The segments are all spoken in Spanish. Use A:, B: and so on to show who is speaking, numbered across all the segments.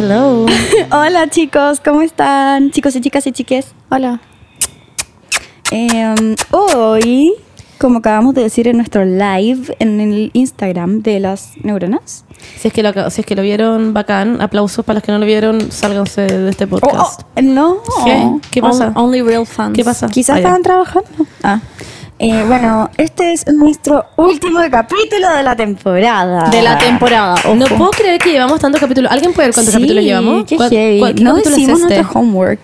A: Hola chicos, ¿cómo están? Chicos y chicas y chiques.
B: Hola.
A: Em, hoy, como acabamos de decir en nuestro live en el Instagram de las neuronas.
C: Si es, que lo, si es que lo vieron, bacán. Aplausos para los que no lo vieron, sálganse de este podcast.
A: Oh, oh, no.
C: ¿Qué? ¿Qué pasa?
B: Only, real fans.
C: ¿Qué pasa?
A: Quizás
C: Ah, ya.
A: estaban trabajando. Ah. Eh, bueno, este es nuestro último capítulo de la temporada.
B: De la temporada. ojo.
C: No puedo creer que llevamos tantos capítulos. ¿alguien puede ver cuántos
A: oh, Sí,
C: capítulos llevamos?
A: Qué
C: ¿Cuá-
A: heavy.
C: cuá- qué
A: no
C: capítulo es
A: hicimos
C: este?
A: nuestro homework.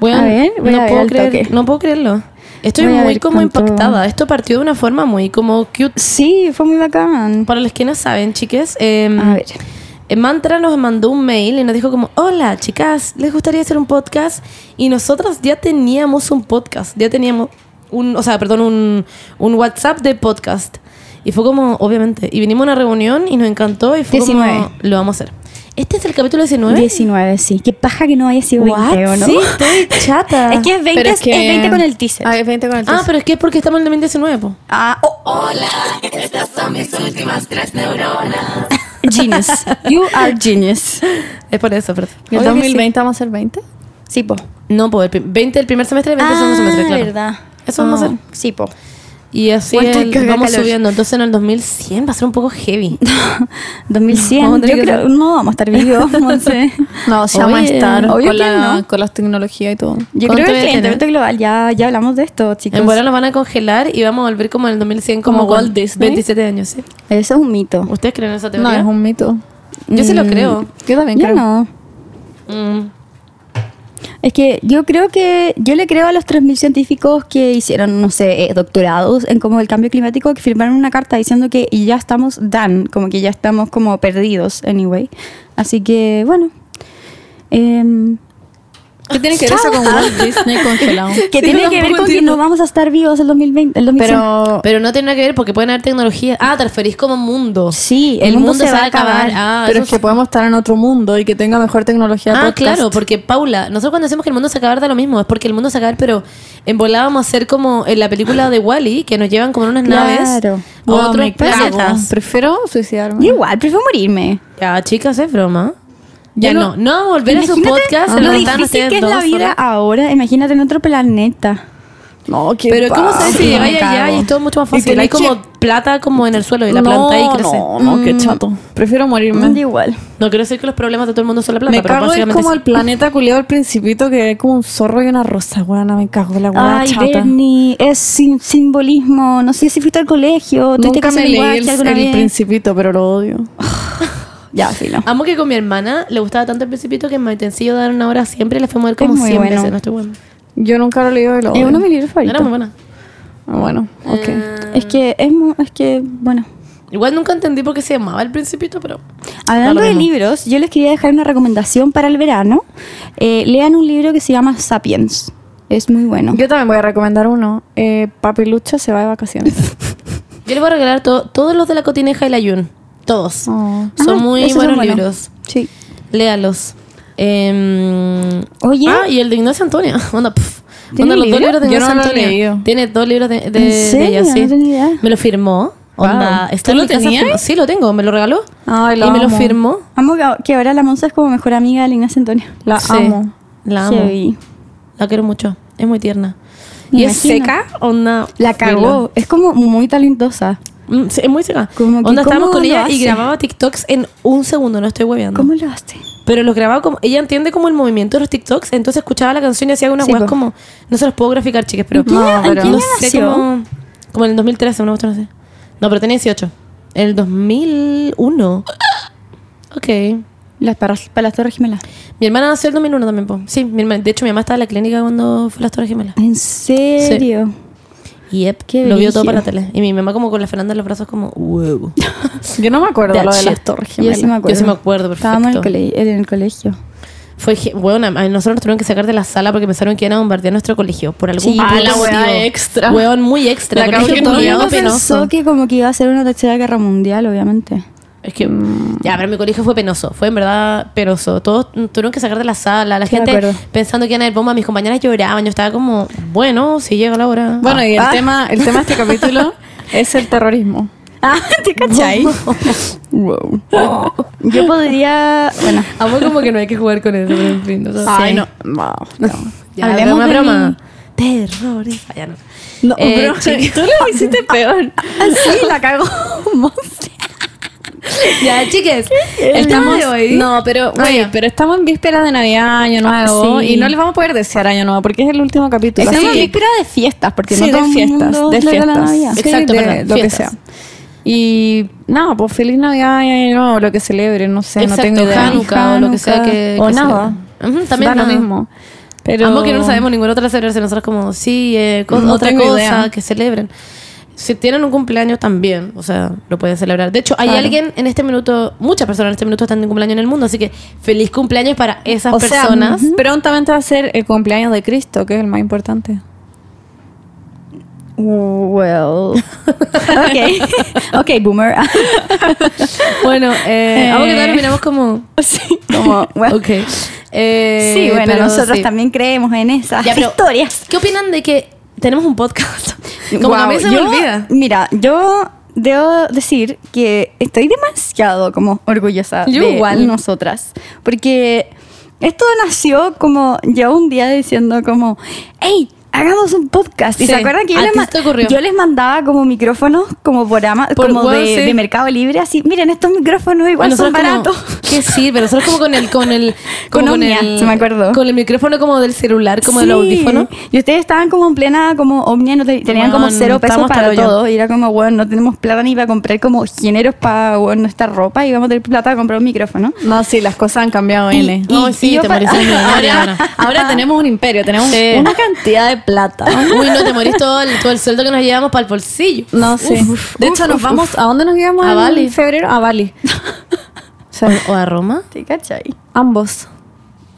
C: Bueno,
A: a ver, voy
C: no,
A: a ver
C: puedo
A: al
C: creer,
A: toque.
C: no puedo creerlo. Estoy
A: Voy a
C: muy
A: ver
C: como
A: cuánto-
C: impactada. Esto partió de una forma muy como cute.
A: Sí, fue muy bacán.
C: Para los que no saben, chiques, em,
A: A ver.
C: Eh, Mantra nos mandó un mail y nos dijo como, hola chicas, ¿les gustaría hacer un podcast? Y nosotras ya teníamos un podcast, ya teníamos un, o sea, perdón, un, un WhatsApp de podcast. Y fue como, obviamente, y vinimos a una reunión y nos encantó y fue
A: 19.
C: como, lo vamos a hacer. Este es el capítulo 19.
A: 19, sí. Qué paja que no haya sido
C: What?
A: 20, ¿o no?
C: Sí, estoy chata.
A: Es que es 20,
B: Pero
A: es 20 con el teaser.
B: Ah, es 20 con el teaser.
C: Ah, pero es que es porque estamos en el 2019, po.
A: Ah, oh, Hola, estas son mis últimas tres neuronas. Genius. You are genius.
C: Es por eso, perdón.
B: ¿Y el
A: Obvio que
B: 2020 vamos a ser 20?
A: Sí, po.
C: No, po, el prim- 20 el primer semestre y 20 el segundo
A: Ah,
C: semestre, claro.
A: verdad.
C: Eso vamos a
A: Ah,
C: hacer.
A: Sí, po.
C: Y así
A: Cuánto
C: el-
A: caga
C: vamos
A: calor.
C: subiendo. Entonces en el 2100 va a ser un poco heavy.
A: 2100.
C: Vamos a tener
A: Yo
C: que
A: creo,
C: hacer-
A: no vamos a estar vivos, Monse.
B: No, sí vamos a
C: Oye,
B: estar
A: obvio
B: con,
A: que
B: la-
A: no.
B: con las tecnologías y todo.
A: Yo
C: ¿Cuánto
A: creo que
C: voy a
A: el calentamiento
C: tener?
A: global, ya, ya hablamos de esto, chicos.
C: En Bola nos van a congelar y vamos a volver como en el 2100 como,
B: Como
C: con
B: Walt Disney.
C: 27 años, ¿sí?
A: Eso es un mito.
C: ¿Ustedes creen esa
B: No,
C: teoría?
B: es un mito.
C: Yo sí lo
A: Mm.
C: creo.
B: Yo también
A: Yo
B: creo.
A: no.
C: Mm.
A: Es que yo creo que yo le creo a los 3.000 científicos que hicieron, no sé, eh, doctorados en como el cambio climático, que firmaron una carta diciendo que ya estamos done, como que ya estamos como perdidos, anyway. Así que, bueno. em,
B: ¿Qué tiene que ver eso con Walt Disney congelado?
A: que tiene que ver con que no vamos a estar vivos el 2020, el 2020.
B: Pero
C: Pero no tiene nada que ver porque pueden haber tecnología. Ah, te referís como mundo.
A: Sí,
C: el, mundo, se va a acabar. Ah,
B: pero
C: eso
B: es que
C: es-
B: podemos estar en otro mundo y que tenga mejor tecnología.
C: Ah,
B: podcast.
C: claro, porque Paula, nosotros cuando decimos que el mundo se acabar da lo mismo, es porque el mundo se acaba, pero en volá vamos a ser como en la película de Wally, que nos llevan como en unas
A: Claro.
C: naves a
B: Wow,
C: otros
B: Oh, me cago.
C: planetas.
B: Prefiero suicidarme.
A: Yo igual, prefiero morirme.
C: Ya, chicas, es broma. Ya,
B: Yo
C: no, no vamos a volver a su
A: Imagínate
C: podcast. en
A: Lo
C: donde están
A: difícil
C: ustedes
A: que es la
C: dos
A: vida
C: solas.
A: ahora, imagínate en otro planeta.
B: No, qué
C: Pero ¿cómo
B: paja.
C: sabes si
A: Sí,
C: llegáis
A: me
C: allá
A: cago.
C: y es todo mucho más
B: Y que
C: fácil?
B: la
C: Hay como
B: che-
C: plata como en el suelo y la
B: no,
C: planta ahí crece.
B: No, no, qué chato. Prefiero morirme.
A: Yo igual.
C: No quiero decir que los problemas de todo el mundo son la plata,
B: Me
C: pero
B: Mm. cago en
C: básicamente
B: como
C: sí.
B: el planeta culiado del principito que es como un zorro y una rosa, weona. Me cago en la weona
A: Ay,
B: chata.
A: Bernie, es sin- simbolismo. No sé si fuiste al colegio, tuviste que
B: Nunca
A: hacer
B: me
A: el
B: leí
A: guache
B: el,
A: alguna
B: el
A: vez.
B: principito, pero lo odio.
A: Ya, filo.
C: Amo que con mi hermana le gustaba tanto el principito que en Maitencillo daban una hora siempre y la fuimos a ver como
A: Es muy
C: 100
A: bueno.
C: veces. No estoy buena.
B: Yo nunca lo leí y lo
A: Es
B: odio.
A: uno de mis libros
C: No era muy Ah.
A: favoritos.
C: buena.
B: Ah, Bueno, ok.
A: Es que, es, mu- es que, bueno.
C: Igual nunca entendí por qué se llamaba el principito, pero...
A: Hablando
C: Da lo
A: de
C: mismo.
A: libros, yo les quería dejar una recomendación para el verano. Eh, lean un libro que se llama Sapiens. Es muy bueno.
B: Yo también voy a recomendar uno. Eh, Papi Lucha se va de vacaciones.
C: Yo le voy a regalar to- todos los de la cotineja y la Yun. Todos.
B: Oh.
A: Ah,
C: Son muy
A: esos
C: buenos,
A: son
C: libros.
A: Sí.
C: Léalos. Em,
A: Oye.
C: Ah, y el de Ignacia Antonia. Onda, pf.
A: ¿Tiene
C: Onda,
A: un
C: los dos
A: libro?
C: libros de
B: Yo no
C: Ignacia
B: lo he
C: Antonia.
B: leído.
C: Tiene dos libros de, de,
A: ¿En
C: de
A: serio?
C: ella, sí.
A: No tenía idea.
C: Me lo firmó. Onda,
B: Wow.
C: está
B: ¿Tú
C: en
B: lo
C: mi casa
B: tenías?
C: firmado. Sí, lo tengo. Me lo regaló.
B: Ay, la
C: y me lo
B: amo.
C: firmó.
A: Amo que- que ahora la Monza es como mejor amiga de la Ignacia Antonia.
B: La
C: Sí,
B: amo.
C: La amo.
A: Heavy.
C: La quiero mucho. Es muy tierna.
A: Me
C: y es
A: imagino.
C: seca. Onda.
A: La cagó. Es como muy talentosa.
C: Mm, sí, es muy seca.
A: Como que,
C: onda, estábamos
A: ¿cómo
C: con
A: lo
C: ella y
A: hace?
C: grababa TikToks en un segundo. No estoy hueveando.
A: ¿Cómo lo hace?
C: Pero los grababa como. Ella entiende como el movimiento de los TikToks. Entonces escuchaba la canción y hacía unas
A: Sí,
C: weas
A: po.
C: como. No se los puedo graficar, chiques, pero.
A: ¿En qué año-
B: No, pero-
A: en qué año
C: no sé
A: nació?
C: cómo. Como en el 2013, una cuestión así. No, pero tenía 18. En el 2001. Ok.
A: Las para, para las Torres Gemelas.
C: Mi hermana nació en el 2001 también, po. Sí, mi hermana. De hecho, mi mamá estaba en la clínica cuando fue a las Torres Gemelas.
A: ¿En serio?
C: Yep.
A: Qué
C: lo vio todo
A: brígido.
C: para la tele. Y mi mamá, como con la Fernanda en los brazos, como, wow.
B: Yo no me acuerdo
C: That
B: lo de
C: shit.
B: las torres
A: Yo
B: gemelas.
A: sí me acuerdo.
C: Yo sí me acuerdo, perfecto.
A: Estábamos en el, cole- en el colegio.
C: Fue, ge- bueno, a nosotros nos tuvieron que sacar de la sala porque pensaron que iban a bombardear nuestro colegio por algún
A: Sí,
C: puto
A: ah, la
C: motivo.
B: weá extra.
C: Weón muy extra.
B: La
C: colegio
B: cago que
A: Todo el
C: culiao
A: mundo
B: Todo
C: penoso.
A: pensó que como que iba a ser una tercera guerra mundial, obviamente.
C: Es que, mm. ya, pero mi colegio fue penoso, fue en verdad penoso. Todos tuvieron que sacar de la sala, la
A: Sí, me
C: gente
A: acuerdo.
C: pensando que iban a ir bomba, mis compañeras lloraban, yo estaba como, bueno, si llega la hora.
B: Bueno, y el,
A: Ah.
B: tema, el tema de este capítulo es el terrorismo.
A: Ah, ¿te cachai? wow. Yo podría. Bueno.
C: Amo como que no hay que jugar con eso, pero en fin. o sea,
A: Ay, no.
C: ya,
A: Hablemos
C: broma,
A: de-
C: broma. Terrorista. Ya no.
B: No, Ah,
C: Eh,
B: bro,
C: chica.
B: tú lo hiciste peor.
A: Sí, la cagó. Monse.
C: Ya, chiques. El tema
B: Estamos,
C: de hoy. Ah,
B: no, pero güey,
C: ya.
B: pero estamos en vísperas de Navidad, Año Nuevo,
A: sí.
B: y no les vamos a poder desear Año Nuevo porque es el último capítulo.
A: Estamos en
B: así que-
A: víspera de fiestas, porque
B: sí,
A: no todo
B: de
A: el
B: fiestas,
A: mundo
B: de
A: le regala
B: fiestas.
A: Navidad.
B: Sí,
C: Exacto,
B: de
C: perdón,
B: lo
C: fiestas.
B: que sea. Y nada, pues feliz Navidad y Año Nuevo, lo que celebren, no sé,
C: Exacto,
B: no tengo idea.
C: Hanukkah o lo que sea
A: Hanukkah,
C: que.
B: o
C: que
B: nada.
C: sea. Ujú, también
B: da
C: nada.
B: lo mismo. Pero
C: Amo que no sabemos ninguna otra celebración. Nosotros como, sí, eh, co-
B: No
C: otra
B: tengo
C: cosa
B: idea.
C: que celebren. Si tienen un cumpleaños también, o sea, lo pueden celebrar. De hecho, hay
B: Claro.
C: alguien en este minuto, muchas personas en este minuto están de cumpleaños en el mundo, así que feliz cumpleaños para esas
B: o sea,
C: personas.
B: ujú. prontamente va a ser el cumpleaños de Cristo, que es el más importante.
A: Well. Ok. ok, boomer.
C: bueno, eh, amo que
A: Eh.
C: todos miramos como,
A: sí. Como, well.
C: ok. Eh,
A: Sí, bueno,
C: pero
A: nosotros
C: sí.
A: también creemos en esas
C: Ya, pero-
A: historias.
C: ¿Qué opinan de que tenemos un podcast? Como
A: Guau,
C: también se
A: yo-
C: me olvida.
A: Mira, yo debo decir que estoy demasiado como orgullosa
C: Yo
A: de
C: igual.
A: nosotras. Porque esto nació como yo un día diciendo como, hey, hagamos un podcast. ¿Y
C: Sí,
A: se acuerdan que yo
C: a
A: les,
C: ti
A: ma-
C: se te ocurrió.
A: yo les mandaba como micrófonos como por ama-
C: Por-
A: como
C: bueno,
A: de,
C: sí.
A: de Mercado Libre? Así, miren, estos micrófonos igual
C: Bueno,
A: son
C: nosotros
A: baratos.
C: como- Que sí, pero nosotros como con el... Con el
A: Con
C: como
A: Omnia, se me acuerdo.
C: Con el micrófono como del celular, como del
A: Sí.
C: audífono.
A: Y ustedes estaban como en plena como omnia, no te- tenían como
C: Weón,
A: cero pesos
C: estábamos
A: para
C: hasta el hoyo.
A: todo. Y era como, bueno, no tenemos plata ni para comprar como géneros para bueno, nuestra ropa y vamos a tener plata para comprar un micrófono.
B: No, sí, las cosas han cambiado,
A: Y-
B: N.
A: y-
C: Ay, sí,
A: yo
C: te
A: pa-
C: moriste de memoria,
B: Ahora,
C: Ana.
B: ahora tenemos un imperio, tenemos
C: Sí.
B: una cantidad de plata.
C: Uy, no, te morís todo el, todo el sueldo que nos llevamos para el bolsillo.
B: No, sí.
A: uf,
B: de
A: uf,
B: hecho, nos
A: uf,
B: vamos. ¿A dónde nos íbamos?
C: A
B: en
C: Bali.
B: febrero? A Bali. O sea,
C: ¿O, o a Roma?
A: ¿Te cachai?
B: ambos.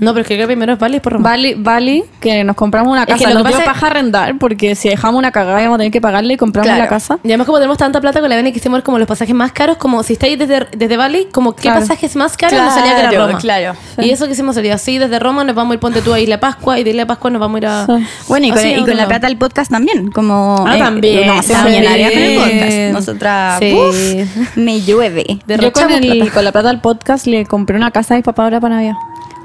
C: No, pero es que creo que primero es Bali y después Roma.
B: Bali, Bali, que nos compramos una
C: que lo
B: casa.
C: que
B: nos
C: pasa
B: dio
C: es-
B: paja arrendar porque si dejamos una cagada íbamos a tener que pagarle y compramos
A: Claro.
B: la casa.
C: Y además como tenemos tanta plata con la Vene que hicimos como los pasajes más caros, como si estáis desde, desde Bali, como qué
B: Claro.
C: pasajes más caros nos salía que era
A: Claro,
C: Roma.
A: claro.
C: Y eso que hicimos sería, sí, desde Roma nos vamos a ir, ponte tú a Isla Pascua y de Isla Pascua nos vamos a ir a...
B: Sí.
A: Bueno, y con,
C: Así,
A: y
C: a
A: con
C: otro
A: la
C: lado.
A: plata del podcast también. Como, eh,
C: Ah, también,
A: No, somos
C: también.
A: millonarias con el podcast. Nosotras,
C: Sí.
A: uf, me llueve.
B: Yo con,
C: Derrochamos
B: el-
C: plata.
B: con la plata del podcast le compré una casa a mis papás ahora para Navidad.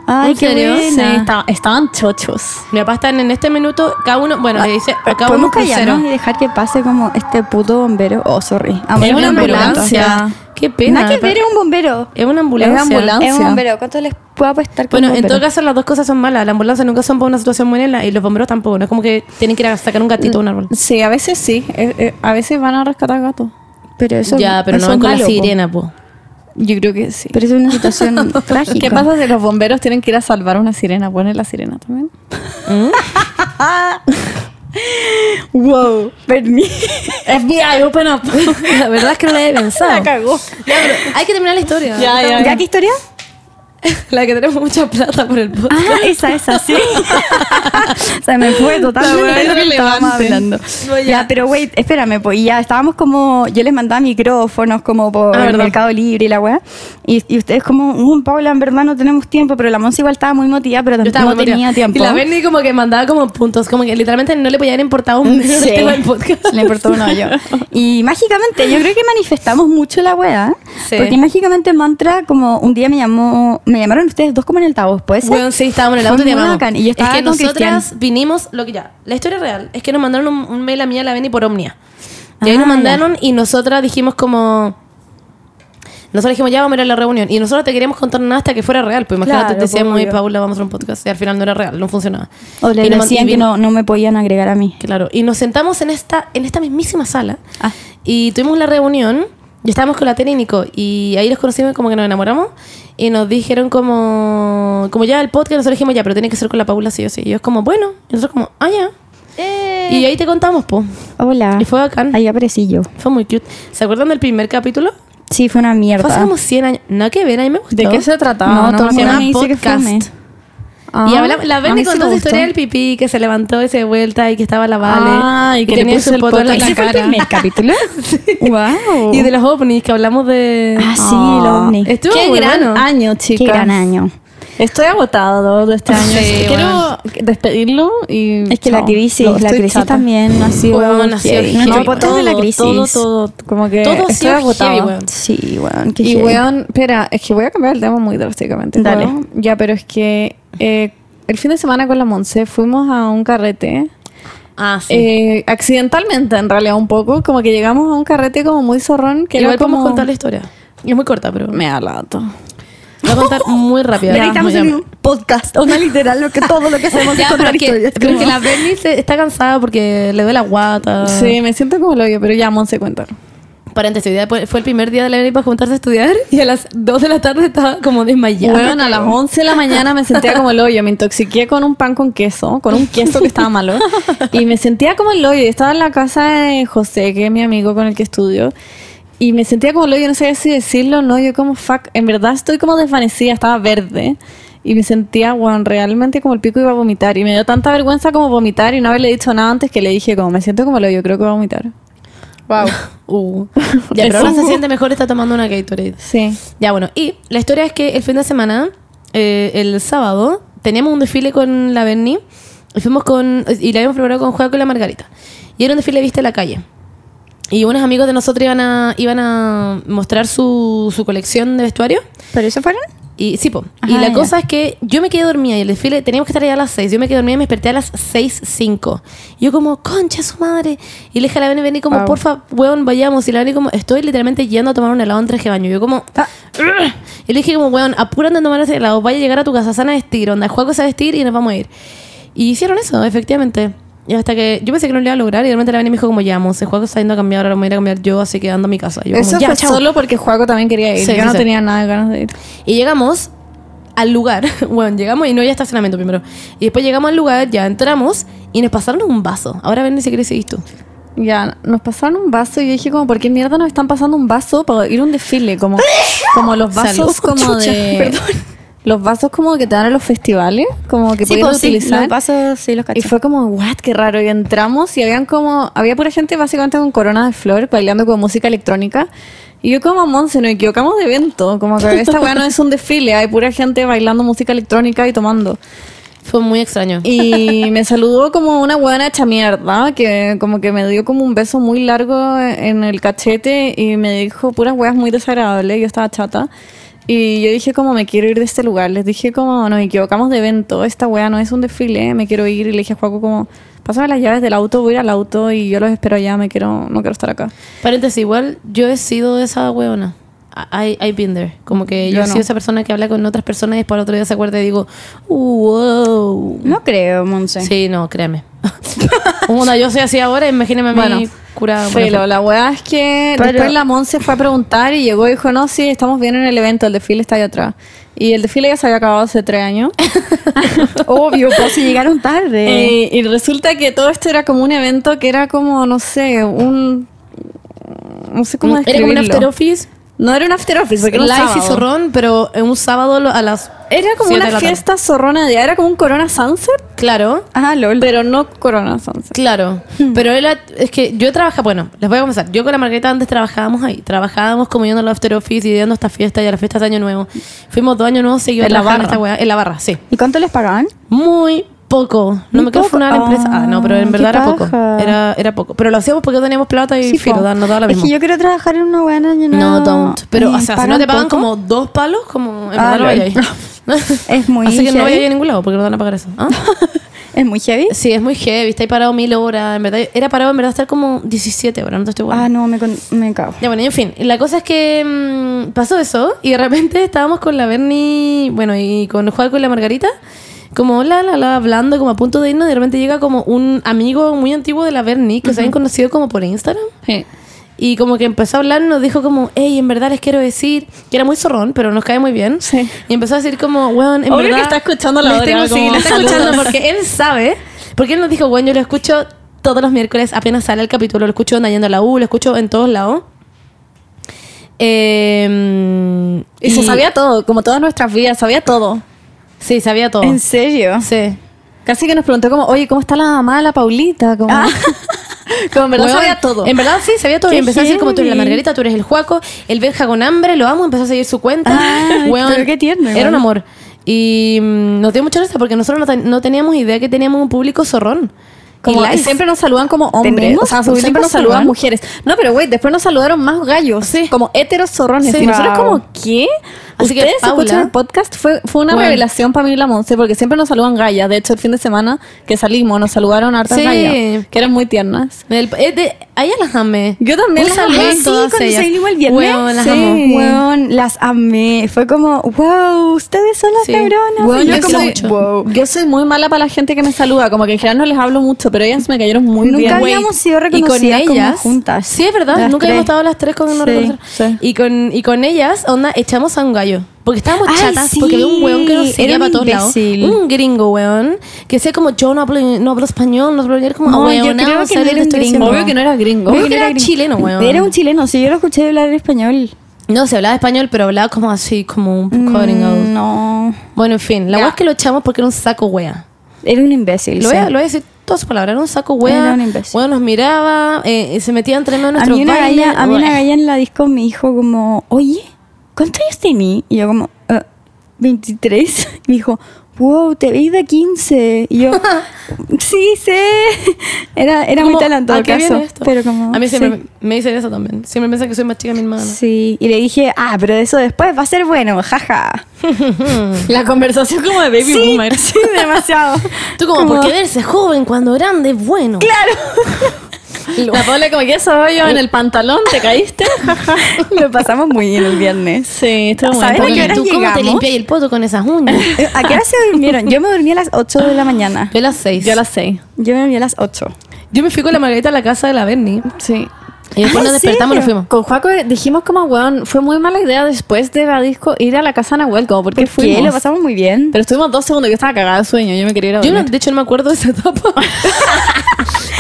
A: Ay,
C: ¿En
A: qué
C: serio?
A: buena.
B: Sí, esta- estaban chochos.
C: Mi papá está en, en este minuto, cada uno, bueno,
A: Ah,
C: le dice, a cada uno
A: Podemos
C: un crucero.
A: callarnos y dejar que pase como este puto bombero. Oh, sorry. Amo
B: Es
A: los
B: una
A: bomberos.
B: ambulancia.
C: Qué pena.
A: Nada que ver, es un bombero.
C: Es una ambulancia.
B: Es ambulancia.
A: Es un bombero. ¿Cuánto les puedo apostar con
C: Bueno,
A: un
C: en todo
A: bombero?
C: caso las dos cosas son malas. La ambulancia nunca son para una situación buena y los bomberos tampoco. No es como que tienen que ir a sacar un gatito a un árbol.
B: Sí, a veces sí. eh, eh, a veces van a rescatar gatos.
A: Pero eso
C: ya, pero no
A: eso
C: van
A: es
C: con la
A: malo, po.
C: sirena, po.
B: Yo creo que sí.
A: Pero eso es una situación trágica.
B: ¿Qué pasa si los bomberos tienen que ir a salvar a una sirena? ¿Ponen la sirena también?
A: Wow, Bernie.
B: FBI, open up.
C: la verdad es que no la había pensado.
A: La cagó.
C: Ya, pero hay que terminar la historia.
B: Ya, ya,
A: ¿Ya qué historia?
C: La que tenemos mucha plata por el podcast.
A: Ah, esa, esa, sí. Se me fue
B: La
A: totalmente
B: wea
A: de lo que estábamos
B: irrelevante.
A: hablando.
C: No, ya.
A: ya. pero wait, espérame, pues y ya estábamos como. Yo les mandaba micrófonos como por
C: Ah, verdad.
A: Mercado Libre y la weá. Y, y ustedes, como, un Paula, en verdad no tenemos tiempo, pero la Monse igual estaba muy motivada, pero
C: Yo
A: tampoco
C: estaba
A: no
C: muy
A: tenía
C: motivada.
A: tiempo.
C: Y la Benny como que mandaba como puntos. Como que literalmente no le podían importar un
A: Sí.
C: el tema del podcast.
A: Le importó un hoyo. Y mágicamente, yo creo que manifestamos mucho la weá.
C: Sí.
A: Porque mágicamente Mantra, como un día me llamó, me llamaron ustedes dos como en el tabú, ¿puede ser?
C: Bueno, sí, estábamos en el
A: Fue
C: auto y
A: muy
C: llamamos.
A: bacán. Y yo
C: es
A: estaba
C: que
A: con
C: nosotras
A: Cristian.
C: vinimos, lo que ya, la historia real es que nos mandaron un, un mail a mí y a la Beni por Omnia. Y ahí
A: Ah,
C: nos mandaron y nosotras dijimos como... Nosotros dijimos, ya vamos a ir a la reunión. Y nosotros te queríamos contar nada hasta que fuera real. Pues imagínate,
A: Claro,
C: te decíamos,
A: obvio.
C: "Oye, Paula, vamos a hacer un podcast. Y al final no era real, no funcionaba.
A: O
C: Y
A: le
C: nos man-
A: decían
C: y
A: que
C: vin-
A: no, no me podían agregar a mí.
C: Claro. Y nos sentamos en esta, en esta mismísima sala.
A: Ah.
C: Y tuvimos la reunión. Y estábamos con la Tere y Nico. Y ahí los conocimos y como que nos enamoramos. Y nos dijeron como... Como ya el podcast. Nosotros dijimos, ya, pero tiene que ser con la Paula sí o sí. Y ellos como, bueno. Y nosotros como, ah, ya.
B: Eh.
C: Y ahí te contamos, po.
A: Hola.
C: Eh, Y fue bacán.
A: Ahí aparecí yo.
C: Fue muy cute. ¿Se acuerdan del primer capítulo?
A: Sí, fue una mierda.
C: Fue hace como 100 años. No, que ver, a mí me gustó.
B: ¿De qué se trataba?
A: No, todo el
B: me
A: mundo
B: acuerdo.
A: me dice que
C: podcast.
A: fome.
C: y
B: Ah,
C: hablamos, la
A: a
C: Verne
A: mí sí
C: contó
A: me
C: la
A: gustó.
C: historia del pipí que se levantó y se dio vuelta y que estaba la Vale.
B: Ah, y que le puso el poto en la
A: ¿Ese fue el
B: cara.
A: primer capítulo? Wow.
C: Y de los ovnis que hablamos de...
A: Ah, sí, el
B: Ah.
A: ovni.
C: Estuvo
B: Qué
C: muy
B: gran
C: bueno.
B: año, chicas.
A: Qué gran año.
B: Estoy agotado de este año.
C: Sí,
B: Quiero despedirlo y.
A: Es que la
B: chao.
A: crisis,
B: Lo-
A: la
B: estoy
A: crisis
B: chata.
A: también ha sido.
C: Weón, ha sido
A: heavy.
C: heavy,
A: No,
C: weón.
A: podcast de la crisis.
B: Todo, todo, como que
C: Todo ha
B: estoy
C: sido
B: agotada.
C: heavy, weón.
A: Sí, weón. qué
B: Y
A: heavy.
B: weón, espera, es que voy a cambiar el tema muy drásticamente.
A: Dale.
B: weón. Ya, pero es que eh, el fin de semana con la Monse fuimos a un carrete.
C: Ah,
B: eh, accidentalmente, en realidad, un poco. Como que llegamos a un carrete como muy zorrón. Que
C: Igual
B: era como...
C: podemos contar la historia. Es muy corta, pero
B: Me alato.
C: voy a contar muy rápido.
A: Ya estamos
C: Ya.
A: en un podcast, una literal, lo que, todo lo que hacemos
C: Ya,
A: es contar
C: pero que-
A: historias.
C: pero
A: como-
C: que la Bernie se- está cansada porque le duele la guata.
B: Sí, me siento como lo yo, pero ya, Monse, cuenta.
C: Paréntesis, hoy día fue fue el primer día de la Bernie para juntarse a estudiar y a las 2 de la tarde estaba como desmayada.
B: Bueno, a las 11 de la mañana me sentía como el hoyo. Me intoxiqué con un pan con queso, con un queso que estaba malo. Y me sentía como el hoyo. Y Estaba en la casa de José, que es mi amigo con el que estudio. Y me sentía como el hoyo. No sabía si decirlo o no. Yo como, fuck, en verdad estoy como desvanecida. Estaba verde. Y me sentía, bueno, realmente como el pico iba a vomitar. Y me dio tanta vergüenza como vomitar y no haberle dicho nada antes que le dije como, me siento como el hoyo, creo que voy a vomitar.
C: wow. Uh. Ya, pero
B: Eso.
C: ahora se siente mejor, está tomando una Gatorade.
B: Sí.
C: Ya, bueno, y la historia es que el fin de semana, eh, el sábado, teníamos un desfile con la Berni y fuimos con. y la habíamos preparado con Juaco y la Margarita. Y era un desfile de vista en la calle. Y unos amigos de nosotros iban a, iban a mostrar su, su colección de vestuario.
A: ¿Pero eso fueron?
C: Y sí, po.
A: Ajá,
C: y la
A: ya.
C: cosa es que yo me quedé dormida y el desfile teníamos que estar allá a las 6. Yo me quedé dormida y me desperté a las 6.05. Y yo como, concha su madre. Y le dije a la Beni, Beni como,
B: Wow.
C: porfa, weón, vayamos. Y la Beni como, estoy literalmente yendo a tomar un helado en traje de baño. Yo como,
A: Ah.
C: "Ugh". y le dije como, weón, apúrate a tomar ese helado. Vaya a llegar a tu casa sana a vestir. Onda, juego se va a vestir y nos vamos a ir. Y hicieron eso, efectivamente. Y hasta que yo pensé que no lo iba a lograr y realmente la Beni me dijo como, ya, se juego está yendo a cambiar, ahora me voy a ir a cambiar yo, así que ando a mi casa. Yo como,
B: Eso
C: "Ya,
B: fue
C: chao".
B: solo porque Juaco también quería ir.
C: Sí,
B: yo
C: sí,
B: no
C: sí.
B: tenía nada de ganas de ir.
C: Y llegamos al lugar. Bueno, llegamos y no había estacionamiento primero. Y después llegamos al lugar, ya entramos y nos pasaron un vaso. Ahora ven ni siquiera seguís tú.
B: Ya, nos pasaron un vaso y yo dije como, ¿por qué mierda nos están pasando un vaso para ir a un desfile? Como, como los vasos
C: Salud.
B: como
C: Chucha,
B: de...
C: perdón.
B: Los vasos como que te dan en los festivales, como que podías utilizar.
A: pues los vasos, sí, los
B: y
A: cachos.
B: fue como, what, qué raro. Y entramos y habían como, había pura gente básicamente con corona de flor, bailando con música electrónica. Y yo como, Monse, nos equivocamos de evento. Como que esta weá no es un desfile, hay pura gente bailando música electrónica y tomando.
C: Fue muy extraño.
B: Y me saludó como una buena hecha mierda, que como que me dio como un beso muy largo en el cachete y me dijo puras weas muy desagradables, yo estaba chata. Y yo dije como me quiero ir de este lugar, les dije como nos equivocamos de evento, esta wea no es un desfile, me quiero ir y le dije a Juaco como pásame las llaves del auto, voy a ir al auto y yo los espero allá, me quiero, no quiero estar acá.
C: Paréntesis, igual yo he sido esa weona. I, I've been there. Como que yo,
B: Yo
C: he
B: no.
C: sido esa persona que habla con otras personas y después al otro día se acuerda y digo, wow.
A: No creo, Monse.
C: Sí, no, créame. Una, yo soy así ahora, imagíname a mí
B: Bueno,
C: curada.
B: Felo, la weá es que
A: Pero-
B: después la Monse fue a preguntar y llegó y dijo, no, sí, estamos bien en el evento, el desfile está allá atrás. Y el desfile ya se había acabado hace tres años.
A: Obvio, pues si llegaron tarde.
B: Eh, y resulta que todo esto era como un evento que era como, no sé, un... No sé cómo
C: Era como
B: describirlo.
C: un after office.
B: No era un after office, porque era un
C: Life y
B: sábado.
C: zorrón, pero en un sábado lo- a las.
B: Era como
C: siete de
B: una
C: la tarde.
B: fiesta zorrona de... Era como un Corona Sunset,
C: Claro.
A: ah, LOL.
B: pero no Corona Sunset.
C: Claro,
A: Hmm.
C: pero era, es que yo trabajaba, bueno, les voy a comenzar. Yo con la Margarita antes trabajábamos ahí, trabajábamos como yendo al after office y yendo a esta fiesta y a las fiestas de Año Nuevo. Fuimos dos años nuevos seguidos
B: En la
C: trabajando en
B: barra.
C: esta weá, en la barra, sí.
A: ¿Y cuánto les pagaban?
C: Muy poco, no
A: Muy
C: me quiero
A: poco.
C: funar a la empresa. Ah, no, pero en
A: Ah,
C: verdad
A: qué
C: era poco,
A: paja.
C: era, era poco. Pero lo hacíamos porque teníamos plata y filo,
A: po.
C: da- nos daba la
A: Es
C: misma.
A: que yo quiero trabajar en una buena llena.
C: No, don't. Pero, o sea, si no te pagan como dos palos, como en
A: Ah,
C: verdad no
A: lol.
C: vayáis.
A: Es muy ¿eh?
C: Así que no
A: heavy.
C: vayáis a ningún lado porque no te van a pagar eso. ¿Ah?
A: ¿Es muy heavy?
C: Sí, es muy heavy, estáis parado mil horas, en verdad. Era parado en verdad estar como 17 horas, no te estoy
A: Ah,
C: bueno.
A: no, me, con- me cago.
C: Ya bueno, y en fin, la cosa es que mm, pasó eso y de repente estábamos con la Bernie, bueno, y con Juaco y la Margarita, como la, la, la, hablando, como a punto de irnos, de repente llega como un amigo muy antiguo de la Bernie, que se habían conocido como por Instagram.
B: Sí.
C: Y como que empezó a hablar, nos dijo como, hey, en verdad les quiero decir, que era muy zorrón, pero nos cae muy bien.
B: Sí.
C: Y empezó a decir como, weón, en
B: Obvio
C: verdad...
B: que está escuchando la
C: me
B: hora,
C: estoy- Sí,
B: como,
C: lo está escuchando
B: saludos.
C: porque él sabe, porque él nos dijo, weón, yo lo escucho todos los miércoles, apenas sale el capítulo, lo escucho en Yendo a la U, lo escucho en todos lados. Eh,
B: Y, se sabía todo, como todas nuestras vidas, sabía todo.
C: Sí, sabía todo.
A: ¿En serio?
C: Sí.
B: Casi que nos preguntó como, oye, ¿cómo está la mamá de la Paulita? Como, como en verdad
C: Weón,
B: sabía todo.
C: En verdad sí, sabía todo. Y
A: Qué
C: empezó a decir como tú eres la
A: heavy.
C: Margarita, tú eres el Juaco, el Benja con hambre, lo amo, empezó a seguir su cuenta.
A: Ah,
C: Weón,
A: pero qué tierno,
C: Era
A: igual.
C: un amor. Y mm, nos dio mucha risa porque nosotros no, ten- no teníamos idea que teníamos un público zorrón.
B: Como,
C: y likes.
B: siempre nos saludan como hombres.
A: ¿Tenemos
B: O sea,
A: público
B: siempre nos saludan
A: zorrón?
B: mujeres. No, pero güey, después nos saludaron más gallos.
C: Sí.
B: Como heteros zorrones.
C: Sí.
B: Y nosotros
A: Wow.
B: como, ¿qué?
C: Así que,
B: Ustedes
C: Paula-
B: escuchan el podcast. Fue, fue una
C: Bueno.
B: revelación para mí y la Monse, porque siempre nos saludan gallas. De hecho, el fin de semana que salimos, nos saludaron hartas
C: Sí.
B: gallas. Que eran muy tiernas.
C: En el- eh, de- a ella las amé.
B: Yo también
C: Un
B: las
C: saludo
B: amé,
C: a
A: sí,
C: todas
A: cuando
C: ellas.
A: salimos el viernes.
C: Weón, las
A: sí.
C: amo.
A: Weón, las amé. Fue como, wow, ustedes son las
C: Sí.
A: cabronas.
B: Weón,
A: Y
C: yo
A: como,
C: soy- mucho.
A: wow.
B: yo soy muy mala para la gente que me saluda. Como que en general no les hablo mucho, pero ellas me cayeron muy
A: Nunca
B: bien.
A: había-
B: Güey,
A: habíamos sido
C: Y con
A: reconocidas como juntas.
C: Sí, es verdad.
A: Las
C: Nunca habíamos
A: tres.
C: estado las tres con una
A: Sí,
C: reconocida.
B: sí.
C: Y con, y con ellas, onda, echamos a un gallo. Porque estábamos
A: Ay,
C: chatas,
A: sí.
C: porque había un weón que nos
A: Era
C: seguía
A: un
C: para todos lados.
A: imbécil.
C: Un gringo, weón, que decía como yo no hablo, no hablo español, no hablo inglés, como
A: No,
C: "Ah,
A: yo
C: weón,
A: creo
C: no
A: que
C: sé
A: no
C: lo
A: era un
C: estoy
A: gringo.
C: diciendo".
B: Obvio que no era gringo.
C: Creo
A: Obvio
C: que era
A: gringo.
C: chileno, weón.
A: Era un chileno, sí, yo lo escuché hablar en español.
C: No, se hablaba español, pero hablaba como así, como un poco gringado.
A: Mm, no.
C: Bueno, en fin, la
B: Ya.
C: weá es que lo echamos porque era un saco wea.
A: Era un imbécil.
C: Lo
A: sí.
C: voy, a, lo voy a decir todas sus palabras, era un saco wea.
A: Era un imbécil.
C: Weón nos miraba, eh, se metía entre medio de
A: a
C: nuestros
A: mí una
C: bailes,
A: galla, a mí una
C: weón.
A: galla en la disco me dijo como, oye, ¿cuántos años tení? Y yo como, "Ah, 23. Y me dijo, wow, te veis de 15. Y yo, sí, sé. Era, era muy
C: Como,
A: talentoso
C: ¿a qué viene
A: caso.
C: esto?
A: Pero como,
C: a mí siempre
A: sí.
C: me me dicen eso también. Siempre piensan que soy más chica que mi hermana.
A: Sí, y le dije, ah, pero eso después va a ser bueno, jaja.
B: La conversación como de baby
A: sí,
B: boomer.
A: sí, demasiado.
C: Tú como, ¿por qué verse joven cuando grande es bueno?
B: La Paula como que eso yo en el pantalón, ¿te caíste?
A: Lo pasamos muy bien el viernes.
B: sí, esto
A: es muy
B: ¿Sabes
A: bueno.
C: Porque
B: lo
A: qué
B: que
A: hora
C: tú cómo te
A: llegamos?
C: limpias el poto con esas uñas.
A: Eh, ¿A qué hora se durmieron? Yo me dormí a las 8 de la mañana.
C: Yo a las seis.
B: Yo a las seis.
A: Yo me dormí a las 8.
C: Yo me fui con la Margarita a la casa de la Bernie.
B: Sí.
C: Y después
A: Ah,
C: nos
A: ¿en
C: despertamos y
A: serio?
C: nos fuimos.
B: Con Juaco dijimos como, weón, fue muy mala idea después de la disco ir a la casa de Nahuel, como porque
A: ¿Por
B: fuimos.
A: qué? Lo pasamos muy bien.
B: Pero estuvimos dos segundos, yo estaba cagada de sueño, yo me quería ir a
C: Yo, no-
B: dormir.
C: de hecho, no me acuerdo de esa etapa.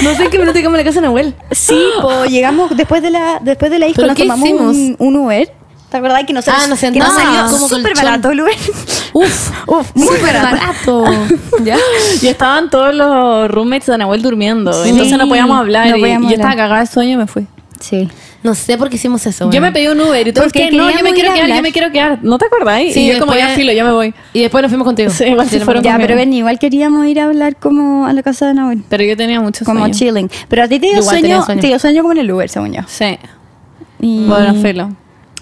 C: no sé en qué minuto llegamos a la casa de Nahuel.
A: Sí, po, llegamos después de la después de la disco
C: ¿Pero
A: nos
C: qué
A: tomamos
C: hicimos?
A: un, un Uber. ¿Te acuerdas que nosotros
C: Ah, nos
A: que
C: sentamos
A: salió
C: como
A: súper
C: colchón.
A: barato el Uber?
C: Uf,
A: Uf,
C: muy barato. ¿Ya?
B: Y estaban todos los roommates de Nahuel durmiendo,
A: Sí.
B: entonces no podíamos hablar.
A: No
B: y-
A: podíamos
B: y yo estaba
A: hablar.
B: cagada de sueño y me fui.
A: Sí.
C: No sé por qué hicimos eso.
B: Yo
C: weón.
B: me pedí un Uber y todos
A: Porque
B: que no, yo
A: queríamos
B: me
A: ir
B: quiero
A: a
B: quedar, yo
A: hablar.
B: me quiero quedar. ¿No te acordáis?
C: Sí,
B: y yo como
C: después-
B: ya filo, yo me voy.
C: Y después nos fuimos contigo.
B: Sí, igual
C: Yo
B: se
C: no me
B: fueron
C: acuerdo.
A: Ya,
B: conmigo.
A: pero ven, igual queríamos ir a hablar como a la casa de Nahuel.
B: Pero yo tenía mucho
A: Como
B: sueño.
A: chilling. Pero a ti te dio,
C: Igual tenía
A: sueño,
C: sueño.
A: te dio sueño como en el Uber, según yo.
B: Sí.
C: Mm.
A: Y-
B: Bueno, filo.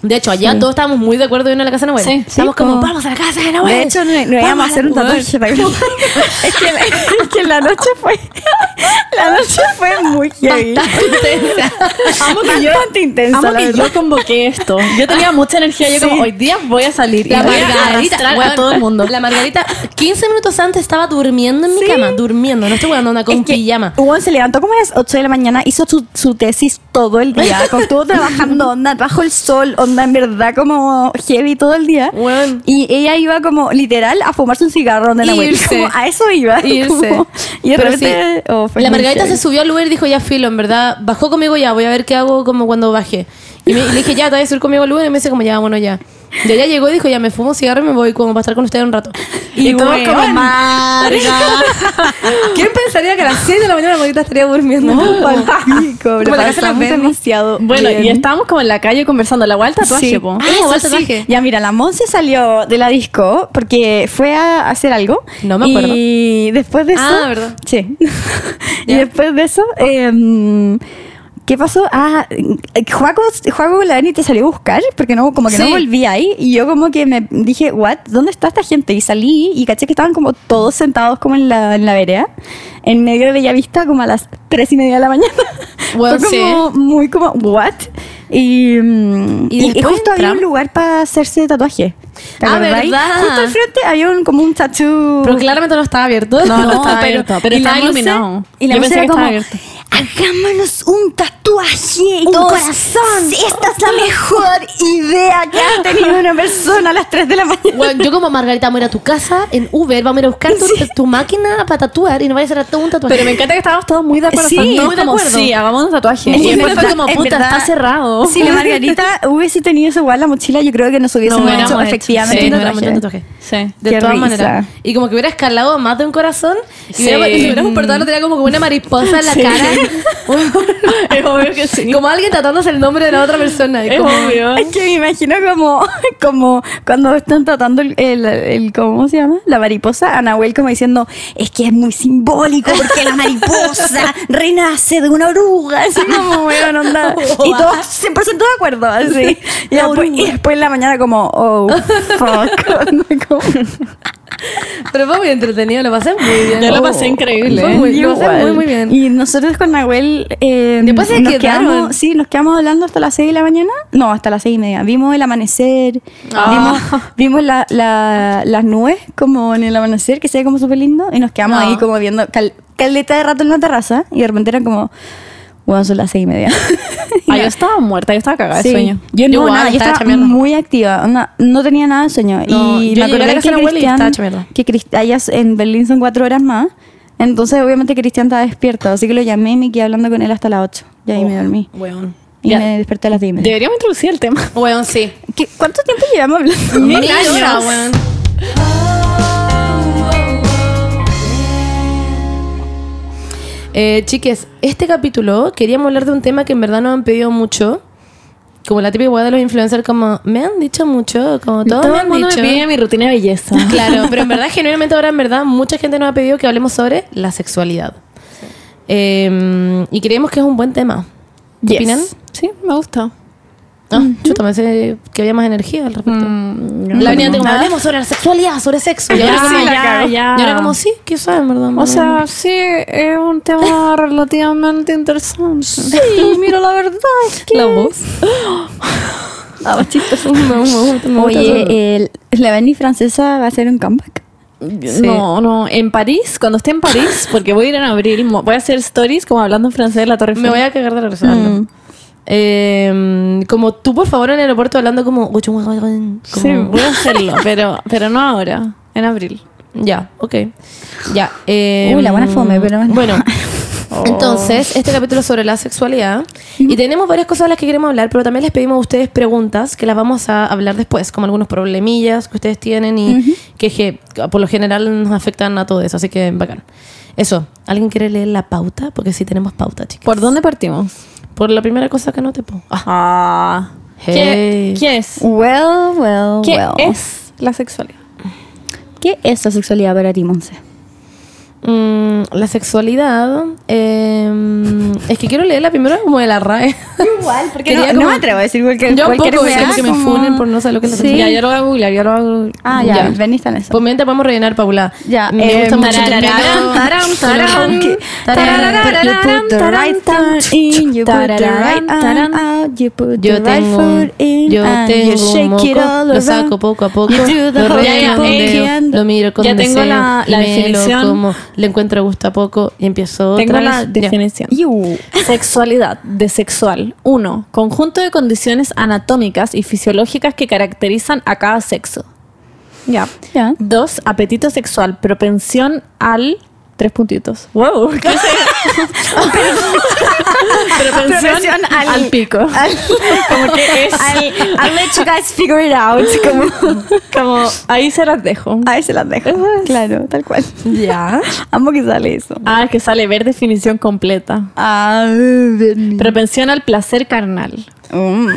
C: De hecho, allá todos estábamos muy de acuerdo de ir a la casa de Nahuel.
B: Sí.
C: Estamos
A: Sí,
C: como,
A: po.
C: vamos a la casa de Nahuel.
A: De hecho, no íbamos a hacer un tatuaje. ¿te acuerdas? es, que, es que la noche fue. La noche fue muy heavy.
B: Amo que yo,
A: Bastante intensa,
B: amo
A: la
B: que
A: verdad.
B: yo convoqué esto. Yo tenía mucha energía. Yo como, hoy día voy a salir.
C: La
B: y voy a
C: Margarita,
B: arrastrar
C: weón,
B: a todo el mundo.
C: La Margarita, 15 minutos antes estaba durmiendo en mi
A: Sí.
C: cama, durmiendo, no estoy jugando una con
A: Es que
C: pijama.
A: Juan se levantó como a las 8 de la mañana, hizo su, su tesis todo el día, como estuvo trabajando onda bajo el sol, onda en verdad como heavy todo el día.
C: Weón.
A: Y ella iba como literal a fumarse un cigarro de la web.
C: Irse.
A: Como a eso iba.
C: Irse.
A: como- y de
C: Pero
A: repente,
C: sí,
A: oh, fue
C: la
A: muy
C: Margarita
A: heavy.
C: se subió al Uber y dijo, ya filo, en verdad, bajó conmigo ya, voy a ver qué hago como cuando baje. Y, me- y le dije, ya, te vas a subir conmigo al Uber y me dice como, ya, bueno, ya. Y ella llegó y dijo, ya, me fumo un cigarro y me voy como para estar con ustedes un rato.
B: Y,
A: Y
B: todos
A: weón.
B: como, Marga.
C: ¿Quién pensaría que a las 6 de la mañana la Margarita estaría durmiendo?
A: Palpico, lo
C: Como la casa de la
A: pasamos
C: Bernie.
A: demasiado
B: Bueno,
A: bien.
B: y estábamos como en la calle conversando. La vuelta tatuaje,
A: Sí.
B: po.
C: Ah,
A: Eso
C: igual
A: sí.
C: tatuaje.
A: Ya, mira, la Monse salió de la disco porque fue a hacer algo.
C: No me acuerdo.
A: Y después de eso.
C: Ah, ¿verdad?
A: Sí. y
C: Ya.
A: después de eso, eh, ¿qué pasó? Ah, eh, Juaco, Juaco la Dani te salió a buscar porque no, como que no
C: Sí.
A: volví ahí. Y yo, como que me dije, ¿what? ¿Dónde está esta gente? Y salí y caché que estaban como todos sentados como en la, en la vereda, en medio de Bellavista, como a las tres y media de la mañana.
C: Bueno,
A: Fue como muy como, ¿what? Y, mm, y-
C: Y
A: y
C: después
A: justo había
C: entram-
A: un lugar para hacerse tatuaje. ¿Te
C: Ah,
A: acordás?
C: ¿verdad?
A: Justo al frente había un, como un tattoo.
C: Pero claramente no estaba abierto.
B: No, no estaba abierto, pero
A: y la
B: estaba
A: Monse-
B: iluminado.
A: Y la
B: Yo
A: Monse
B: pensé
A: era
B: que
A: como,
B: estaba abierto.
A: hagámonos un tatuaje. y
C: Un
A: todos,
C: corazón.
A: "Sí, esta es la mejor idea que ha tenido una persona a las 3 de la mañana.
C: Bueno, yo como Margarita vamos a ir a tu casa en Uber, vamos a ir a buscar tu, tu máquina para tatuar y nos vayas a hacer todo un tatuaje.
B: Pero me encanta que estábamos todos muy de acuerdo.
A: Sí,
B: Todos
A: muy de
B: como,
A: acuerdo.
B: Sí, hagamos un tatuaje.
A: Es
B: Y después fue
A: verdad,
B: como,
A: es
B: puta,
A: verdad.
B: está cerrado.
A: Si la Margarita hubiese tenido eso igual la mochila, yo creo que nos hubiésemos
B: hubiéramos
A: hecho
B: hecho.
A: efectivamente
B: Sí,
A: un
B: no
A: tatuaje.
C: un tatuaje.
B: Sí.
C: De
A: Qué
C: todas
A: risa.
C: maneras. Y como que hubiera escalado más de un corazón y
B: Sí.
C: hubiera- si hubiéramos portado, tenía como una mariposa en la
A: Sí.
C: cara.
B: es obvio que sí.
C: Como alguien tratándose el nombre de la otra persona.
B: es
C: como-
B: obvio.
A: Es que me imagino como, como cuando están tratando el, el- el- ¿cómo se llama? La mariposa, Anahuel como diciendo, es que es muy simbólico porque la mariposa renace de una oruga, así como, weón, onda. Y todos 100% de acuerdo, así. Y después, y después en la mañana como, oh, fuck. Como-
C: Pero fue muy entretenido, lo pasé muy bien.
B: Yo lo
C: Oh.
B: pasé increíble.
C: Fue muy, lo pasé
A: Igual.
C: muy, muy bien.
A: Y nosotros con Nahuel. eh,
C: Después se
A: nos
C: quedaron.
A: Quedamos, sí, nos quedamos hablando hasta las 6 de la mañana. No, hasta las 6 y media. Vimos el amanecer.
C: Ah.
A: Vimos, vimos la- la- las nubes como en el amanecer, que se ve como súper lindo. Y nos quedamos
C: Ah.
A: ahí como viendo cal- caleta de rato en la terraza. Y de repente eran como. Bueno, son las 6 y media.
B: Ah, yo estaba muerta, yo estaba cagada de
A: Sí.
B: sueño.
A: Yo no,
B: Igual,
A: nada, yo estaba
B: chameando.
A: muy activa, onda, no tenía nada de sueño.
C: No,
A: y me
C: yo llegué a la
A: acordé
C: casa
A: que
C: de la abuela y estaba
A: Cristian,
C: chameando.
A: que Crist- allá en Berlín son cuatro horas más, entonces obviamente Cristian estaba despierto, así que lo llamé y me quedé hablando con él hasta las 8, y ahí me
C: Oh.
A: dormí.
C: Weón.
A: Y
B: Ya.
A: me desperté a las 10 y media.
B: Deberíamos introducir el tema.
C: Weón, sí.
A: ¿Qué- ¿Cuánto tiempo llevamos hablando?
B: Mil
C: Mil
B: años.
C: horas, weón. Eh, chiques, este capítulo queríamos hablar de un tema que en verdad nos han pedido mucho. Como la típica weá de los influencers, como me han dicho mucho, como todos
B: Todo
C: me
B: el
C: han
B: mundo
C: dicho.
B: me pide mi rutina de belleza.
C: Claro, pero en verdad, genuinamente ahora en verdad, mucha gente nos ha pedido que hablemos sobre la sexualidad. Eh, y creemos que es un buen tema. ¿Qué
B: Yes.
C: opinan?
B: Sí, me gusta.
C: Ah, chuta, me parece que había más energía al respecto.
B: Mm, La
C: Mm. La venía
B: opinión
C: como,
B: de-
C: hablemos sobre la sexualidad, sobre sexo. Y
B: Ya,
C: ahora sí,
B: ya, ya.
C: Y ahora como, sí, ¿qué saben, verdad?
B: O sea, sí, es un tema relativamente interesante. Sí, mira, la verdad es que...
C: la voz.
A: Ah, chistoso.
C: Oye,
A: Oye, el- la Benny francesa va a hacer un comeback.
C: Sí.
B: No, no, en París, cuando esté en París, porque voy a ir en abril, mo- voy a hacer stories como hablando en francés de la Torre
C: me voy a cagar de la risa.
A: Mm.
C: Pablo. Eh, como tú, por favor, en el aeropuerto hablando como... como-
B: Sí, voy a hacerlo, pero, pero no ahora, en abril.
C: Ya, ok. Ya. eh,
A: Uy, la buena fome, pero bueno.
C: Bueno. Entonces, este capítulo es sobre la sexualidad. Y tenemos varias cosas de las que queremos hablar, pero también les pedimos a ustedes preguntas que las vamos a hablar después, como algunos problemillas que ustedes tienen y que, je- por lo general nos afectan a todo eso. Así que bacán. Eso, ¿alguien quiere leer la pauta? Porque sí tenemos pauta, chicas.
B: ¿Por dónde partimos?
C: Por la primera cosa que no te pongo. Ah,
B: Ah,
C: Hey.
B: ¿Qué, qué es?
A: Well, well,
B: ¿Qué
A: well.
B: es la sexualidad?
A: ¿Qué es la sexualidad para ti, Monse?
C: mm, la sexualidad. eh, es que quiero leer la primera como de la RAE.
A: Igual,
C: porque no- no me atrevo
A: a decir cualquier,
C: Yo un poco, como que me funen por no saber lo que es la
A: Sí.
B: Ya, yo lo voy a googlear, yo lo voy a googlear.
A: Ah, ya, Benny está en eso.
C: Pues mientras podemos rellenar, Paula.
A: Ya,
C: me
A: eh,
C: gusta mucho tu
B: tarararán,
C: pelo.
B: tarán,
C: Tu
B: tarán.
C: pelo.
B: Ok.
C: Tarararán,
A: But you put the right hand in, you put the right arm out, you put
C: Yo
A: the right
C: tengo
A: foot in,
C: yo
A: and
C: tengo
A: you shake
C: moco,
A: it all
C: lo
A: around.
C: saco poco a poco,
A: You do the
C: lo
A: whole
C: relleno con
A: thing.
C: dedo, lo miro con
B: Ya tengo
C: deseo
B: la-
C: y
B: la
C: me lo
B: definición.
C: como, le encuentro gusto a poco y empiezo
B: Tengo
C: otra
B: la
C: vez. Ya.
B: definición.
A: You.
B: Sexualidad, de sexual. 1. Conjunto de condiciones anatómicas y fisiológicas que caracterizan a cada sexo. Ya.
A: Ya.
B: 2. Apetito sexual, propensión al... Tres puntitos. ¡Wow! ¿qué es eso? propensión
A: Propensión al-
B: al, pico.
A: I'll,
B: Como que es...
A: I'll- I'll let you guys figure it out. Como,
B: como... Ahí se las dejo.
A: ahí se las dejo. Claro, tal cual.
B: Ya.
A: Amo que sale eso.
B: Ah, que sale ver definición completa.
A: Ah,
C: Mm.
A: Benny.
B: Propensión al placer carnal.
A: Mm.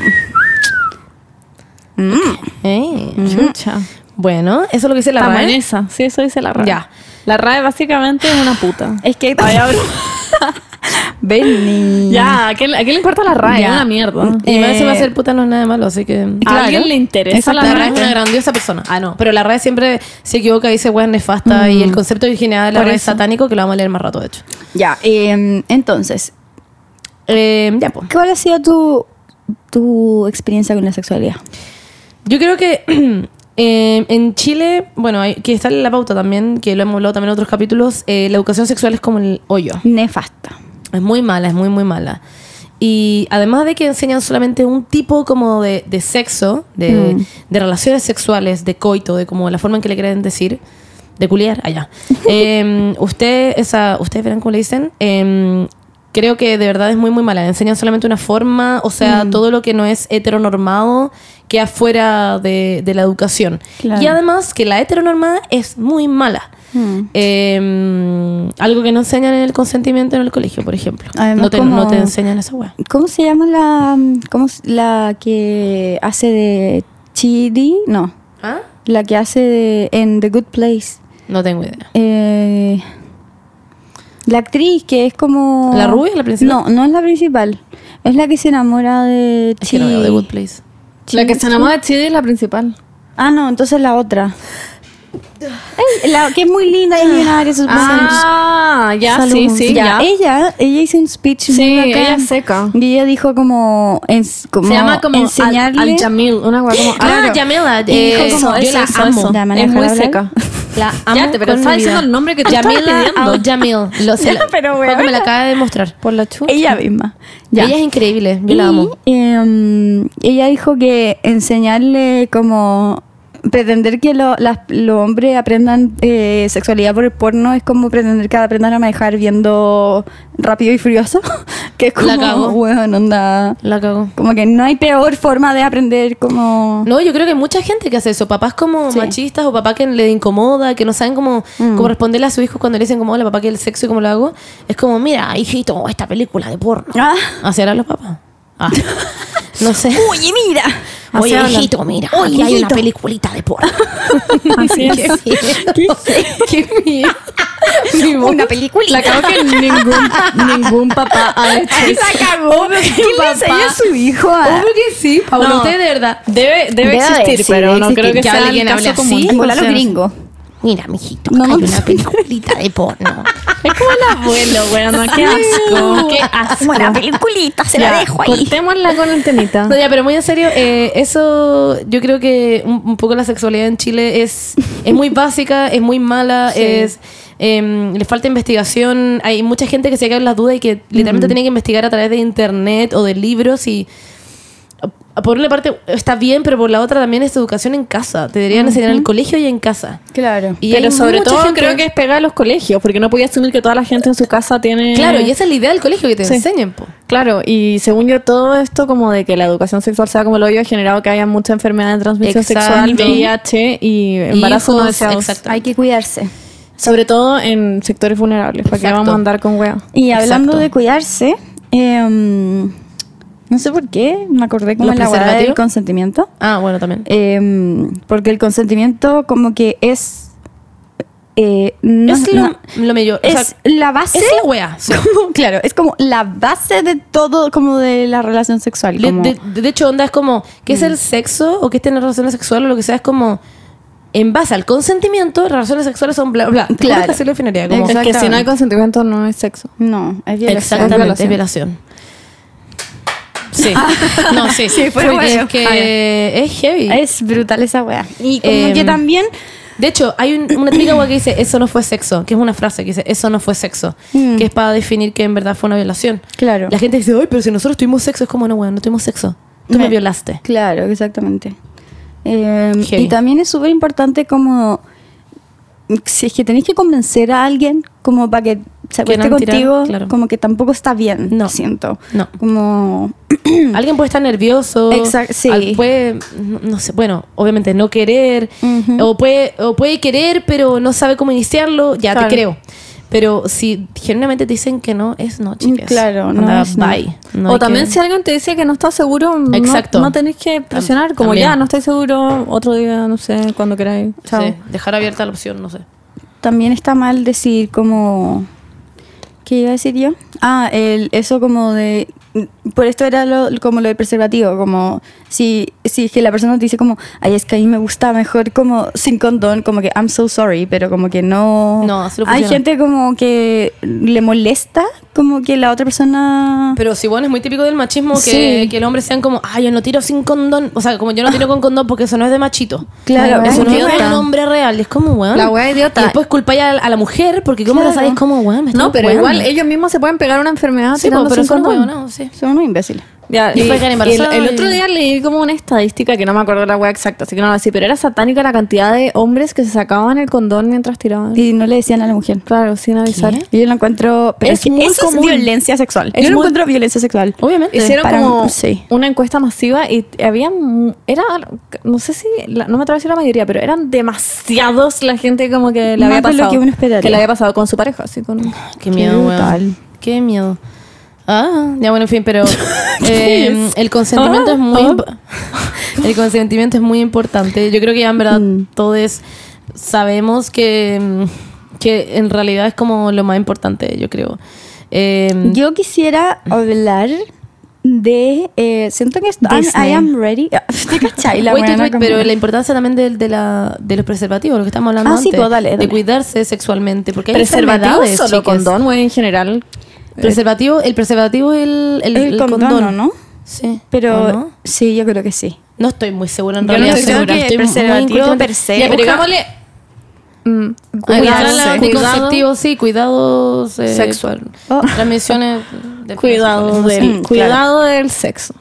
C: Eh.
A: Mm-hmm.
B: Chucha.
C: Bueno, eso es lo que dice la
B: Estamos en
C: RAE.
B: esa. Sí, eso dice la RAE.
C: Ya.
B: La RAE básicamente es una puta.
A: Es que...
B: Ay, ahora-
A: Benny.
B: ya, ¿a quién, a quién le importa la RAE?
A: Ya.
B: Es una mierda.
C: Y más
A: Eh,
C: encima ser puta no es nada de malo, así que...
B: ¿A alguien le interesa
C: Exacto, RAE
B: la RAE?
C: es una grandiosa persona. Ah, no. Pero la RAE siempre se equivoca y dice weas nefasta. Y el concepto original de la
B: Por
C: RAE es
B: eso.
C: satánico, que lo vamos a leer más rato, de hecho.
A: Ya, em, entonces,
C: Eh, ya, pues.
A: ¿cuál ha sido tu, tu experiencia con la sexualidad?
C: Yo creo que eh, en Chile, bueno, hay- que está en la pauta también, que lo hemos hablado también en otros capítulos, eh, la educación sexual es como el hoyo.
A: Nefasta.
C: Es muy mala, es muy, muy mala. Y además de que enseñan solamente un tipo como de, de sexo, de, de relaciones sexuales, de coito, de como la forma en que le quieren decir, de culiar, allá. eh, usted, esa, ustedes verán cómo le dicen. eh, creo que de verdad es muy, muy mala. Enseñan solamente una forma, o sea, todo lo que no es heteronormado que afuera de, de la educación.
A: Claro.
C: Y además que la heteronormada es muy mala. Eh, algo que no enseñan en el consentimiento en el colegio, por ejemplo.
A: Además,
C: no, te,
A: como-
C: no te enseñan esa weá.
A: Eh, ¿Cómo se llama la, mm, cómo, s- la que hace de Chidi? No,
C: ¿Ah?
A: la que hace de, en The Good Place.
C: No tengo idea.
A: Eh, la actriz que es como...
C: ¿La rubia, la principal?
A: No, no es la principal. Es la que se enamora de
C: Es que no veo
A: Chi-
C: The Good Place.
B: La que se enamora de Chidi es la principal.
A: Ah, no, entonces la otra. Es la que es muy linda y es millonaria. se supone.
B: Ah, ya, sí,
A: Saludos.
B: sí, ya.
A: Ella, ella hizo un speech
B: Sí,
A: muy bacán.
B: ella es seca.
A: Y ella dijo como, ens- como
B: Se llama como
A: enseñarle.
B: Al, Jamil, una weá como.
C: Ah,
B: Al-
C: Yamela.
A: Y dijo
C: eh,
A: como,
C: yo
A: eso,
C: la
A: eso,
C: amo.
A: eso. Ya, ¿me
B: es
A: dejan
B: muy
A: hablar?
B: seca.
C: La amo.
B: Ya, te- pero
C: con
B: estaba
C: mi
B: diciendo
C: vida.
B: el nombre que tú estabas
C: Yamila
B: pidiendo.
C: Al Jamil. Lo sé.
A: Ya, pero,
C: Juaco
A: weona.
C: me la acaba de demostrar.
B: Por la chucha.
A: Ella misma. Ya.
C: Ella es increíble. Yo la
A: Y,
C: amo.
A: em, ella dijo que enseñarle como pretender que lo- las- los hombres aprendan eh, sexualidad por el porno es como pretender que aprendan a manejar viendo rápido y furioso, que es
C: La
A: como
C: cagó.
A: weón, onda.
C: La cagó.
A: Como que no hay peor forma de aprender como
C: No, yo creo que hay mucha gente que hace eso. Papás como
A: Sí.
C: machistas o papás que le incomoda, que no saben cómo,
A: Mm.
C: cómo responderle a sus hijos cuando le dicen como, hola papá, que el sexo y cómo lo hago. Es como, mira, hijito, esta película de porno.
A: Ah.
C: Así eran los papás. Ah. no sé.
A: Oye, mira.
C: Oye,
B: hablan.
C: hijito, mira,
A: Oye,
C: aquí hay una
A: hijito.
C: peliculita de porno.
B: Así es.
C: Qué miedo. Mi voz.
A: Una película.
B: La cago que ningún, ningún papá ha hecho eso.
A: La cagó. ¿Quién le
B: papá.
A: enseña a su hijo a-
C: Obvio que sí, Paula.
B: No.
C: Usted de verdad.
B: Debe, debe,
A: Debe
B: existir,
A: haber, sí,
B: pero
A: debe
B: no
A: existir.
B: creo que
C: Que
B: sea
C: alguien
B: el
C: hable
B: caso
C: así.
B: común.
A: En volar
C: o
A: los
C: sea,
A: gringos.
C: Mira, mijito,
A: No,
C: acá
A: no.
C: hay una peliculita de porno.
B: Es como el abuelo, weón. Qué asco. Ah, Qué asco.
A: Una peliculita, se la
B: Ya,
A: dejo ahí.
B: Cortémosla con el temita.
C: No, ya, pero muy en serio, eh, eso yo creo que un, un poco la sexualidad en Chile es, es muy básica, es muy mala, es em, le falta investigación. Hay mucha gente que se queda en las dudas y que literalmente tiene que investigar a través de internet o de libros y. a- Por una parte está bien, pero por la otra también es educación en casa. Te deberían enseñar en el colegio y en casa.
A: Claro.
C: Y
B: pero
C: hay
B: sobre
C: mucha
B: todo
C: gente-
B: creo que es pegar a los colegios, porque no podía asumir que toda la gente en su casa tiene...
C: Claro, y esa es la idea del colegio, que te
B: Mm. Sí.
C: enseñen. po.
B: Claro, y según yo todo esto como de que la educación sexual sea como lo hoyo ha generado que haya mucha enfermedad de transmisión
C: Exacto.
B: sexual, VIH y embarazo no
C: Hijos,
B: deseados.
C: exacto.
A: Hay que cuidarse.
B: Sobre todo en sectores vulnerables, para que
C: Exacto.
B: vamos a andar con wea.
A: Y hablando
C: Exacto.
A: de cuidarse, eh, mm, no sé por qué, me acordé como
C: ¿Los
A: en la guarda del
C: preservativos?
A: consentimiento.
C: Ah, bueno, también.
A: Eh, mm, porque el consentimiento como que es... eh, no-
C: es lo,
A: no-
C: lo mejor. o sea,
A: es la base...
C: es la wea. sí.
A: como- claro, es como la base de todo, como de la relación sexual.
C: Le-
A: como- Mm.
C: de, de- de hecho, onda es como, ¿qué es el sexo o qué es tener relaciones sexuales o lo que sea? Es como, en base al consentimiento, las relaciones sexuales son bla, bla. Te juro
A: Claro.
C: que así lo definiría, como-
A: Exacto.
B: Es que si no hay consentimiento no es sexo.
A: no, es violación.
C: Exactamente, es violación. Sí. No, sí.
A: Ah. Sí, fue
C: Porque
A: bueno. Ah,
C: es que es heavy.
A: Es brutal esa wea. Em, Y como
C: Eh,
A: que también...
C: De hecho, hay un- una típica wea que dice, eso no fue sexo, que es una frase que dice, eso no fue sexo,
A: Mm.
C: que es para definir que en verdad fue una violación.
A: Claro.
C: La gente dice, ay, pero si nosotros tuvimos sexo, es como, no, weón, no tuvimos sexo. Tú me
A: Me-
C: violaste.
A: Claro, exactamente. Eh,
C: Heavy.
A: y también es súper importante como si es que tenéis que convencer a alguien como para que se
C: Que no
A: acueste
C: han tirado,
A: contigo,
C: claro.
A: como que tampoco está bien,
C: No.
A: siento.
C: No.
A: Como
C: Alguien puede estar nervioso.
A: Exact- sí.
C: al- Puede, no, no sé, bueno, obviamente no querer.
A: Ujú.
C: o, puede, o puede querer, pero no sabe cómo iniciarlo. Ya
B: Claro.
C: te creo. Pero si generalmente te dicen que no, es no, chicas.
A: Claro, no
C: Anda,
A: es no.
C: bye. No hay
B: o también
C: que-
B: si alguien te dice que no estás seguro, no-
C: Exacto.
B: no, tenés que presionar, como
C: también.
B: ya, no estoy seguro, otro día, no sé, cuando queráis.
C: Sí,
B: Chao.
C: dejar abierta la opción, no sé.
A: también está mal decir como ¿qué iba a decir yo? Ah, el, eso como de por esto era lo, como lo del preservativo, como si, si es que la persona te dice como, ay, es que a mí me gusta mejor como sin condón, como que I'm so sorry, pero como que no...
C: No, eso no
A: Hay
C: funciona.
A: gente como que le molesta, como que la otra persona...
C: Pero si bueno, es muy típico del machismo que,
A: Ah. Sí.
C: que el hombre sean como, ah, yo no tiro sin condón. O sea, como yo no tiro con condón porque eso no es de machito.
A: Claro,
B: Ay,
C: Eso
B: weón,
C: no es
B: idiota.
C: un hombre real, es como, weón.
B: La weá idiota.
C: Y después culpáis a, a la mujer, porque ¿cómo
A: Claro.
C: lo sabéis? Como, weón, me
B: No,
C: están
B: pero
C: weando.
A: Ah,
B: igual ellos mismos se pueden pegar una enfermedad
C: Sí, po,
B: tirando
C: pero
B: sin
C: son
B: condón.
C: hueonados, sí.
A: Son unos imbéciles.
B: Ya,
C: Y
B: y,
C: fue que era
B: y el,
C: embarazada
B: el
C: y-
B: otro día leí como una estadística que no me acuerdo la wea exacta, así que no la sé, pero era satánica la cantidad de hombres que se sacaban el condón mientras tiraban.
A: Y no le decían a la mujer.
B: Claro, sin avisar.
A: Y yo lo encuentro. Pero
B: Es
A: es, que
B: muy
A: eso
B: común.
A: es violencia sexual.
B: Es
A: yo lo
B: muy-
A: encuentro violencia sexual.
C: Obviamente.
B: Hicieron
A: Para-
B: como
A: sí.
B: una encuesta masiva y había, mu- era, no sé si, la- no me atrevo a decir la mayoría, pero eran demasiados la gente como que
A: Más
B: le había
A: de lo
B: pasado.
A: que uno esperaría.
B: le había pasado con su pareja, así con...
C: Qué miedo,
A: Qué
C: weón.
A: brutal.
C: Qué miedo. Ah, ya bueno, en fin, pero eh, el consentimiento
B: Ah,
C: es muy
B: ah.
C: imp- el consentimiento es muy importante. Yo creo que ya en verdad
A: Mm.
C: todos sabemos que mm, que en realidad es como lo más importante, yo creo. Eh,
A: Yo quisiera hablar de. eh, siento que esto- I'm-
C: Disney.
A: I am ready. ¿Te cachai? La
C: wait, wait,
A: buena
C: wait,
A: como-
C: pero la importancia también del- de, la, de los preservativos, lo que estamos hablando
A: Ah, sí,
C: antes,
A: pues, dale,
C: de
A: dale.
C: cuidarse sexualmente, porque hay
B: Preservativo
C: enfermedades,
B: solo
C: chicas.
B: condón, o en general.
C: Preservativo, el preservativo es el, el,
A: El condón, ¿no?
C: Sí.
A: Pero
C: ¿O no?
A: sí, yo creo que sí.
C: No estoy muy segura en
B: Yo no
C: realidad.
B: estoy segura,
C: segura.
A: estoy muy inculta.
B: Ya, pero
A: Buscamos-
B: digámosle, mm,
C: Cuidado,
B: cuidarse.
C: anticonceptivos, sí, cuidados eh,
B: Sexual.
C: por- Transmisiones. de-
B: Cuidado
C: sexuales,
B: del,
A: Mm,
B: cuidado del sexo.
C: no sé.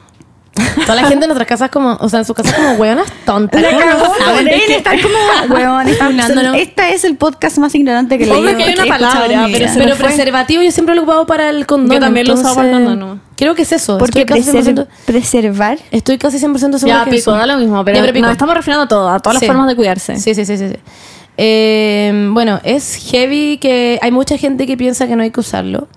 C: Toda la gente en nuestras casas, como, o sea, en sus casas, como hueonas tontas.
A: La
C: ¿no?
A: cagó,
C: Saben
A: deben
C: de qué-
A: estar como huevón, están-
C: Funándonos.
A: Esta este es el podcast más ignorante que le
B: Obvio que hay una palabra, pero se me
C: Pero
B: fue.
C: preservativo yo siempre lo he ocupado para el condón.
B: Yo también lo he usado para el
C: entonces,
B: condón, ¿no?
C: Creo que es eso.
A: Porque
C: estoy casi 100%,
A: preser- preservar.
C: estoy casi 100% segura
B: Ya,
C: que
B: pico,
C: es eso.
B: da lo mismo, pero,
C: Ya, pico.
B: nos estamos refiriendo a todo, a todas
C: Sí.
B: las formas de cuidarse.
C: Sí, sí, sí, sí. sí. Eh, bueno, es heavy que hay mucha gente que piensa que no hay que usarlo.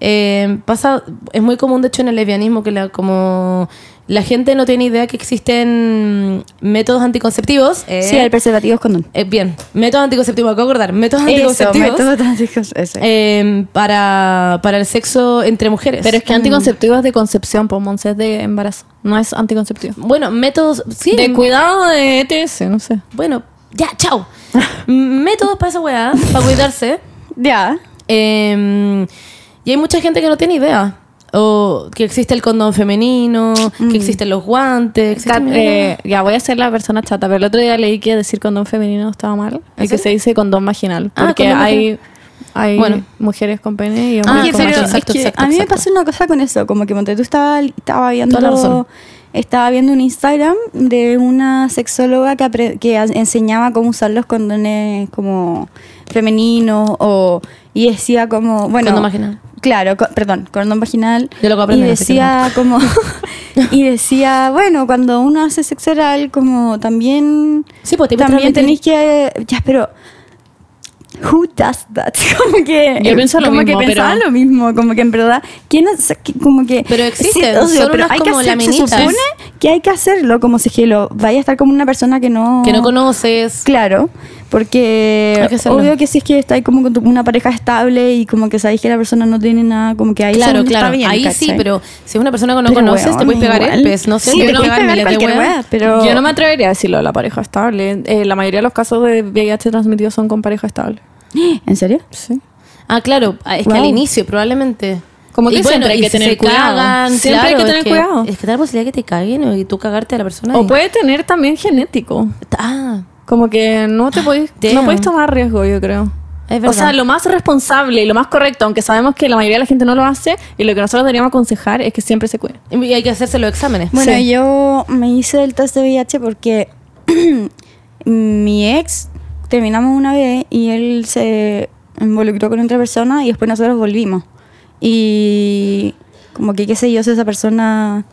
C: Eh, pasa, es muy común de hecho en el lesbianismo que la, como la gente no tiene idea que existen métodos anticonceptivos. eh,
A: Sí, el preservativo es condón.
C: eh, bien, métodos anticonceptivos, me acabo de acordar, métodos
A: Eso,
C: Ah, anticonceptivos
A: métodos anticoncep- ese.
C: eh, para, para el sexo entre mujeres.
B: Pero es que anticonceptivo es de concepción, pues Monse es de embarazo, no es anticonceptivo.
C: bueno, métodos, sí,
B: De cuidado de ETS, no sé.
C: bueno, ya, chao. métodos para esa weá, para cuidarse.
A: Ya.
C: Eh, y hay mucha gente que no tiene idea. O que existe el condón femenino, que existen los guantes. existe
B: Cat-
C: mil-
B: eh, ya voy a ser la persona chata, pero el otro día leí que decir condón femenino estaba mal y que
C: serio?
B: se dice condón vaginal.
C: Ah,
B: Porque
C: condón
B: hay, hay
C: Bueno.
B: mujeres con pene y hombres
C: Ah,
A: Oye,
B: con
A: pero
C: exacto,
A: es
C: exacto,
A: que
C: exacto,
A: a mí
C: exacto.
A: me pasó una cosa con eso, como que Monte, tú estaba, estaba
C: Toda la razón.
A: viendo estaba viendo un Instagram de una sexóloga que, apre- que a- enseñaba cómo usar los condones como femeninos o y decía como, bueno,
C: Condón vaginal.
A: Claro, co- perdón, condón vaginal.
C: Yo lo acabo de
A: y
C: aprender, así que
A: decía como y decía, bueno, cuando uno hace sexo oral como también
C: Sí, pues, te puedes
A: también
C: transmitir.
A: tenéis que ya, pero Who does that? Como que
B: Yo pienso lo
A: como
B: mismo,
A: que
B: pero-
A: pensaba lo mismo, como que en verdad, ¿quién hace- que- como que
C: Pero existen,
A: obvio,
C: son
A: pero
C: unas
A: hay que
C: como
A: hacer- se
C: laminitas.
A: supone que hay que hacerlo como sigilo, vaya a estar como una persona que no
C: Que no conoces.
A: Claro, porque
C: Hay que hacerlo.
A: obvio que si es que estáis como con tu- una pareja estable y como que sabéis que la persona no tiene nada, como que ahí
C: Claro,
A: según está
C: claro.
A: bien,
C: Ahí sí,
A: ¿cachai?
C: pero si es una persona que no
A: Pero,
C: conoces, te
A: weón,
C: puedes pegar
A: igual.
C: herpes. No sé,
A: Sí,
C: te
A: te
C: puedes
A: puedes
C: pegar
A: pegar
C: miles de
A: cualquier
C: weas.
A: wea. pero-
B: Yo no me atrevería a decirlo de la pareja estable. Eh, la mayoría de los casos de VIH transmitidos son con pareja estable.
A: ¿En serio?
B: Sí.
C: Ah, claro. ah, Es que
A: Wow.
C: al inicio, probablemente.
B: Como que
C: Y
B: siempre hay
C: y
B: que
C: si
B: tener
C: se
B: cuidado.
C: cagan,
B: Siempre hay
C: claro,
B: que
C: es
B: tener cuidado.
C: Es que está la posibilidad que te caguen y tú cagarte a la persona.
B: O
C: y-
B: puede tener también genético.
C: Ah,
B: Como que no te podéis, no
C: Damn.
B: podéis tomar riesgo, yo creo.
C: es verdad.
B: O sea, lo más responsable y lo más correcto, aunque sabemos que la mayoría de la gente no lo hace, y lo que nosotros deberíamos aconsejar es que siempre se cuiden.
C: Y hay que hacerse los exámenes.
A: Bueno,
C: Sí.
A: yo me hice el test de VIH porque mi ex terminamos una vez y él se involucró con otra persona y después nosotros volvimos. Y como que qué sé yo, si esa persona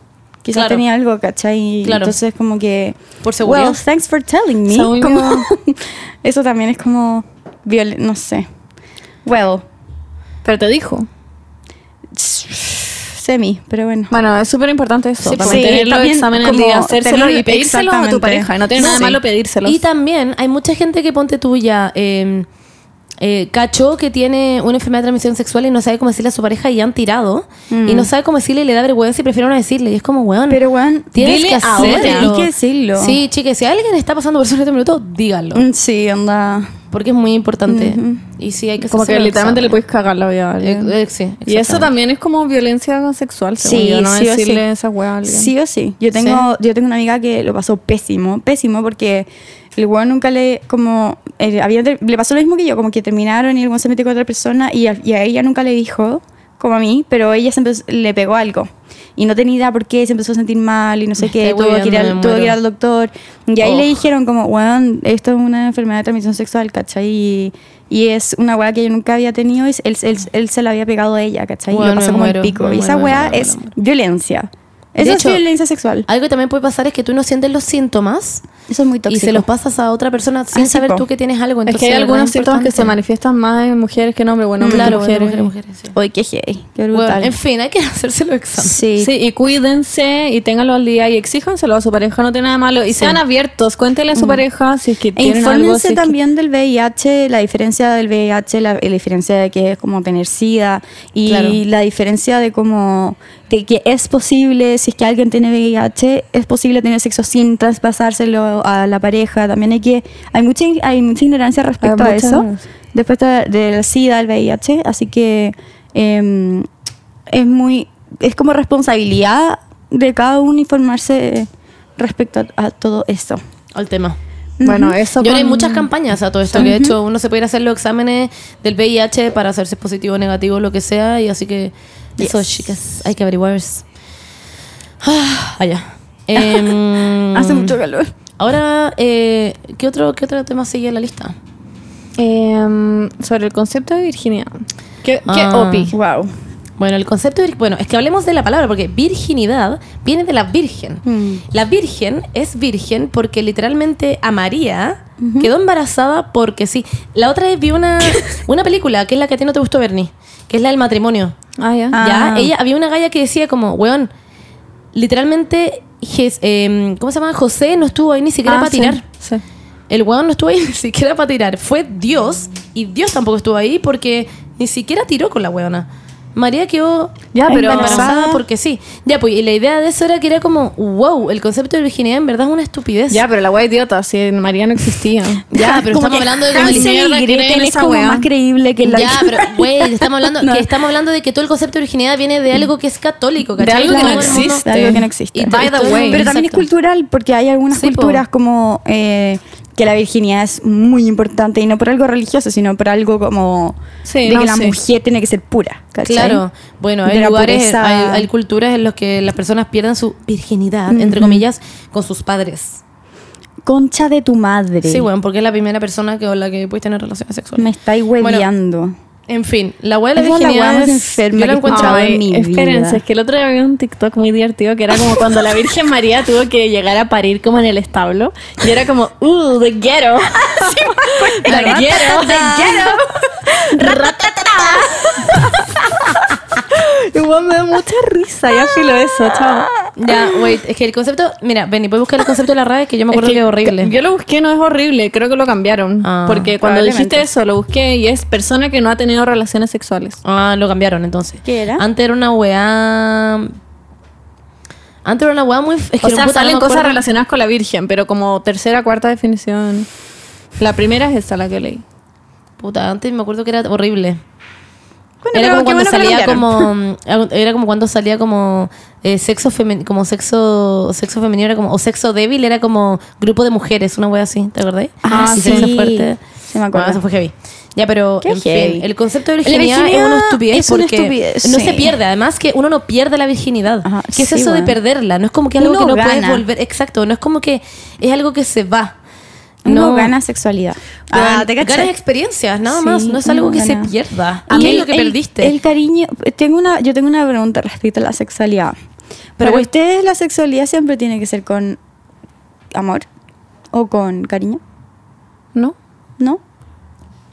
A: quizás
C: Claro.
A: tenía algo, ¿cachai?
C: Claro.
A: Entonces como que...
C: Por seguridad.
A: Well, thanks for telling me.
B: Según
A: Como-
B: yo-
A: eso también es como... viol- no sé. Well,
B: Pero te dijo.
A: semi, pero bueno.
B: Bueno, es súper importante eso.
A: Sí,
B: también
A: sí,
B: tener los
A: también
B: exámenes al
A: como
B: día, hacérselo
A: tener-
B: y pedírselo a tu
A: exactamente.
B: pareja. Y no tiene nada de
A: Sí.
B: malo pedírselos.
C: Y también hay mucha gente que ponte tuya. Eh, eh, cachó que tiene una enfermedad de transmisión sexual y no sabe cómo decirle a su pareja y han tirado.
B: Mm.
C: Y no sabe cómo decirle y le da vergüenza y prefiere no decirle. Y es como, weón.
A: Pero bueno,
C: tienes
B: dile
C: que
B: ahora.
C: hacerlo.
A: Tenés que decirlo.
C: Sí, chicas, si alguien está pasando por su este minuto, díganlo.
A: Mm, Sí, anda.
C: Porque es muy importante. Y sí, hay que
B: como que
C: hacerse los
B: literalmente le
C: exámenes.
B: puedes cagar la vida a alguien.
C: Eh, eh, sí,
B: y eso
C: exactamente.
B: también es como violencia sexual, según
A: Sí,
B: yo, no
A: sí o
B: decirle
A: sí.
B: esa weá a alguien.
A: Sí o sí. Yo tengo, yo tengo una amiga que lo pasó pésimo, pésimo, porque el weón nunca le, como, eh, había ter- le pasó lo mismo que yo, como que terminaron y el weón se metió con otra persona y a, y a ella nunca le dijo, como a mí, pero ella se empezó- le pegó algo. Y no tenía idea por qué, se empezó a sentir mal y no sé
C: Me
A: qué,
C: estoy
A: tuvo que, ir
C: hueviando,
A: al,
C: me
A: tuvo que ir
C: muero.
A: al doctor. Y ahí
C: Oh.
A: le dijeron como, weón, esto es una enfermedad de transmisión sexual, ¿cachai? Y, y es una weá que yo nunca había tenido y él, él- él se la había pegado a ella, ¿cachai? y
C: Weón,
A: lo pasó
C: me
A: como
C: muero,
A: el pico.
C: me
A: Y esa
C: muero, me
A: weá
C: muero, me
A: es
C: muero.
A: violencia.
C: De
A: Eso
C: hecho, ah,
A: es violencia sexual.
C: Algo que también puede pasar es que tú no sientes los síntomas
A: Eso es muy tóxico.
C: y se los pasas a otra persona sin
A: Así,
C: saber
A: po.
C: tú que tienes algo.
B: Es
C: Entonces,
B: que hay
C: es
B: algunos
C: más
B: síntomas que se
C: importante.
B: manifiestan más en mujeres que en hombres. Bueno, hombres,
C: Claro,
B: mujeres.
C: bueno, mujeres, mujeres, sí.
A: Uy, qué heavy, qué
C: Bueno,
A: brutal.
C: en fin, hay que hacerse los exámenes.
A: sí.
B: Sí, y cuídense y ténganlo al día y exíjanselo a su pareja, no tiene nada de malo. Y sean abiertos, cuéntenle a su pareja si es que
A: E
B: tienen algo. si
A: infórmense
B: es que-
A: también del VIH, la diferencia del VIH, la, la diferencia de que es como tener SIDA y
C: Claro.
A: la diferencia de cómo de que es posible, si es que alguien tiene VIH, es posible tener sexo sin traspasárselo a la pareja. También hay que hay mucha in- hay mucha ignorancia respecto
B: Hay
A: a
B: mucha
A: eso.
B: ignorancia.
A: Después de- del SIDA, el VIH, así que em, es muy es como responsabilidad de cada uno informarse respecto a, a todo esto.
C: Al tema.
B: Bueno, eso.
C: Yo ahora hay
B: con-
C: muchas campañas a todo esto. Que de hecho, uno se puede ir a hacer los exámenes del VIH para hacerse positivo o negativo, lo que sea. Y así que eso,
A: Yes.
C: chicas, hay que averiguar. Ah, allá. Em,
A: Hace
B: Mm.
A: mucho calor.
C: Ahora, eh, ¿qué, otro, ¿qué otro tema sigue en la lista?
B: Em, sobre el concepto de virginidad. ¿Qué, qué
C: Ah.
B: opi?
A: Wow.
C: Bueno, el concepto de... vir- Bueno, es que hablemos de la palabra, porque virginidad viene de la virgen.
A: Mm.
C: La virgen es virgen porque literalmente a María quedó embarazada porque sí. La otra vez vi una, una película, que es la que a ti no te gustó, Bernie, que es la del matrimonio.
B: Ah, ya.
A: Ah.
C: Ya, ella, había una galla que decía como, weón, literalmente, Jes- em, ¿cómo se llama? José no estuvo ahí ni siquiera
B: Ah,
C: para
B: sí,
C: tirar.
B: sí.
C: El weón no estuvo ahí ni siquiera para tirar. Fue Dios y Dios tampoco estuvo ahí porque ni siquiera tiró con la weona. María quedó
B: Ya, pero-
C: embarazada porque sí. Ya, pues, y la idea de eso era que era como, wow, el concepto de virginidad en verdad es una estupidez.
B: Ya, pero la wea idiota, si en María no existía.
C: Ya, pero
A: Como
C: estamos
A: que
C: hablando de
A: Hansel
C: como mierda
A: y
C: creen
A: Gretel es
C: esa
A: como
C: weá.
A: más creíble que la
C: ya, pero, güey, estamos hablando,
A: No.
C: que estamos hablando de que todo el concepto de virginidad viene de algo que es católico,
B: De
C: ¿cachai?
B: algo que
C: Todo
B: no
C: el mundo-
B: existe.
A: Algo que no existe.
C: Y
B: By the
C: todo el
B: way.
C: mundo-
A: Pero también es
C: Exacto.
A: cultural, porque hay algunas
C: Sí, po.
A: culturas como eh, que la virginidad es muy importante, y no por algo religioso, sino por algo como
B: Sí,
A: de
B: no
A: que la
B: sé.
A: mujer tiene que ser pura. ¿cachai?
C: Claro, bueno,
A: De
C: hay
A: la
C: lugares,
A: pureza.
C: hay, hay culturas en las que las personas pierden su virginidad, entre
A: Ujú.
C: comillas, con sus padres.
A: Concha de tu madre.
C: Sí, bueno, porque es la primera persona que, con la que puedes tener relaciones sexuales.
A: Me estáis hueveando.
C: En fin, la hueá de la
A: Esa es la
C: virginidad
A: hueá más
C: es-
A: enferma
C: yo la
A: que he
C: encuentro-
A: escuchado.
B: Ay,
A: en mi
B: espérense,
A: vida.
B: es que el otro día vi un TikTok muy divertido que era como cuando la Virgen María tuvo que llegar a parir como en el establo y era como, uh, the ghetto. the ghetto. The ghetto. Y bueno, me da mucha risa, ya filo eso, chao.
C: Ya, wait, es que el concepto, mira, Benny, puedes buscar el concepto de la RAE que yo me acuerdo
B: Es
C: que, es horrible.
B: Yo lo busqué, no es horrible, creo que lo cambiaron.
C: Ah,
B: porque cuando
A: probablemente.
B: dijiste eso, lo busqué y es persona que no ha tenido relaciones sexuales.
C: Ah, lo cambiaron entonces.
A: ¿Qué era?
C: Antes era una weá. Antes era una weá muy. Es que
B: o
C: puta,
B: sea,
C: no me
B: salen cosas
C: acuerdo.
B: relacionadas con la Virgen, pero como tercera, cuarta definición. La primera es esta, la que leí.
C: Puta, antes me acuerdo que era horrible.
A: Bueno,
C: era
A: pero
C: como
A: qué bueno
C: cuando
A: que lo
C: salía
A: cambiaron.
C: como mm, era como cuando salía como eh, sexo femen como sexo sexo femenino era como o sexo débil era como grupo de mujeres una wea así ¿te acordáis?
A: Ah,
C: Y
A: sí.
C: sexo fuerte
A: Sí, me acuerdo.
C: Bueno, eso fue heavy ya pero
A: Qué
C: en fin,
A: heavy.
C: el concepto de
A: La
C: virginidad, es
A: virginidad
C: una estupidez
A: es una
C: porque
A: estupidez,
C: no
A: sí.
C: se pierde además que uno no pierde la virginidad
A: Ajá,
C: ¿qué es
A: sí,
C: eso
A: bueno.
C: de perderla? no es como que algo
A: Uno
C: que no puedes
A: gana.
C: volver exacto no es como que es algo que se va
A: Uno gana sexualidad.
C: Ah,
A: cachai?
C: ganas experiencias, nada
A: Sí,
C: más. No es
A: uno
C: algo que
A: gana.
C: se pierda.
A: Y
C: ¿Qué es
A: el-
C: lo que
A: el-
C: perdiste?
A: El cariño. Tengo una, yo tengo una pregunta respecto a la sexualidad.
C: Pero
A: Pero
C: bueno.
A: ustedes la sexualidad siempre tiene que ser con amor o con cariño,
B: ¿No?
A: ¿no?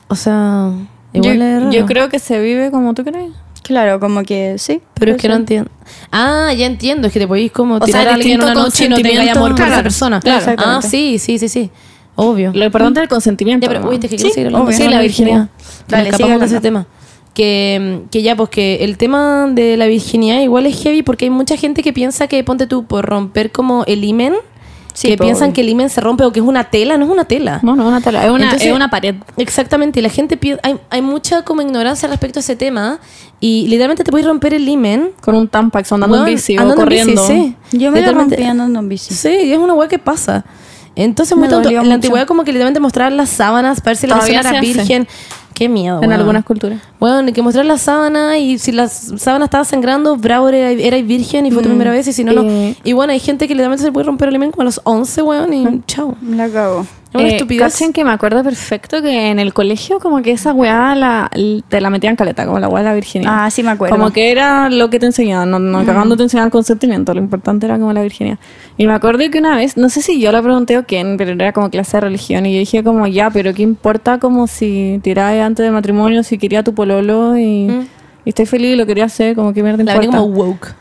C: o sea,
B: Yo,
C: igual es raro.
B: yo creo que se vive como tú crees.
A: Claro, como que sí.
C: Pero es que no entiendo. Ah, ya entiendo. Es que te podéis como
B: O sea,
C: tirar a alguien
B: distinto
C: una noche y no tengáis
B: consentimiento.
C: amor por esa
B: Claro,
C: persona.
A: claro.
C: Ah,
A: Exactamente.
C: sí, sí, sí, sí. Obvio.
B: Lo importante es el consentimiento.
C: Ya, pero,
B: ¿no?
C: uy, te que
A: Sí,
C: quiero seguir hablando.
A: obvio.
C: Sí, la virginidad.
A: Dale,
C: Nos
A: sigue
C: escapamos de ese tema. Que, que ya, pues que el tema de la virginidad igual es heavy porque hay mucha gente que piensa que, ponte tú, por romper como el imen,
A: Sí,
C: que
A: po,
C: piensan
A: obvio.
C: que el imen se rompe o que es una tela. No es una tela.
B: No, no, una tela. Es una,
C: Entonces-
B: es una pared.
C: Exactamente, y la gente piensa, hay, hay mucha como ignorancia respecto a ese tema y literalmente te puedes romper el imen
B: Con un tampax andando
C: Weón,
B: en bici o
C: andando en bici,
B: corriendo.
C: sí.
A: Yo me la
C: Literalmente-
A: rompí andando en bici.
C: Sí, y es una weá que pasa. Entonces,
A: Me
C: muy tonto.
A: dolió
C: En
A: mucho.
C: la antigüedad, como que literalmente mostraban las sábanas para ver si la
B: Todavía
C: persona era
B: se hace.
C: virgen. Qué miedo.
B: en
C: Ah, weón.
B: algunas culturas.
C: Bueno, que mostrar la sábana y si la sábana estaba sangrando, bravo, era, era virgen y fue tu primera vez y si no, no.
B: Mm, Eh.
C: Y bueno, hay gente que literalmente se le puede romper el menco a los 11, weón, y chao.
A: La cago.
C: Es una
B: Mm. Eh,
C: estupidez.
B: cachen que me acuerdo perfecto que en el colegio como que esa weá la, te la metían caleta, como la weá de la virginidad.
A: Ah, sí me acuerdo.
B: Como que era lo que te enseñaban, no, no cagando te enseñaban consentimiento, lo importante era como la virginidad. Y me acuerdo que una vez, no sé si yo la pregunté o quién, pero era como clase de religión y yo dije como ya, pero qué importa como si tiráis antes del matrimonio, si quería tu pololo y, y estoy feliz y lo quería hacer, como que mierda
C: Mm. La
B: importa.
C: venía como woke.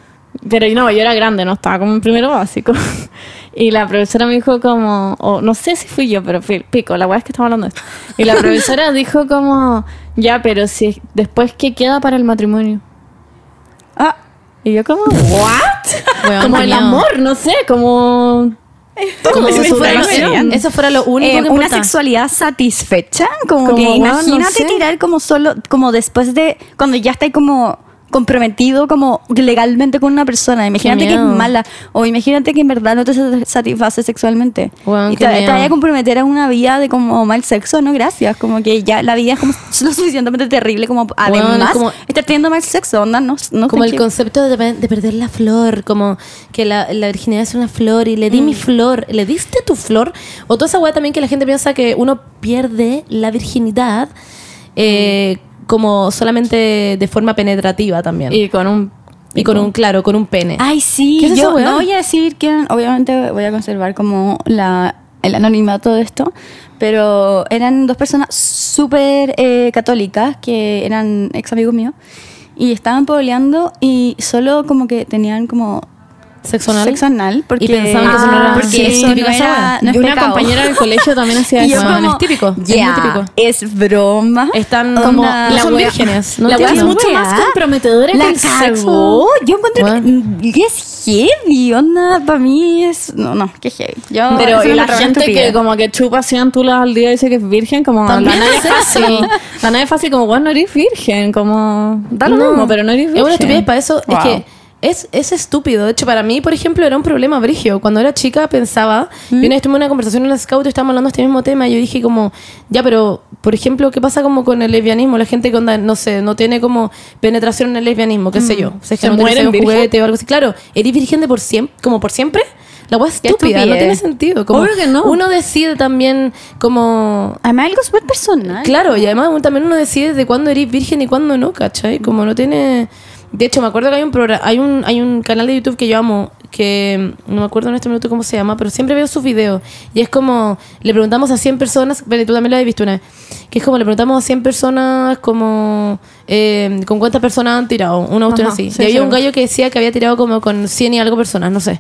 B: Pero no, yo era grande, no estaba como en primero básico. Y la profesora me dijo como, o no sé si fui yo, pero fui- pico, la weá es que estamos hablando de esto. Y la profesora dijo como, ya, pero si después qué queda para el matrimonio.
A: Ah,
B: Y yo como, ¿what?
C: Weón,
B: como
C: qué
B: el
C: miedo.
B: amor, no sé, como...
C: Como si
B: me
C: eso fuera,
B: superación.
C: lo, eso fuera lo único
A: eh,
C: que
A: una
C: importa.
A: sexualidad satisfecha, como,
B: Como,
A: que
B: wow, no
A: imagínate
B: sé.
A: tirar como solo, como después de, cuando ya estás como comprometido como legalmente con una persona, imagínate que es
C: miedo.
A: mala, o imagínate que en verdad no te sat- satisface sexualmente,
C: Wow,
A: y
C: qué
A: te, te
C: miedo.
A: vaya a comprometer a una vida de como mal sexo, no gracias, como que ya la vida es como lo suficientemente terrible como además
C: es como-
A: estar teniendo mal sexo, onda, no, no
C: Como
A: te
C: el
A: quiero.
C: concepto de, de perder la flor, como que la, la virginidad es una flor y le di mi flor, le diste tu flor. O toda esa weá también que la gente piensa que uno pierde la virginidad eh, como solamente de forma penetrativa también. Y,
B: Y con un...
C: con un, claro, con un pene.
A: Ay, sí,
C: ¿Qué es esa
A: yo
C: weá?
A: no voy a decir que obviamente voy a conservar como la, el anonimato de esto, pero eran dos personas súper eh, católicas que eran ex amigos míos y estaban pobleando y solo como que tenían como
C: Sexo anal.
A: sexo anal porque
C: Y pensaban que eso no
B: Ah,
C: era
A: porque
B: sí,
A: eso
C: típico
A: no
C: esa
A: era
C: weá.
A: no es
B: y una
A: pecado.
B: compañera del colegio también hacía
A: Y yo
B: eso.
C: como-
A: como,
C: es típico, es muy
A: "Ya,
C: típico".
A: es broma.
C: Están
A: Onda-
C: como
B: la
C: no son
B: wea-
C: vírgenes. No
B: la wea es
C: entiendo.
B: mucho más comprometedora que
A: la
B: el
A: cago.
B: sexo.
A: Yo encuentro que-
C: Bueno.
A: que es heavy, onda, para mí es... No, no, que heavy. Yo,
B: Pero
A: eso
B: y
A: me
B: la
A: parece
B: gente que
A: estupidez.
B: como que chupa 100 tulas al día dice que es virgen, como la
C: También
B: nave
C: es
B: es fácil.
C: eso.
B: La nave es fácil, como, bueno, no eres virgen, como, da lo mismo, pero no eres virgen.
C: Es una estupidez para eso. Es
A: Wow.
C: que es, es estúpido. De hecho, para mí, por ejemplo, era un problema, Brigio. Cuando era chica pensaba,
B: Mm.
C: yo una vez tuve una conversación en la scout y estábamos hablando de este mismo tema. Y yo dije como, ya, pero, por ejemplo, ¿qué pasa como con el lesbianismo? La gente que onda, no sé, no tiene como penetración en el lesbianismo, qué sé yo. O sea, que
B: Mm.
C: no
B: ¿Se
C: tiene
B: mueren
C: sexo con
B: virgen?
C: juguete o algo así. Claro, ¿eres virgen de por siempre? ¿Como por siempre? La hueá es
A: Qué
C: estúpida, no
A: estupidez.
C: tiene sentido. Como
B: Obvio que no.
C: Uno decide también como
A: Además, algo súper personal.
C: Claro, y además un- también uno decide de cuándo eres virgen y cuándo no, ¿cachai? Como no tiene... De hecho, me acuerdo que hay un, progra- hay un hay un canal de YouTube que yo amo, que mm, no me acuerdo en este minuto cómo se llama, pero siempre veo sus videos. Y es como, le preguntamos a 100 personas, pero tú también lo has visto una vez, que es como le preguntamos a 100 personas como, eh, con cuántas personas han tirado, una cuestión
B: Ajá,
C: así.
B: sí,
C: y había
B: sí.
C: un gallo que decía que había tirado como con 100 y algo personas, no sé.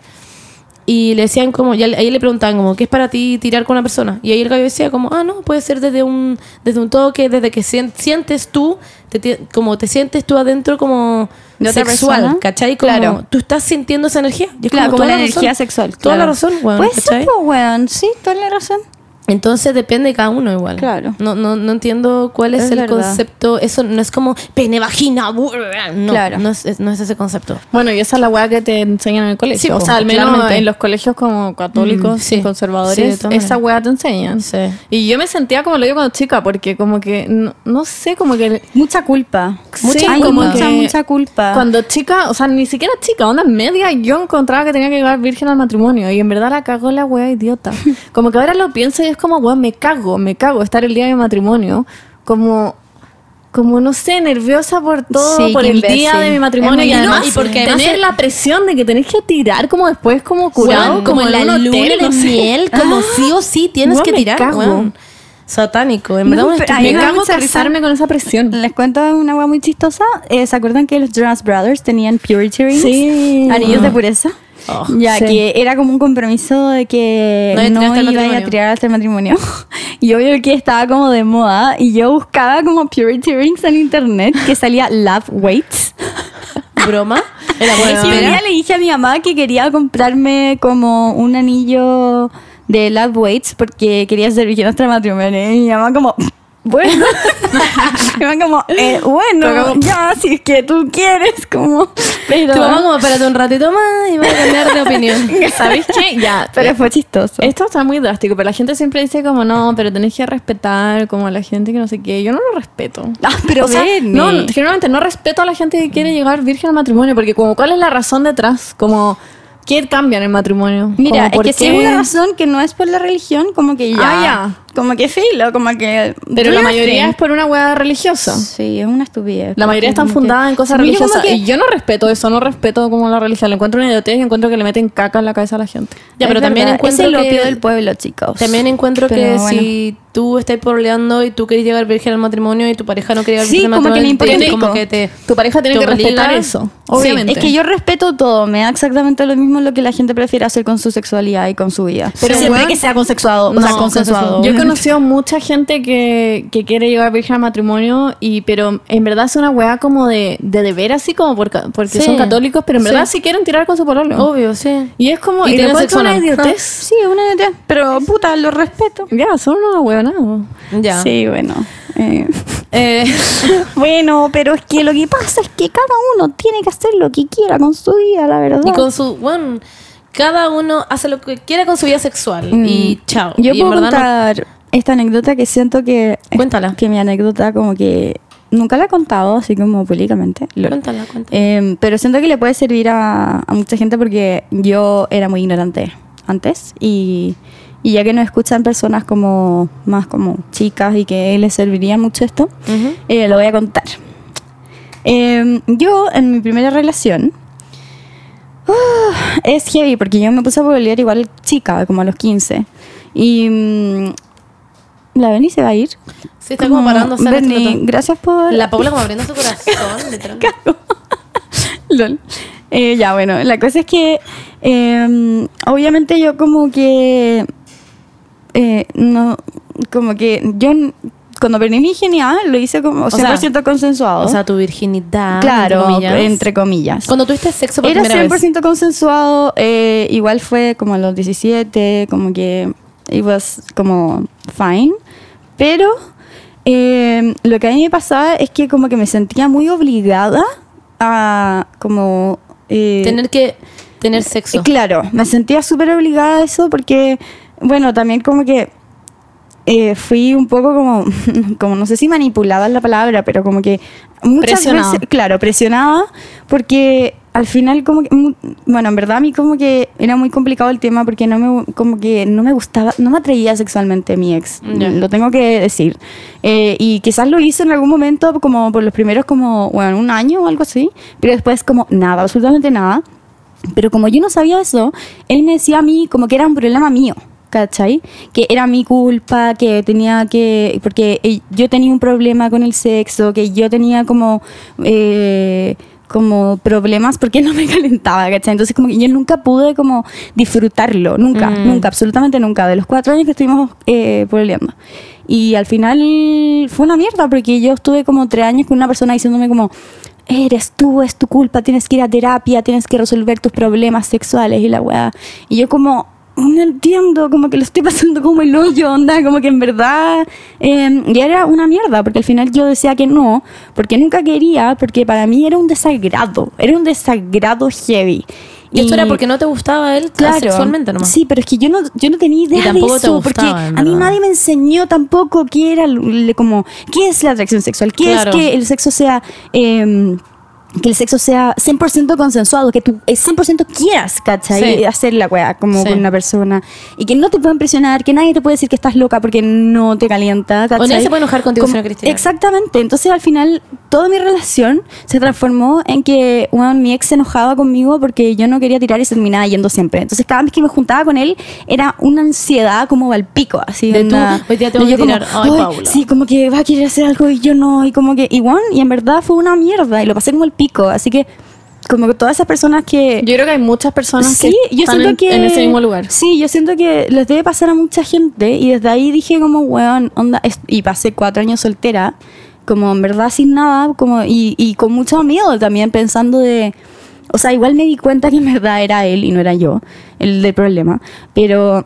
C: Y le decían como, ya ahí le preguntaban como, ¿qué es para ti tirar con una persona? Y ahí el gallo decía como, ah, no, puede ser desde un, desde un toque, desde que sien- sientes tú, te ti- como te sientes tú adentro como
A: De otra
C: sexual,
A: persona.
C: ¿cachai? Como
A: Claro.
C: tú estás sintiendo esa energía. Y es
A: Claro, como
C: toda
A: la
C: razón.
A: energía sexual.
C: Toda la
A: claro.
C: razón, weón,
A: Puede
C: ¿cachai?
A: ser, pues, weón. Sí, toda la razón.
C: Entonces depende de cada uno igual.
A: Claro.
C: No, no, no entiendo cuál es,
A: Es
C: el
A: verdad.
C: concepto. Eso no es como pene, vagina, burra. no,
A: Claro.
C: no, es, es- no es ese concepto.
B: Bueno, y esa es la weá que te enseñan en el colegio.
C: Sí,
B: o
C: po,
B: sea, al menos
C: claramente.
B: en los colegios como católicos
C: Mm, sí.
B: y
C: Sí, de
B: conservadores,
C: todas maneras.
B: esa weá te enseñan.
C: Sí.
B: Y yo me sentía como lo digo cuando chica, porque como que, no, no sé, como que...
A: Mucha culpa.
B: Mucha
A: Hay
B: culpa.
A: mucha, mucha culpa.
B: Cuando chica, o sea, ni siquiera chica, onda media, yo encontraba que tenía que llegar virgen al matrimonio y en verdad la cagó la wea idiota. Como que ahora lo pienso y es como, wea, me cago, me cago estar el día de mi matrimonio, como, como no sé, nerviosa por todo,
A: Sí,
B: por
A: qué
B: el día
A: imbécil.
B: de mi
A: Es
B: matrimonio
A: muy
B: y además
C: imbécil. Y porque además
B: tener
C: el-
B: la presión de que tenés que tirar como después como curado,
C: Weón,
B: como,
C: como
B: en
C: la
B: un
C: luna
B: hotel,
C: de
B: no sé.
C: miel, como
A: Ah,
C: sí o sí tienes
B: Weón,
C: que
B: me
C: tirar.
B: cago.
C: weón. Satánico,
A: No,
C: en verdad. una
A: pero
C: estupidez.
A: ahí
B: Me
A: me da
B: cago
A: mucha
B: casarme
A: risa.
B: con esa presión.
A: Les cuento una hueá muy chistosa. Eh, ¿Se acuerdan que los Jonas Brothers tenían purity rings?
B: Sí.
A: Anillos de pureza.
C: Oh,
A: ya
B: sí.
A: que era como un compromiso de que
C: No le
A: no,
C: tiraste al
A: iba a
C: matrimonio.
A: tirar hasta el matrimonio. Y obvio que estaba como de moda. Y yo buscaba como purity rings en internet que salía Love Weights.
C: broma. Era
A: Y
C: buena
A: un
C: espera.
A: día le dije a mi mamá que quería comprarme como un anillo de Love Weights porque quería ser virgen hasta el matrimonio. Y mi mamá como, bueno. y van como, eh, bueno,
B: Pero como-
A: ya, si es que tú quieres, como. Pero.
C: Tu mamá como, espérate un ratito más y va a cambiar de opinión.
B: ¿Sabéis qué? Ya.
A: Pero fue chistoso.
B: Esto está muy drástico, pero la gente siempre dice como no, pero tenés que respetar como a la gente que no sé qué. Yo no lo respeto.
A: Ah, pero
B: O sea,
A: Bernie.
B: no, no, generalmente no respeto a la gente que quiere llegar virgen al matrimonio, porque como cuál es la razón detrás, como qué cambian el matrimonio.
A: Mira,
B: Como,
A: es
B: ¿por
A: que si hay
B: qué?
A: una razón que no es por la religión, como que ya.
B: Ah, ya.
A: Como que filo, como que.
B: Pero la
A: Yo
B: mayoría es
A: sé.
B: por una hueá religiosa.
A: Sí, es una estupidez.
B: La mayoría están
A: Como que-
B: fundadas en cosas
A: Sí, yo como
B: religiosas.
A: que-
B: Y yo no respeto eso, no respeto como la religión. Le encuentro una idiotez y encuentro que le meten caca en la cabeza a la gente.
C: Ya, pero
A: Es
C: también
A: verdad,
C: encuentro
A: es el
C: que-
A: opio del pueblo, chicos.
C: También encuentro
A: Pero
C: que
A: bueno.
C: si tú estás poroleando y tú querés llegar virgen al matrimonio y tu pareja no quiere llegar
A: Sí,
C: virgen al
A: como que le
C: matrimonio,
A: importa
C: te-
A: un
C: como
A: pico.
C: que te...
B: Tu pareja tiene
C: te
B: que respetar
C: obliga-
B: eso,
A: Obviamente.
B: obviamente.
A: es que yo respeto todo, me da exactamente lo mismo lo que la gente prefiere hacer con su sexualidad y con su vida.
B: Pero,
A: siempre
B: weón,
A: que sea consensuado, o sea,
B: No,
A: consensuado.
B: Yo he conocido mucha gente que, que quiere llegar virgen al matrimonio, y pero en verdad es una weá como de, de deber así, como por ca- porque
C: Sí.
B: son católicos, pero en verdad
C: Sí.
B: sí quieren tirar con su pololo.
C: Obvio, sí.
B: Y es como,
C: Y
B: y,
C: tienen
B: le
C: sexo
B: cuento una
C: anal.
B: idiotez.
A: Sí, una de tres, pero puta, lo respeto.
B: Ya, son unos hueonados.
C: Ya.
A: Sí, bueno. eh,
C: Eh,
A: bueno, pero es que lo que pasa es que cada uno tiene que hacer lo que quiera con su vida, la verdad.
C: y con su... Bueno, cada uno hace lo que quiera con su vida sexual.
A: Mm.
C: Y chao.
A: Yo
C: y en
A: puedo
C: verdad no-
A: contar esta anécdota que siento que...
C: Cuéntala.
A: Que mi anécdota como que... Nunca la he contado así como públicamente. Lol.
C: Cuéntala, cuéntala.
A: Eh, pero siento que le puede servir a, a mucha gente porque yo era muy ignorante antes y, y ya que nos escuchan personas como más como chicas y que les serviría mucho esto,
C: Ujú.
A: eh, lo voy a contar. Eh, yo en mi primera relación ah, es heavy porque yo me puse a pololear igual chica, como a los 15. Y mm, la Beni se va a ir.
C: Sí, está como parándose en este
A: Beni,
C: minuto.
A: gracias por...
C: La Paula como abriendo su corazón, literalmente.
A: Lol. Eh, ya, bueno, la cosa es que eh, obviamente yo como que eh, no, como que yo n- cuando perdí mi virginidad lo hice como
C: O sea,
A: 100% consensuado.
C: O sea, tu virginidad.
A: claro,
C: entre comillas.
A: entre comillas.
C: Cuando tuviste sexo por
A: Era
C: primera
A: 100%
C: vez.
A: consensuado, eh, igual fue como a los 17, como que it was como fine, pero eh, lo que a mí me pasaba es que como que me sentía muy obligada a como... eh,
C: Tener que tener sexo.
A: eh, Claro, me sentía súper obligada a eso porque, bueno, también como que eh, fui un poco como, como no sé si manipulada es la palabra, pero como que muchas
B: Presionada.
A: veces, claro, presionada, porque al final como que, mu- bueno, en verdad a mí como que era muy complicado el tema porque no me, como que no me gustaba, no me atraía sexualmente mi ex,
C: Ya.
A: lo tengo que decir. Eh, y quizás lo hizo en algún momento como por los primeros como, bueno, un año o algo así, pero después como nada, absolutamente nada. Pero como yo no sabía eso, él me decía a mí como que era un problema mío, ¿cachai? Que era mi culpa, que tenía que... Porque eh, yo tenía un problema con el sexo, que yo tenía como... eh, como problemas porque él no me calentaba, ¿cachai? Entonces como que yo nunca pude como disfrutarlo, nunca,
C: Mm.
A: nunca, absolutamente nunca, de los cuatro años que estuvimos eh, pololeando. Y al final fue una mierda porque yo estuve como tres años con una persona diciéndome como, eres tú, es tu culpa, tienes que ir a terapia, tienes que resolver tus problemas sexuales y la weá. Y yo como, no entiendo, como que lo estoy pasando como el hoyo, onda, como que en verdad eh, ya era una mierda, porque al final yo decía que no, porque nunca quería, porque para mí era un desagrado, era un desagrado heavy.
C: Y esto era porque no te gustaba él
A: Claro.
C: sexualmente nomás.
A: Sí, pero es que yo no, yo no tenía idea
C: Y tampoco
A: de
C: te
A: eso.
C: gustaba,
A: porque
C: en
A: a mí
C: verdad.
A: nadie me enseñó tampoco qué era lo- le- como qué es la atracción sexual, qué
C: Claro.
A: es que el sexo sea. em, que el sexo sea 100% consensuado, que tú eh, 100% quieras, ¿cachai?
C: Sí.
A: Hacer la weá como
C: Sí.
A: con una persona. Y que no te pueden presionar, que nadie te puede decir que estás loca porque no te calienta, ¿cachai?
C: nadie se puede enojar contigo si no querés tirar.
A: Exactamente. Entonces, al final, toda mi relación se transformó en que weón, mi ex se enojaba conmigo porque yo no quería tirar y se terminaba yendo siempre. Entonces, cada vez que me juntaba con él, era una ansiedad como al pico. Así,
C: De tú,
A: onda,
C: hoy día tengo
A: de yo
C: que tirar. Ay,
A: "Ay,
C: Paula".
A: Sí, como que va a querer hacer algo y yo no. Y como que, y weón, y en verdad fue una mierda y lo pasé como el pico. Así que, como que todas esas personas que.
B: Eh, Yo creo que hay muchas personas
A: Sí,
B: que
A: yo
B: están
A: siento
B: en,
A: que,
B: en ese mismo lugar.
A: Sí, yo siento que les debe pasar a mucha gente y desde ahí dije como, weón, onda, es- y pasé cuatro años soltera, como en verdad sin nada, como y, y con mucho miedo también pensando de, o sea, igual me di cuenta que en verdad era él y no era yo el del problema, pero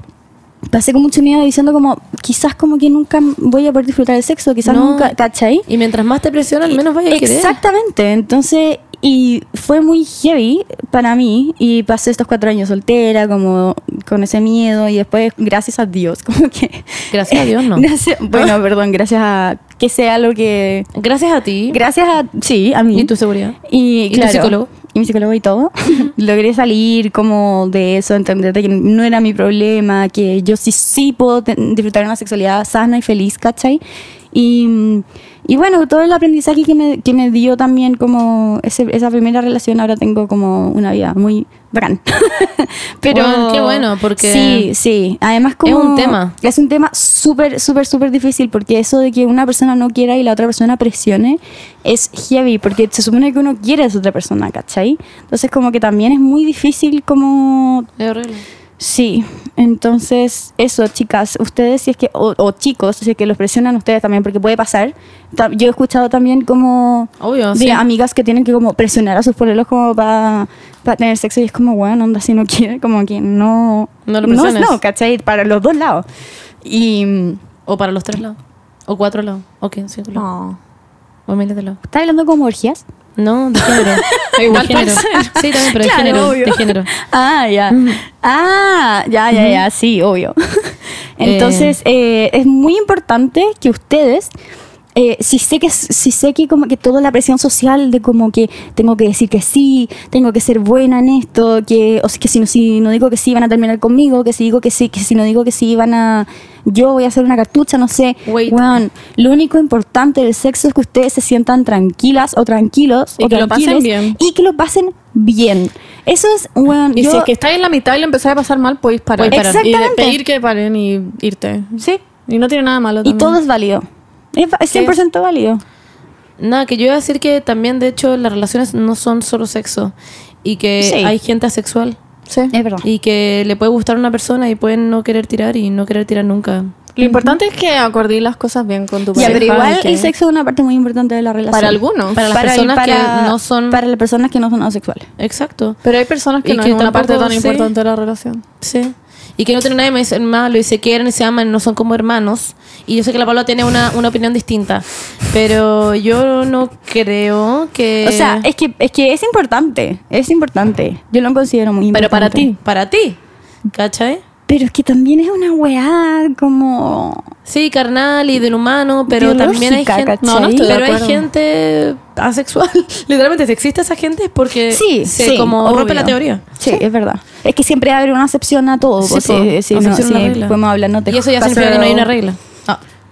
A: pasé con mucho miedo diciendo como, quizás como que nunca voy a poder disfrutar el sexo, quizás
C: No.
A: nunca, ¿cachai?
C: Y mientras más te presionan, menos vaya a querer.
A: Exactamente, entonces, y fue muy heavy para mí y pasé estos cuatro años soltera, como con ese miedo y después, gracias a Dios, como que...
C: Gracias a Dios, no.
A: Gracias- bueno, perdón, gracias a que sea lo que...
C: Gracias a ti
A: Gracias a... Sí, a mí.
C: y tu seguridad.
A: Y,
C: ¿Y tu
A: claro,
C: psicólogo?
A: Y mi psicólogo y todo. Logré salir como de eso, entender de que no era mi problema, que yo sí, sí puedo ten- disfrutar una sexualidad sana y feliz, ¿cachai? Y, y bueno, todo el aprendizaje que me, que me dio también como ese- esa primera relación, ahora tengo como una vida muy bacán. Pero
C: Bueno, qué bueno, porque-
A: Sí, sí. Además como...
C: Es un tema.
A: Es un tema súper, súper, súper difícil porque eso de que una persona no quiera y la otra persona presione es heavy porque se supone que uno quiere a esa otra persona, ¿cachai? Entonces como que también es muy difícil como...
C: Es horrible.
A: Sí, entonces eso, chicas, ustedes si es que, o, o chicos, si es que los presionan ustedes también, porque puede pasar. Ta- Yo he escuchado también como
C: Obvio,
A: de
C: sí.
A: amigas que tienen que como presionar a sus poleros como para tener sexo y es como, bueno, onda, si no quiere, como que no...
C: No lo
A: no, es
C: presiones.
A: no, ¿cachai? Para los dos lados. Y mm,
C: O para los tres lados. O cuatro lados. O quince lados.
B: No.
C: O miles de lados.
A: ¿estás hablando como orgías?
C: No, de género.
B: Igual
C: de género. Sí, también, pero de
A: Claro,
C: género.
A: obvio.
C: De género.
A: Ah, ya. Ah, ya, ya, ya, sí, obvio. Entonces, eh, es muy importante que ustedes, eh, si sé que si sé que como que toda la presión social de como que tengo que decir que sí, tengo que ser buena en esto, que o si- que si no, si no digo que sí van a terminar conmigo, que si digo que sí, que si no digo que sí van a yo voy a hacer una cartucha, no sé.
C: Wait.
A: Weón, lo único importante del sexo es que ustedes se sientan tranquilas o tranquilos
B: Y
A: o
B: que lo pasen
A: tranquiles
B: bien.
A: y que lo pasen bien. Eso es, weón,
B: Y
A: yo-
B: si es que estáis en la mitad y lo empezáis a pasar mal, podéis parar.
A: Podéis parar.
B: Y de
A: Exactamente.
B: pedir que paren y irte.
A: Sí.
B: Y no tiene nada malo
A: Y
B: también.
A: todo es válido. Es va- es 100% válido.
C: Nada, que yo iba a decir que también, de hecho, las relaciones no son solo sexo. Y que
A: Sí.
C: hay gente asexual.
B: Sí.
A: Es verdad.
C: Y que le puede gustar a una persona y pueden no querer tirar y no querer tirar nunca.
B: Lo importante es que acordéis las cosas bien con tu
A: Ya,
B: pareja.
A: pero igual
B: y que-
A: el sexo es una parte muy importante de la relación.
B: Para algunos.
C: Para las personas que no son-
A: Para las personas que no son asexuales.
C: Exacto.
B: Pero hay personas que
C: Y
B: no
C: que
B: es una
C: tampoco-
B: parte tan
C: sí.
B: importante de la relación.
C: Sí. Y que no tienen nada de malo y se quieren y se aman, no son como hermanos. Y yo sé que la Paula tiene una, una opinión distinta. Pero yo no creo que.
A: o sea, es que, es que es importante. Es importante. Yo lo considero muy importante.
B: Pero para ti.
C: para ti. ¿Cachai?
A: Pero es que también es una weá como...
C: Sí, carnal y del humano, pero
A: Biológica,
C: también hay gente.
A: ¿cachai?
C: No, no estoy de
B: Pero hay
C: acuerdo. gente asexual. Literalmente, si existe esa gente es porque
A: Sí,
C: se
A: sí,
C: Eh, como rompe
A: obvio.
C: la teoría.
A: Sí, es verdad. Es que siempre abre una excepción a todo.
C: Sí,
A: pues,
C: po.
A: eh, si no-
C: Excepción a
A: si
C: una regla.
A: podemos hablar, no te
C: Y eso ya
A: paso-
C: significa que no hay una regla.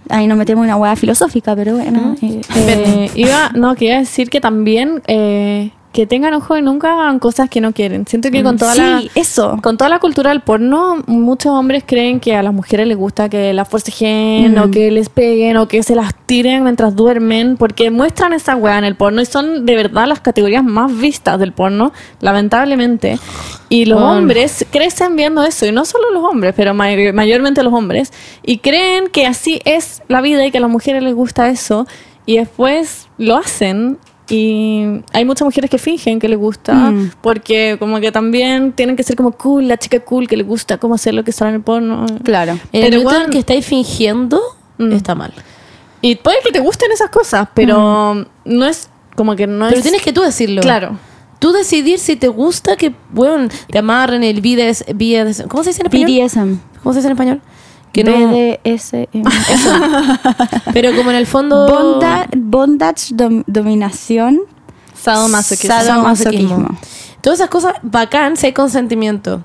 A: Ahí nos metemos en una hueá filosófica, pero bueno. eh,
B: Eh, iba, no, quería decir que también eh, que tengan ojo y nunca hagan cosas que no quieren. Siento que con toda
A: sí,
B: la...
A: eso.
B: Con toda la cultura del porno, muchos hombres creen que a las mujeres les gusta que las forcejeen
A: Mm.
B: o que les peguen o que se las tiren mientras duermen, porque muestran esa weá en el porno y son de verdad las categorías más vistas del porno, lamentablemente. Y los
C: Bueno.
B: hombres crecen viendo eso, y no solo los hombres, pero may- mayormente los hombres, y creen que así es la vida y que a las mujeres les gusta eso, y después lo hacen. Y hay muchas mujeres que fingen que les gusta
A: Mm.
B: porque como que también tienen que ser como cool, la chica cool que le gusta cómo hacer lo que sale en el porno.
A: Claro.
C: En el
B: Pero
C: momento en
B: igual-
C: que estáis fingiendo,
B: Mm.
C: está mal.
B: Y puede que te gusten esas cosas, pero no es como que no
C: Pero
B: es...
C: tienes que tú decirlo.
B: Claro.
C: Tú decidir si te gusta que, bueno, te amarren el BDS, BDS ¿Cómo se dice en español?
A: BDSM.
C: ¿Cómo se dice en español? Que no,
A: BDSM.
C: pero como en el fondo...
A: Bonda- bondage, dom- dominación.
B: Sadomasoquismo.
A: Sadomasoquismo.
C: Todas esas cosas bacán si hay consentimiento.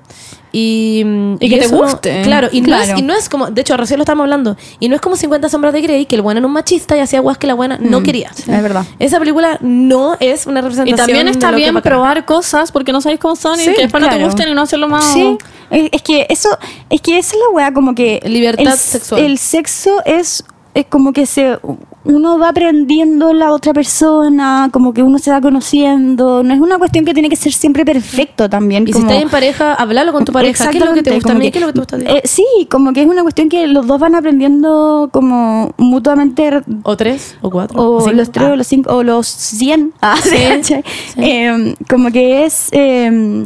C: Y, mm,
B: Y que te
C: eso no-
B: guste.
C: claro, y, No
A: Claro.
C: es, y no es como, de hecho, recién lo estamos hablando, y no es como 50 sombras de Grey, que el bueno era un machista y hacía guas que la buena no quería.
A: Mm, Sí, es verdad.
C: Esa película no es una
B: Y
C: representación.
B: también
C: de
B: está
C: lo que
B: bien
C: es bacán.
B: probar cosas porque no sabéis cómo son
A: Sí,
B: y que después no te
A: claro.
B: gusten y no hacerlo más...
A: Sí, es es que eso es que esa es la weá como que
C: Libertad
A: el,
C: sexual.
A: El sexo es, es como que se uno va aprendiendo la otra persona, como que uno se va conociendo, no es una cuestión que tiene que ser siempre perfecto también
C: Y si
A: como-
C: estás en pareja, hablalo con tu pareja. ¿Qué es lo que
A: Exactamente,
C: te
A: pues,
C: gusta a
A: como
C: mí?
A: que-
C: ¿Qué es lo que te gusta a ti?
A: eh, sí, como que es una cuestión que los dos van aprendiendo como mutuamente
C: o tres, o cuatro.
A: o
C: cinco.
A: los tres, o los ah, Em, cinco, o los cien. Ah, ¿cachai? Eh, como que es eh,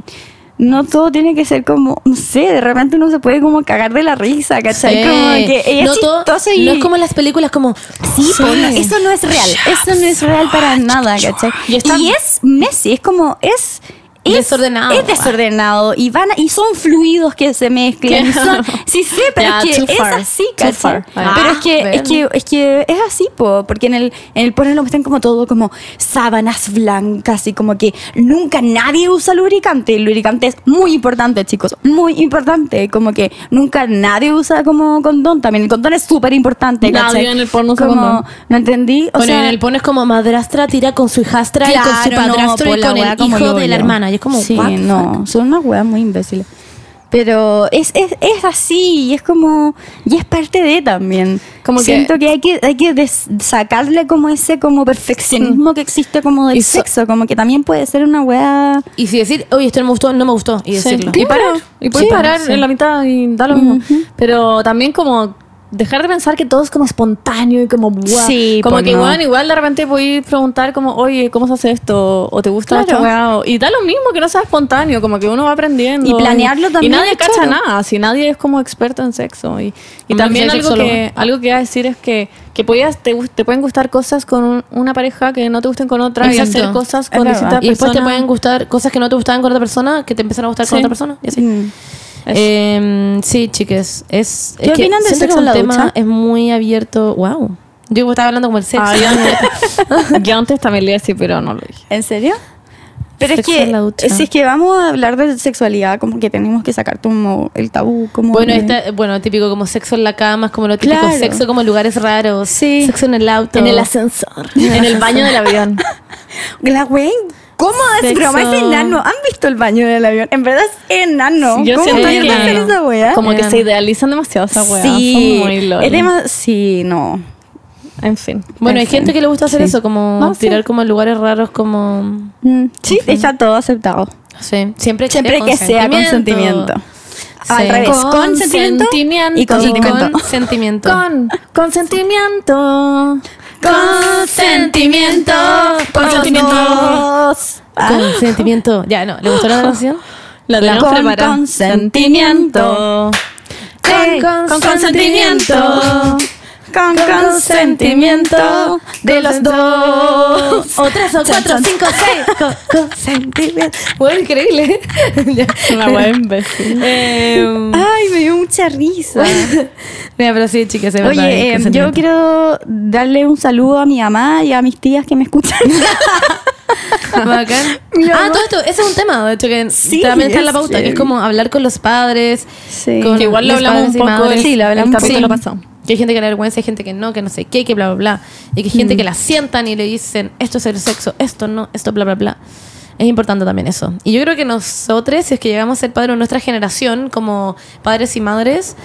A: no todo tiene que ser como, no sé, de repente uno se puede como cagar de la risa, ¿cachai? Como que ella
C: Ah, no,
A: es
C: todo-
A: chistosa y...
C: no es como en las películas, como.
A: Sí, po, eso no es real, eso no es real para nada, ¿cachai?
B: Y
A: Y,
B: está-
A: es Messi, es como, es... es-
C: Desordenado.
A: Es desordenado. Y, van, a- y son fluidos que se mezclan. y son- sí, sí, pero
B: Ya,
A: es
B: too
A: que es
B: far,
A: así,
B: too
A: ¿cachai?
B: far. Ah,
A: pero es que, es, que, es que es así, po, porque en el, en el porno lo muestran como todo, como sábanas blancas y como que nunca nadie usa lubricante. El lubricante es muy importante, chicos, muy importante. Como que nunca nadie usa como condón. También el condón es súper importante.
B: Nadie
A: ¿cachai?
B: en el porno usa
A: como,
B: condón.
A: No entendí. O
C: bueno,
A: sea,
C: en el pones como madrastra tira con su hijastra y con su
A: claro, no,
C: padrastro
A: po,
C: y
A: la
C: con
A: wea
C: el
A: como
C: hijo
A: lo
C: de la
A: veo.
C: hermana. Y es como,
A: Sí,
C: what the
A: no, son unas weas muy imbéciles. Pero es, es, es así, y es como. Y es parte de también.
B: Como que-
A: Siento que, hay que hay que des- sacarle como ese como perfeccionismo que existe como del
B: Y so-
A: sexo, como que también puede ser una wea.
C: Y si decir, oye, esto no me gustó, no me gustó. Y decirlo.
B: Y parar. Y puedes
A: Sí,
B: parar
A: sí.
B: en la mitad y da lo mismo. Pero también como dejar de pensar que todo es como espontáneo y como guau.
A: Sí,
B: como
A: pues
B: que
A: no.
B: bueno, igual de repente voy a preguntar como, oye, ¿cómo se hace esto? O te gusta
A: Claro.
B: esto, Y da lo mismo que no sea espontáneo, como que uno va aprendiendo.
A: Y planearlo también
B: Y nadie
A: es
B: cacha
A: choro.
B: nada, si nadie es como experto en sexo. Y, y
C: menos
B: también
C: que sea
B: algo que,
C: sexólogo.
B: algo que iba a decir es que, que podías, te, gust- te pueden gustar cosas con un- una pareja que no te gusten con otra y
C: Exacto.
B: hacer cosas
A: Es
B: con
A: verdad.
B: distintas
C: Y después te
B: personas.
C: pueden gustar cosas que no te gustaban con otra persona, que te empezaron a gustar con
B: Sí.
C: otra persona. Y así.
A: Mm.
B: Eso.
C: Em, sí, chiques. Es,
A: ¿Qué
C: es que
A: opinan del
C: siento que
A: sexo
C: un
A: en la
C: tema
A: ducha?
C: es muy abierto. Wow. Yo estaba hablando como el sexo.
B: Ah, yo, antes, yo antes también le iba a decir, pero no lo dije.
A: ¿En serio? Pero es
C: Sexo en la ducha.
A: que, si es que vamos a hablar de sexualidad, como que tenemos que sacar como el tabú, como.
C: Bueno, este
A: de-
C: esta- bueno, típico como sexo en la cama, es como lo típico
A: Claro.
C: sexo como en lugares raros,
A: Sí.
C: sexo en el auto,
B: ascensor. En el baño del avión.
A: La wey, ¿cómo es
B: Sexo.
A: broma? Es enano. ¿Han visto el baño del avión? En verdad es enano.
B: Yo
A: ¿Cómo
B: siento
A: pueden
B: que-
A: hacer esa wea?
B: Como que
C: Eran.
B: se idealizan demasiado esas weas.
A: Sí,
B: Son muy lol.
A: es demas- Sí, no.
B: En fin.
C: Bueno, hay
A: Perfecto.
C: gente que le gusta hacer
A: Sí.
C: eso, como
A: No, sí.
C: tirar como en lugares raros, como...
A: Mm, Sí, está todo aceptado.
C: Sí, siempre que
A: Siempre
C: sea
A: que sea consentimiento.
C: consentimiento.
A: Al
C: Sí.
A: revés, consentimiento y consentimiento.
C: consentimiento.
B: Con consentimiento.
C: Consentimiento. Consentimiento.
A: Dos.
C: Consentimiento. Ya, no. ¿Le gustó la canción?
B: La tenemos
A: Con
B: preparada.
A: consentimiento.
C: Con
A: Sí,
C: consentimiento.
A: Con consentimiento de los dos.
C: O tres, o cuatro,
A: Chan, chan.
C: cinco, seis. Con- consentimiento. Bueno, increíble. Ya.
B: Una wea imbécil.
C: Em,
A: Ay, me dio mucha risa.
C: Mira, pero sí, chicas, es verdad. el
A: Oye, eh, yo
C: consentimiento.
A: quiero darle un saludo a mi mamá y a mis tías que me escuchan.
C: Bacán.
A: Mi
C: Ah,
A: mamá-
C: todo esto, ese es un tema, de hecho, que
A: Sí,
C: también está en la pauta,
A: sí.
C: que es como hablar con los padres.
A: Sí.
C: con
B: Que igual lo
C: los
B: hablamos
C: padres
B: un
C: y
B: poco
C: madres.
B: el-
A: Sí, lo hablamos
C: el
A: un
C: capítulo
A: poco.
C: pasado. Que hay gente que le da vergüenza, hay gente que no, que no sé qué, que bla, bla, bla. Y que hay gente que la sientan y le dicen, esto es el sexo, esto no, esto bla, bla, bla. Es importante también eso. Y yo creo que nosotros, si es que llegamos a ser padres de nuestra generación, como padres y madres,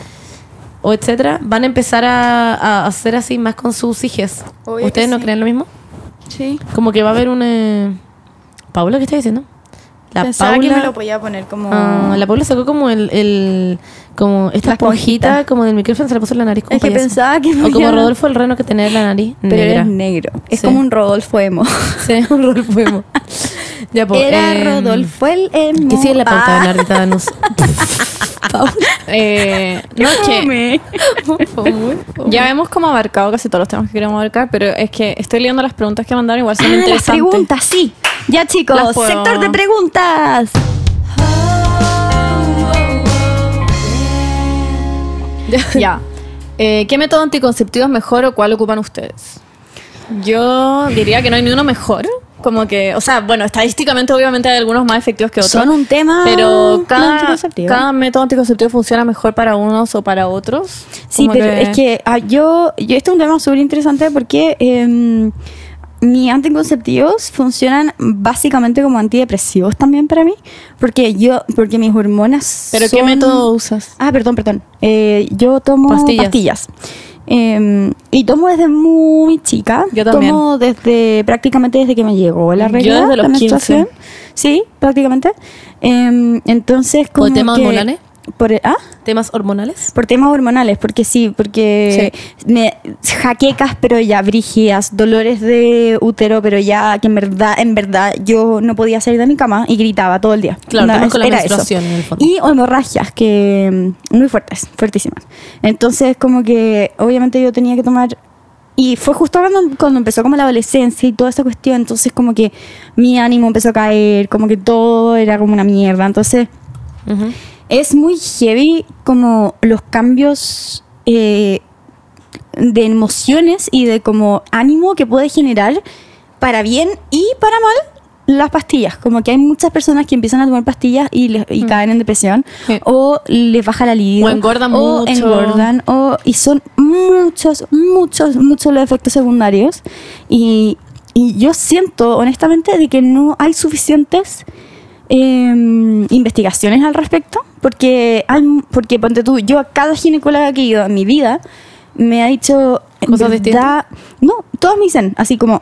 C: o etcétera, van a empezar a, a hacer así más con sus hijes.
A: Obvio
C: ¿Ustedes
A: que
C: no
A: sí.
C: creen lo mismo?
A: Sí.
C: Como que va a haber un... eh, ¿Paula qué está diciendo? La
A: Pensaba
C: Paula...
A: que me lo podía poner como.
C: Ah, la Paula sacó como el, el- como esta
A: La
C: esponjita,
A: esponjita.
C: como del micrófono se la puso en la nariz como
A: es que
C: payaso.
A: pensaba que.
C: o
A: me
C: como
A: iba-
C: Rodolfo el reno que tenía en la nariz
A: Pero
C: negra.
A: eres negro. Es
C: Sí.
A: como un Rodolfo emo.
C: Sí, un Rodolfo emo. ya, po,
A: Era
B: em,
C: eh,
A: Rodolfo el emo.
C: Que sigue la pauta de
A: Ah,
C: Narita Danus.
B: Eh, no es que.
A: fome.
B: Ya hemos como abarcado casi todos los temas que queremos abarcar, pero es que estoy leyendo las preguntas que mandaron, igual son
A: Ah, las
B: interesantes.
A: preguntas, sí. Ya
B: Las
A: chicos,
B: puedo-
A: sector de preguntas.
B: Ya. Eh, ¿Qué método anticonceptivo es mejor o cuál ocupan ustedes? Yo diría que no hay ni uno mejor. Como que, o sea, bueno, estadísticamente obviamente hay algunos más efectivos que otros.
A: Son un tema
C: Ah,
B: Pero cada,
A: anticonceptivo.
B: cada método anticonceptivo funciona mejor para unos o para otros.
A: Sí,
B: Como
A: pero es que ah, yo, yo, este es un tema súper interesante porque eh, mis anticonceptivos funcionan básicamente como antidepresivos también para mí, porque yo, porque mis hormonas
B: ¿Pero qué
A: son-
B: método usas?
A: Ah, perdón, perdón. Eh, yo tomo
C: Pastillas.
A: pastillas. Eh, y tomo desde muy chica.
B: Yo también.
A: Tomo desde prácticamente desde que me llegó la
B: Yo
A: regla.
B: desde los
A: la menstruación.
B: 15.
A: Sí, prácticamente. Eh, entonces, como
C: temas
A: que-
C: hormonales?
A: por el- ¿ah?
C: ¿Temas hormonales?
A: Por temas hormonales, porque sí, porque me jaquecas, pero ya brígidas, dolores de útero, pero ya que en verdad, en verdad yo no podía salir de mi cama y gritaba todo el día.
C: Claro,
A: Onda,
C: temas con la
A: era eso.
C: menstruación, en el fondo.
A: Y hemorragias, que mm, muy fuertes, fuertísimas. Entonces, como que obviamente yo tenía que tomar. Y fue justo cuando, cuando empezó como la adolescencia y toda esa cuestión, entonces como que mi ánimo empezó a caer, como que todo era como una mierda. Entonces, es muy heavy como los cambios eh, de emociones y de como ánimo que puede generar para bien y para mal las pastillas. Como que hay muchas personas que empiezan a tomar pastillas y, les- y caen en depresión
B: Mm. Sí.
A: o les baja la libido.
B: O engordan
A: o
B: mucho.
A: engordan, o- y son muchos, muchos, muchos los efectos secundarios. Y, y yo siento honestamente de que no hay suficientes em, investigaciones al respecto, porque, hay, porque ponte tú, yo a cada ginecóloga que he ido en mi vida me ha dicho en
C: ¿Cosas distintas?
A: No, todos me dicen así como.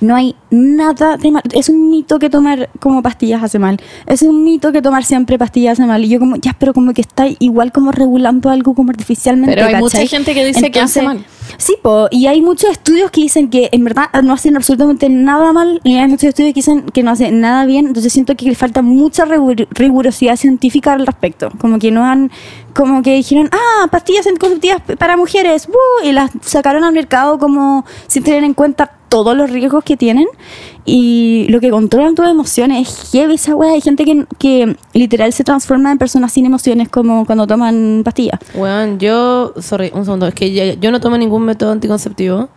A: No hay nada de mal. Es un mito que tomar como pastillas hace mal. Es un mito que tomar siempre pastillas hace mal. Y yo como, ya, pero como que está igual como regulando algo como artificialmente.
B: Pero hay
A: ¿cachai?
B: mucha gente que dice que hace mal.
A: Sí, po, y hay muchos estudios que dicen que en verdad no hacen absolutamente nada mal, y hay muchos estudios que dicen que no hacen nada bien, entonces siento que le falta mucha rigur- rigurosidad científica al respecto. Como que no han, como que dijeron, ah, pastillas anticonceptivas p- para mujeres, ¡woo! y las sacaron al mercado como sin tener en cuenta todos los riesgos que tienen y lo que controlan tus emociones es heavy esa wea. Hay gente que, que literal se transforma en personas sin emociones como cuando toman pastillas.
C: Weón, yo. Sorry, un segundo. Es que ya- yo no tomo ningún método anticonceptivo.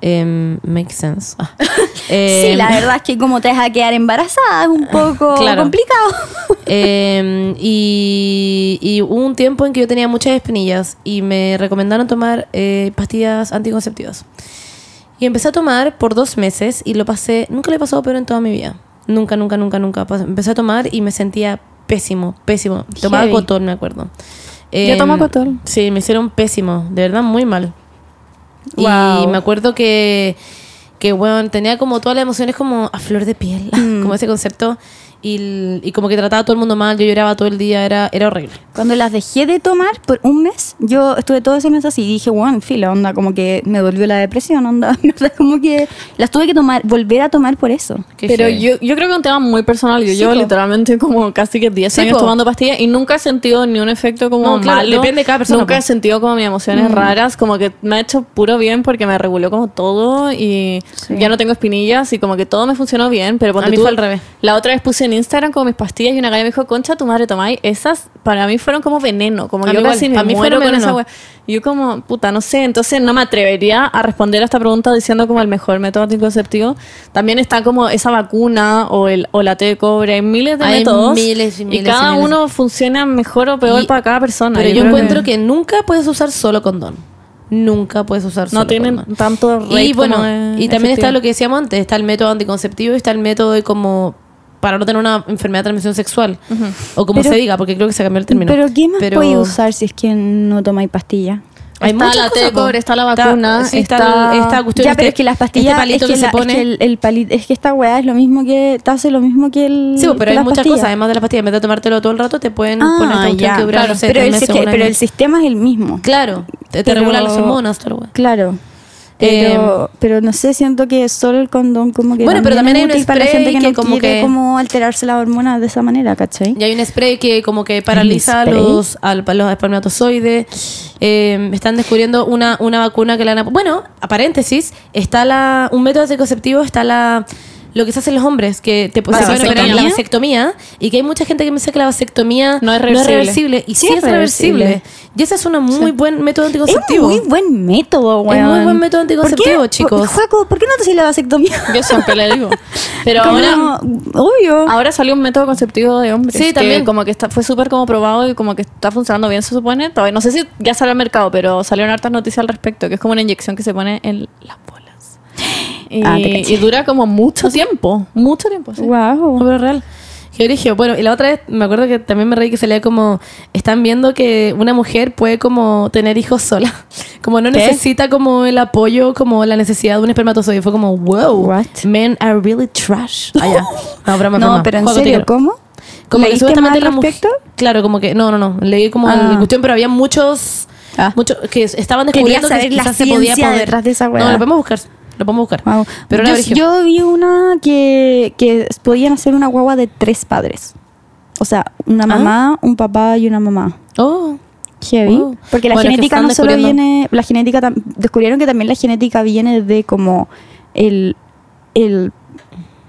C: Em, makes sense. Ah.
A: Sí,
C: Em,
A: la verdad es que como te vas a quedar embarazada es un poco
C: Claro.
A: complicado.
C: Em, y, y hubo un tiempo en que yo tenía muchas espinillas y me recomendaron tomar eh, pastillas anticonceptivas. Y empecé a tomar por dos meses y lo pasé, nunca le he pasado peor en toda mi vida. Nunca, nunca, nunca, nunca. Pas- Empecé a tomar y me sentía pésimo, pésimo. Tomaba
B: Heavy.
C: cotón, me acuerdo. Em,
B: Yo tomo Cotol.
C: Sí, me hicieron pésimo, de verdad muy mal. Y
B: Wow.
C: me acuerdo que, que bueno, tenía como todas las emociones como a flor de piel, como ese concepto. Y, l- y como que trataba a todo el mundo mal, yo lloraba todo el día, era, era horrible.
A: Cuando las dejé de tomar por un mes, yo estuve todo ese mes así y dije, bueno, fila, onda, como que me volvió la depresión, onda. en verdad, como que las tuve que tomar, volver a tomar por eso.
C: Qué
B: Pero
C: heavy.
B: yo, yo creo que es un tema muy personal. Yo
C: Sí,
B: llevo
C: po.
B: literalmente como casi que 10
C: Sí,
B: años
C: po.
B: tomando pastillas y nunca he sentido ni un efecto como
C: No, claro,
B: malo.
C: depende de cada persona,
B: Nunca
C: po. Mm.
B: he sentido como mis emociones raras, como que me ha hecho puro bien porque me reguló como todo y ya no tengo espinillas y como que todo me funcionó bien, pero ponte
C: mí
B: tú-
C: fue al revés.
B: La otra vez puse en Instagram como mis pastillas y una galla me dijo, "Concha, tu madre tomáis esas." Para mí fueron como veneno, como
C: A
B: yo
C: mí
B: casi
C: igual,
B: me
C: a mí
B: muero
C: fueron
B: con esa
C: veneno.
B: wea. Y Yo como, puta, no sé, entonces no me atrevería a responder a esta pregunta diciendo como el mejor método anticonceptivo. También está como esa vacuna o, el, o la té de cobre, hay miles de
C: Hay
B: métodos.
C: miles y miles y
B: cada
C: miles.
B: uno funciona mejor o peor
C: Y-
B: para cada persona.
C: Pero yo,
B: creo
C: encuentro que... nunca puedes usar solo condón. Nunca puedes usar solo
B: no tienen
C: condón.
B: tanto rate
C: Y bueno,
B: como
C: y
B: de
C: también está
B: efectivo.
C: lo que decíamos antes, está el método anticonceptivo y está el método de como para no tener una enfermedad de transmisión sexual. O como
A: Pero-
C: se diga, porque creo que se cambió el término.
A: Pero ¿qué más
C: Pero-
A: podéis usar si es que no tomáis pastilla?
B: Está
C: muchas
B: la té de
C: cosas,
B: cobre,
C: po.
B: está la vacuna,
C: sí, está,
B: está-
C: el- esta cuestión
A: ya,
C: este-
A: pero es que las pastillas,
C: este palito
A: es que,
C: que
A: la-
C: se pone.
A: es que el, el pali- es que esta weá es lo mismo que, te hace lo mismo que el
C: sí, po,
A: que
C: pero hay
A: Mm, las
C: muchas
A: pastillas.
C: cosas, además de las pastillas, en vez de tomártelo todo el rato, te pueden poner esta
A: Ah,
C: cuestión
A: ya,
C: que dura,
A: claro,
C: no sé,
A: pero,
C: tres
A: el,
C: meses,
A: sis-
C: un
A: pero
C: año.
A: el sistema es el mismo.
C: Claro, te, te
A: Pero-
C: regulan las hormonas, todo lo bueno.
A: Claro. Pero, pero no sé, siento que solo el condón como que
C: Em, Bueno, pero también
A: es
C: hay un
A: útil para la
C: spray
A: gente que,
C: que
A: no
C: como
A: quiere
C: que-
A: como alterarse la hormona de esa manera, ¿cachai?
C: Y hay un spray que como que paraliza
A: ¿Un spray?
C: los, al, los espermatozoides. Eh, están descubriendo una, una vacuna que la han... Bueno, a paréntesis, está la, un método anticonceptivo, está la... Lo que se hace en los hombres, que te
B: ¿La
C: se pueden operar la
B: vasectomía?
C: vasectomía, y que hay mucha gente que piensa que la vasectomía
B: No es reversible.
C: reversible, Y sí, es reversible. Y ese es un muy buen método
A: Es un
C: anticonceptivo.
A: muy buen método, weón.
C: muy buen método
A: ¿Por qué?
C: anticonceptivo,
A: Por-
C: chicos.
A: Joaco, ¿por qué no te haces la vasectomía?
B: Yo siempre le digo. Pero
A: Como,
B: ahora...
A: Obvio.
B: Ahora salió un método conceptivo de hombres.
C: Sí,
B: que
C: también.
B: Como que está, fue súper como probado y como que está funcionando bien, se supone. Todavía no sé si ya sale al mercado, pero salieron hartas noticias al respecto, que es como una inyección que se pone en las bolas. Y,
A: Ah, te caché.
B: y dura como mucho tiempo. Mucho tiempo, sí.
C: No,
A: Wow.
C: pero real. Qué brígido. Bueno, y la otra vez me acuerdo que también me reí que salía como están viendo que una mujer puede como tener hijos sola, como no
A: ¿Qué?
C: necesita como el apoyo, como la necesidad de un espermatozoide. Fue como wow,
A: What?
C: men are really trash. Ah, ya. No, broma,
A: No,
C: broma.
A: pero en
C: Juego, te
A: serio,
C: quiero.
A: ¿cómo?
C: Como que
A: ¿Leíste
C: supuestamente
A: más al
C: la mu-
A: respecto?
C: Claro, como que. No, no, no. Leí como
A: Ah.
C: la cuestión, pero había muchos.
A: Ah.
C: muchos que estaban
A: Quería
C: descubriendo
A: saber
C: que
A: la
C: quizás se podía
A: ciencia
C: poder.
A: detrás de esa
C: No,
A: weá. Ah.
C: lo podemos buscar. Lo podemos buscar.
A: Wow.
C: Pero era
A: yo,
C: brígido.
A: yo vi una que, que podían hacer una guagua de tres padres. O sea,
C: Ah.
A: una mamá, un papá y una mamá.
C: Oh.
A: Heavy.
C: Wow.
A: Porque la
C: Bueno, es que
A: genética
C: están
A: no solo
C: descubriendo.
A: viene. La genética tam- descubrieron que también la genética viene de como el, el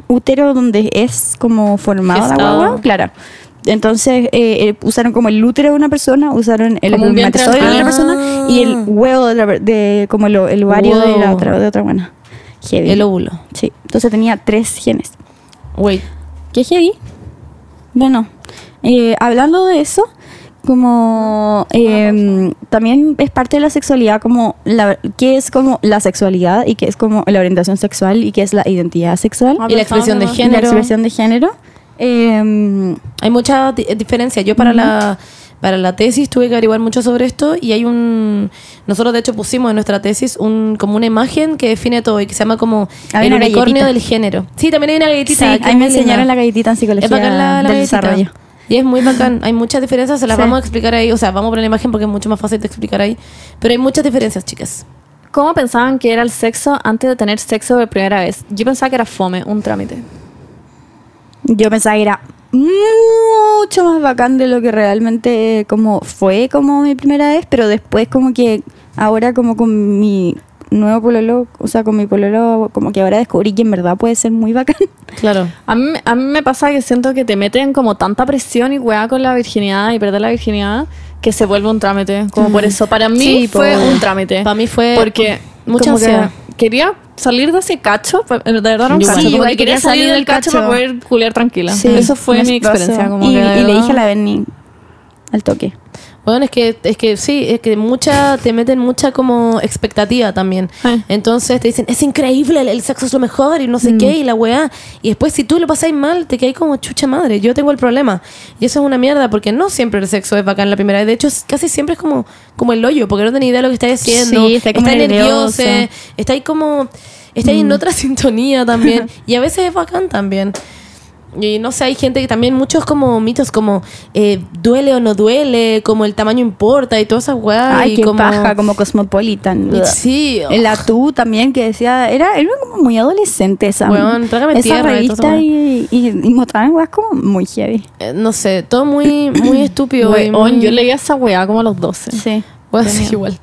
A: útero donde es como formado la
C: Gestado.
A: guagua. Claro. Entonces eh, eh, usaron como el útero de una persona, usaron el
B: Como un vientre
A: espermatozoide de
B: alternativo.
A: otra persona y el huevo de, la per- de- como lo- el ovario de la
C: Wow.
A: otra, de otra buena. Heavy.
C: El óvulo.
A: Sí, entonces tenía tres genes.
C: Wait.
A: ¿Qué heavy? Bueno, eh, hablando de eso, como eh, también es parte de la sexualidad, como la, qué es como la sexualidad y qué es como la orientación sexual y qué es la identidad sexual
B: Ah,
C: Y
B: pero
C: la expresión de
B: estábamos-
A: y la
C: género.
A: expresión de género. Eh,
C: Hay mucha di- diferencia. Yo para la para la tesis tuve que averiguar mucho sobre esto y hay un nosotros de hecho pusimos en nuestra tesis un como una imagen que define todo y que se llama como
A: Había
C: el
A: Ah, una
C: unicornio
A: galletita.
C: del género. Sí, también hay una
A: sí,
C: galletita. que
A: ahí me
C: es muy linda.
A: enseñaron la galletita en psicología
C: Es bacán la, la
A: del
C: galletita.
A: desarrollo.
C: Y es muy bacán. Hay muchas diferencias, se las
A: Sí.
C: vamos a explicar ahí. O sea, vamos a poner la imagen porque es mucho más fácil de explicar ahí. Pero hay muchas diferencias, chicas.
B: ¿Cómo pensaban que era el sexo antes de tener sexo por primera vez? Yo pensaba que era fome, un trámite.
A: Yo pensaba que era mucho más bacán de lo que realmente como fue como mi primera vez, pero después como que ahora como con mi nuevo pololo, o sea, con mi pololo, como que ahora descubrí que en verdad puede ser muy bacán.
C: Claro.
B: A mí, a mí me pasa que siento que te meten como tanta presión y weá con la virginidad y perder la virginidad que se vuelve un trámite. Como por eso, para mí
C: Sí,
B: fue
C: po.
B: un trámite.
C: Pa' mí fue
B: Porque
C: mucha
B: como que
C: ansiedad.
B: quería salir de ese cacho, pa- de verdad era un
C: Yo
B: cacho.
C: igual.
B: como que quería salir del cacho, para poder culear tranquila. Eso fue
A: nos
B: mi
A: pasó.
B: experiencia. Como
A: y,
B: que,
A: y le dije a la Berni al toque.
C: Bueno, es que, es que sí, es que mucha, te meten mucha como expectativa también.
A: Ah.
B: Ay.
C: Entonces te dicen, es increíble, el, el sexo es lo mejor y no
A: Mm.
C: sé qué, y la weá. Y después si tú lo pasáis mal, te quedáis como chucha madre, yo tengo el problema. Y eso es una mierda, porque no siempre el sexo es bacán la primera vez. De hecho, es- casi siempre es como, como el hoyo, porque no tenés idea de lo que estáis haciendo.
A: Sí, estáis como Mm.
C: estáis
A: nervioso.
C: nerviosos, estáis como, estáis en otra sintonía también. y a veces es bacán también. Y no sé, hay gente que también, muchos como mitos como eh, duele o no duele, como el tamaño importa y todas esas weas.
A: Ay,
C: y
A: qué
C: como...
A: paja, como Cosmopolitan.
C: Sí,
A: El atú también que decía, era, era como muy adolescente esa,
C: Weón, trágame
A: esa
C: tierra y todo eso,
A: revista y, y, y mostraban weas como muy heavy.
C: eh, no sé, todo muy, muy estúpido. y
B: Weón,
C: muy-
B: yo leía esa weá como a los Eh, 12.
A: Sí.
C: Bueno, sí, igual.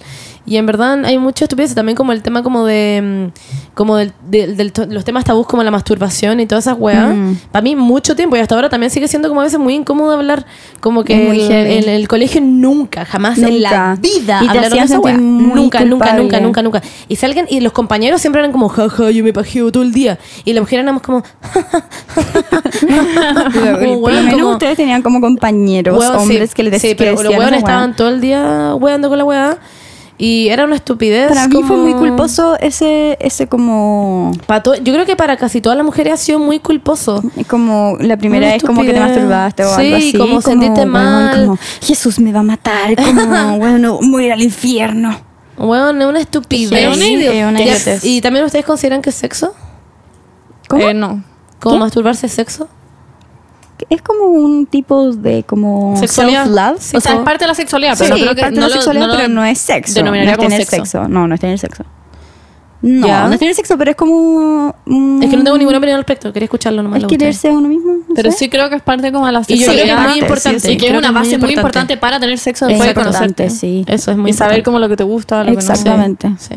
C: Y en verdad hay mucha estupidez, también como el tema como de mm, como del, del- del to- los temas tabús como la masturbación y todas esas weas.
A: Mm.
C: Para mí mucho tiempo y hasta ahora también sigue siendo como a veces muy incómodo hablar, como que
A: Es muy
C: en-
A: heavy.
C: en el colegio nunca, jamás en la
A: Nunca.
C: vida
A: Y te
C: hablaron de
A: hacían
C: esa wea.
A: sentir muy
C: Nunca, nunca,
A: culpable.
C: nunca, nunca, nunca. Y salgan y los compañeros siempre eran como, jaja, yo me pajeo todo el día. Y la mujer éramos como,
A: Pero
C: Como,
A: por
C: weón,
A: lo menos
C: como-
A: ustedes tenían como compañeros,
C: Huevos, sí.
A: hombres que les
C: Sí,
A: decían.
C: pero los huevones estaban todo el día hueando con la hueá. Y era una estupidez.
A: Para mí fue
C: como-
A: muy culposo ese, ese como,
C: Pa' to- yo creo que para casi todas las mujeres ha sido muy culposo.
A: como la primera
C: Una
A: vez como que te
C: estupidez.
A: masturbaste o
C: Sí,
A: algo así.
C: como sentirte
A: weón,
C: mal.
A: como, Jesús me va a matar, como, bueno, voy a ir al infierno.
C: Weón, es una estupidez.
B: Es una idiotez.
A: Es una
C: Ya,
A: idiotez.
C: ¿Y también ustedes consideran que es sexo?
A: ¿Cómo?
B: Eh, no.
C: ¿Como masturbarse es sexo?
A: es como un tipo de como
C: Sexualidad.
A: self-love.
C: Sí,
B: o sea,
C: como-
B: es parte de la sexualidad,
A: Sí,
B: pero
A: es
B: creo que
A: parte de
B: no
A: la
B: lo-
A: sexualidad,
B: lo
A: pero no es sexo. No
B: denominaría
A: es
B: como
A: tener
B: sexo.
A: sexo. No, no es tener sexo. No,
C: Ya.
A: no es tener sexo, pero es como... mm,
C: Es que no tengo ninguna opinión al respecto. Quería escucharlo nomás.
A: Es
C: lo
A: quererse a uno mismo. no
B: Pero
A: sé.
B: sí creo que es parte como de la
C: Y yo creo que es
B: sexualidad.
C: muy importante.
A: sí, sí,
B: y que es
C: creo
B: una
C: que
B: base muy importante para tener sexo
A: Es
B: después de
A: importante,
B: conocerte.
A: sí.
C: Eso es muy
B: y saber
C: importante.
B: como lo que te gusta, lo
A: Exactamente.
C: Sí.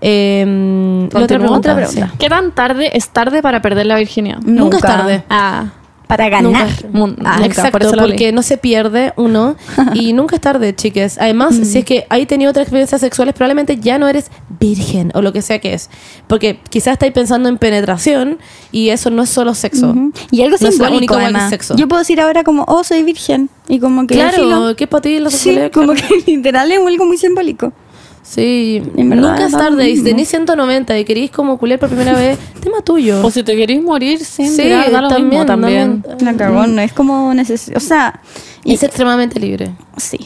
C: Eh, la otra
A: Continúa.
C: pregunta.
A: Otra
B: que no.
A: pregunta.
B: sé. ¿Qué tan tarde es tarde para perder la virginidad?
C: sí. Nunca es
A: Nunca.
C: tarde.
B: Ah,
A: Para
C: Nunca
A: ganar.
C: es-
B: Mun-
C: Ah,
B: nunca,
C: exacto,
B: por eso la
C: porque
B: leí.
C: no se pierde uno y nunca es tarde, chiques. Además, si es que hay tenido otras experiencias sexuales, probablemente ya no eres virgen o lo que sea que es. Porque quizás estáis pensando en penetración y eso no es solo sexo.
A: Ujú. Y algo
C: No es la única
A: simbólico,
C: hueá que es
A: además.
C: sexo.
A: Yo puedo decir ahora como, oh, soy virgen. Y como que...
C: Claro,
A: filo.
C: que es para ti la
A: Sí,
C: sexualidad.
A: como que literal es algo muy simbólico.
C: Sí,
A: En verdad,
C: nunca es
A: da lo
C: tarde. Y si
A: mismo.
C: tenéis 190 y queréis como culiar por primera vez, tema tuyo.
B: o si te querés morir sin
C: Sí,
B: mirar, da lo
C: también,
B: mismo también.
A: La
C: también.
A: cagón, no es como necesario. O sea, y-
C: es extremadamente libre.
A: sí.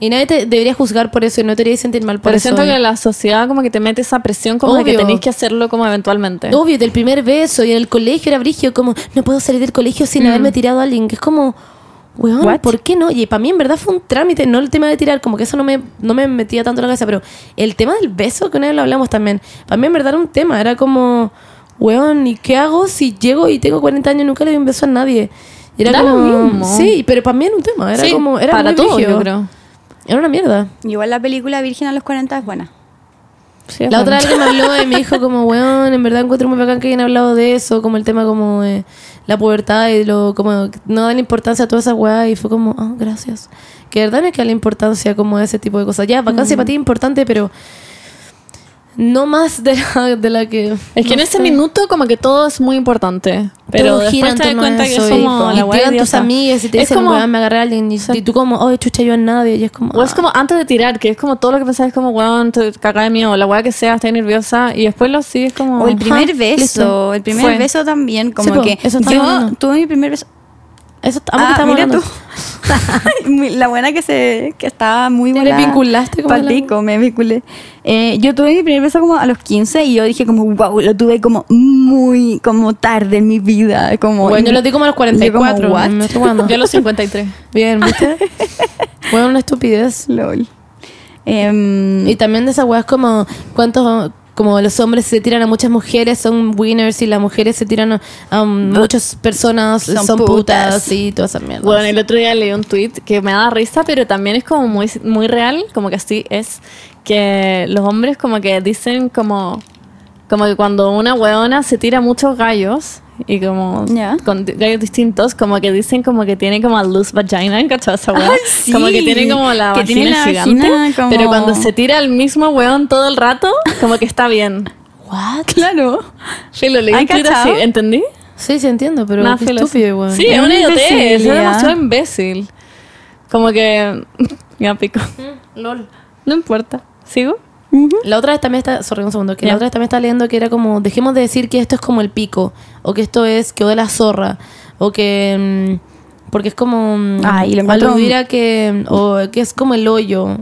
C: Y nadie te debería juzgar por eso y no te debería sentir mal por
B: Pero
C: eso.
B: siento que la sociedad como que te mete esa presión como de que
C: Obvio.
B: tenés que hacerlo como eventualmente.
C: Obvio, del primer beso y en el colegio era brigio, como no puedo salir del colegio
B: Mm.
C: sin haberme tirado a alguien, que es como, weón,
A: What?
C: ¿por qué no? Y para mí en verdad fue un trámite, no el tema de tirar, como que eso no me, no me metía tanto en la cabeza, pero el tema del beso, que una vez lo hablamos también, para mí en verdad era un tema, era como, weón, ¿y qué hago si llego y tengo 40 años y nunca le doy un beso a nadie? Y era
B: Da lo
C: como,
B: mismo.
C: sí, pero para mí era un tema, era
B: Sí,
C: como, era
B: para
C: muy
B: todos,
C: brigio.
B: yo creo.
C: Era una mierda.
A: Igual la película Virgen a los 40 es buena.
B: Sí, es
C: La otra
B: verdad.
C: vez que me habló y me dijo como, weón, en verdad encuentro muy bacán que hayan hablado de eso, como el tema como eh, la pubertad y lo, como no dan importancia a todas esas weas y fue como, ah, gracias. Que de verdad no es que la importancia como a ese tipo de cosas. Ya, vacancia
B: Mm.
C: para ti es importante, pero no más de la, de la que...
B: Es que en ese minuto como que todo es muy importante. Pero
C: Todo gira
B: después
C: en
B: te das
C: torno a
B: cuenta que
C: eso
B: es
C: y-
B: como
C: y
B: la wea
C: llegan tus
B: idiota.
C: amigas y te
B: es
C: dicen,
B: como,
C: weón, me agarré a alguien y, y tú como, oh, chucha, yo a nadie. Y es como, "Ah,
B: O es como antes de tirar, que es como todo lo que pensás es como, weón, te cagá de miedo, la weá que sea, estás nerviosa. Y después lo sigues como...
A: O el primer
C: Ajá,
A: beso,
C: listo.
A: el primer
B: Fue.
A: beso también,
C: Sí,
A: como
C: po,
A: que
C: eso estaba
A: yo
C: hablando.
A: tuve mi primer beso.
C: "Ah, eso estamos,
A: Ah,
C: estamos
A: mira
C: hablando".
A: tú. Muy- la buena que se que estaba muy
C: Te
A: buena.
C: vinculaste como a la-
A: Palpico, me vinculé. Eh, yo tuve mi primer beso como a los 15 y yo dije como, wow, lo tuve como muy, como tarde en mi vida. Como,
C: Bueno, yo lo di como a los 44.
A: Yo como, what?
C: me estoy jugando.
B: Yo a los 53.
C: Bien, ¿viste? Fue una estupidez.
A: Lol. Em,
C: Y también de esas weas como cuántos como los hombres se tiran a muchas mujeres son winners y las mujeres se tiran a, a muchas personas son,
A: Son
C: putas.
A: putas.
C: y todas esas mierdas.
B: Bueno, el otro día leí un tweet que me da risa, pero también es como muy, muy real, como que así es, que los hombres como que dicen como, como que cuando una weona se tira muchos gallos y como
A: Ya.
B: con di- gallos distintos, como que dicen como que tiene como a loose vagina, ¿cachai? Esa weá?
A: Ay, sí.
B: Como que tiene como la
A: Que
B: vagina
A: tiene la
B: gigante,
A: vagina como-
B: pero cuando se tira el mismo weón todo el rato, como que está bien.
C: What?
A: claro.
B: Sí, lo leí
A: ¿Ay,
B: en Twitter así,
A: cachao?
B: ¿entendí?
C: Sí, sí entiendo, pero
B: Nada
C: qué
B: filo,
C: estúpido
B: sí.
C: igual.
B: Sí, es
A: Es
B: una
A: una
B: idiotez, es
A: imbecilidad.
B: demasiado imbécil. Como que. ya pico.
C: Lol.
B: No importa. ¿Sigo?
C: La otra vez también está, sorry, un segundo, que
B: Ya.
C: la otra vez también está leyendo que era como, dejemos de decir que esto es como el pico, o que esto es que de la zorra, o que mm, porque es como mm,
A: Ay, lo encuentro-
C: aludir a que mm, o que es como el hoyo.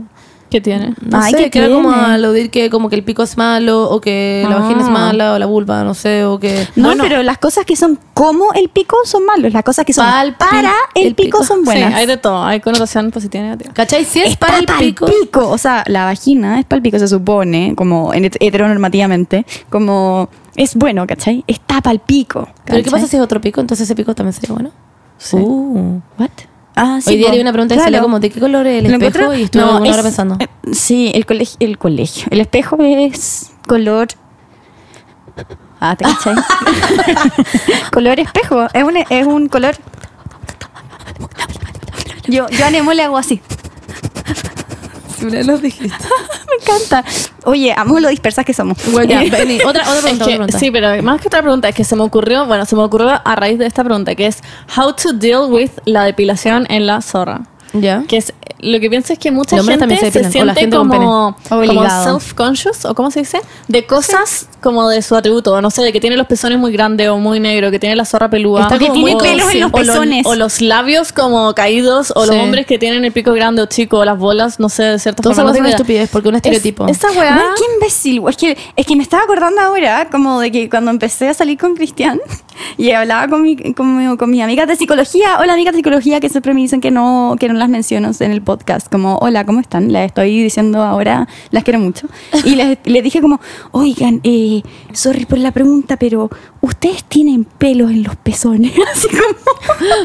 B: ¿Qué tiene?
C: No
A: Ay,
C: sé,
A: ¿qué
C: que era como
A: tiene?
C: aludir que como que el pico es malo, o que la
B: Ah.
C: vagina es mala, o la vulva, no sé, o que
A: No,
B: Bueno.
A: pero las cosas que son como el pico son malos, las cosas que son
C: Pal-
A: para el,
C: el
A: pico,
C: pico.
A: son buenas.
B: Sí, hay de todo. Hay connotación positiva y negativa.
C: ¿Cachai? Si es
A: Está
C: para el
A: pa'l
C: pico.
A: pico. O sea, la vagina es para el pico, se supone, como en het- heteronormativamente, como es bueno, ¿cachai? Está para el pico.
C: Pero
A: ¿cachai?
C: ¿qué pasa si es otro pico? Entonces ese pico también sería bueno.
B: Sí.
C: Uh.
A: What? Ah,
C: Hoy día
A: po.
C: le vi una pregunta que
A: Claro.
C: salía como ¿de qué color es el
A: ¿Lo
C: espejo?
A: encuentro?
C: Y estuve
A: No,
C: una
A: es-
C: hora pensando.
A: eh, sí, el colegio, el colegio. El espejo es color. Ah, te cachai. color espejo. Es un, es un color. Yo, yo a Nemo le hago así.
C: los dijiste.
A: Me encanta. Oye, amo lo dispersas que somos.
C: ya, vení. Otra, otra pregunta,
B: Es
C: otra
B: que-
C: pregunta.
B: sí, pero más que otra pregunta, es que se me ocurrió, bueno, se me ocurrió a raíz de esta pregunta, que es How to deal with la depilación en la zorra.
C: ¿Ya?
B: Que es, lo que pienso es que mucha
C: Los hombres
B: gente
C: también
B: se,
C: se depilan, o la gente
B: siente
C: con
B: como,
A: pene.
B: como
A: Obligado.
B: self-conscious, o cómo se dice, de cosas como de su atributo, no sé, de que tiene los pezones muy grandes o muy negro, que tiene la zorra peluda,
C: Está
B: o-
A: que
C: como
A: tiene
C: muy
A: pelos
C: cursi.
A: en los
B: o, lo-
A: pezones.
B: o los labios como caídos, o
C: Sí.
B: los hombres que tienen el pico grande o chico, o las bolas, no sé, de cierta
C: Todo eso
B: forma. no
C: es
B: tengo
C: una
B: idea.
C: estupidez, porque un estereotipo.
B: Es- esa weá...
A: Ay, qué imbécil, güey. es que, es que me estaba acordando ahora, como de que cuando empecé a salir con Cristian y hablaba con, mi, con, mi- con mis amigas de psicología, hola amigas de psicología, que siempre me dicen que no, que no las menciono en el podcast, como hola, ¿cómo están? Las estoy diciendo ahora, las quiero mucho. Y les, les dije como, oigan, eh, sorry por la pregunta, pero ustedes tienen pelos en los pezones, así como...
C: yo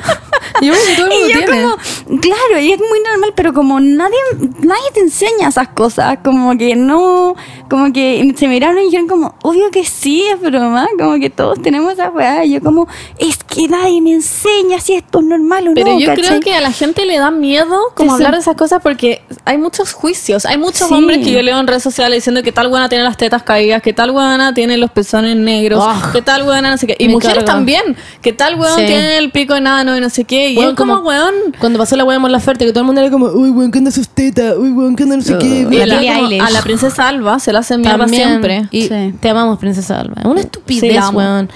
C: creo que todo el mundo
A: Y yo
C: tiene.
A: como, claro, y es muy normal, pero como nadie, nadie te enseña esas cosas, como que no, como que se miraron y dijeron como, obvio que sí, es broma, como que todos tenemos esa weá, y yo como, es que nadie me enseña si esto es normal o
B: Pero
A: no,
B: yo creo
A: ¿cachai?
B: que a la gente le da miedo como
A: Sí,
B: hablar
A: sí.
B: de esas cosas porque hay muchos juicios. Hay muchos
A: Sí.
B: hombres que yo leo en redes sociales diciendo que tal buena tiene las tetas caídas, que tal buena tiene los pezones negros,
C: Ugh.
B: que tal buena no sé qué. Y
C: Ah. Me
B: mujeres
C: carga.
B: también, que tal weón
C: Sí.
B: tiene el pico enano y no sé qué. Y
C: Weón,
B: es como, weón.
C: Cuando pasó la weá de la oferta que todo el mundo era como, uy, weón, ¿qué onda sus tetas? Uy, weón, ¿qué onda no sé qué?
B: Y
A: La
B: la-
A: Billie
B: como
A: Eilish.
B: a la princesa Alba se la hace mierda
C: También.
B: siempre.
C: Y
A: Sí.
C: te amamos, princesa Alba. Es Una
B: Sí,
C: estupidez,
B: la amo.
C: weón.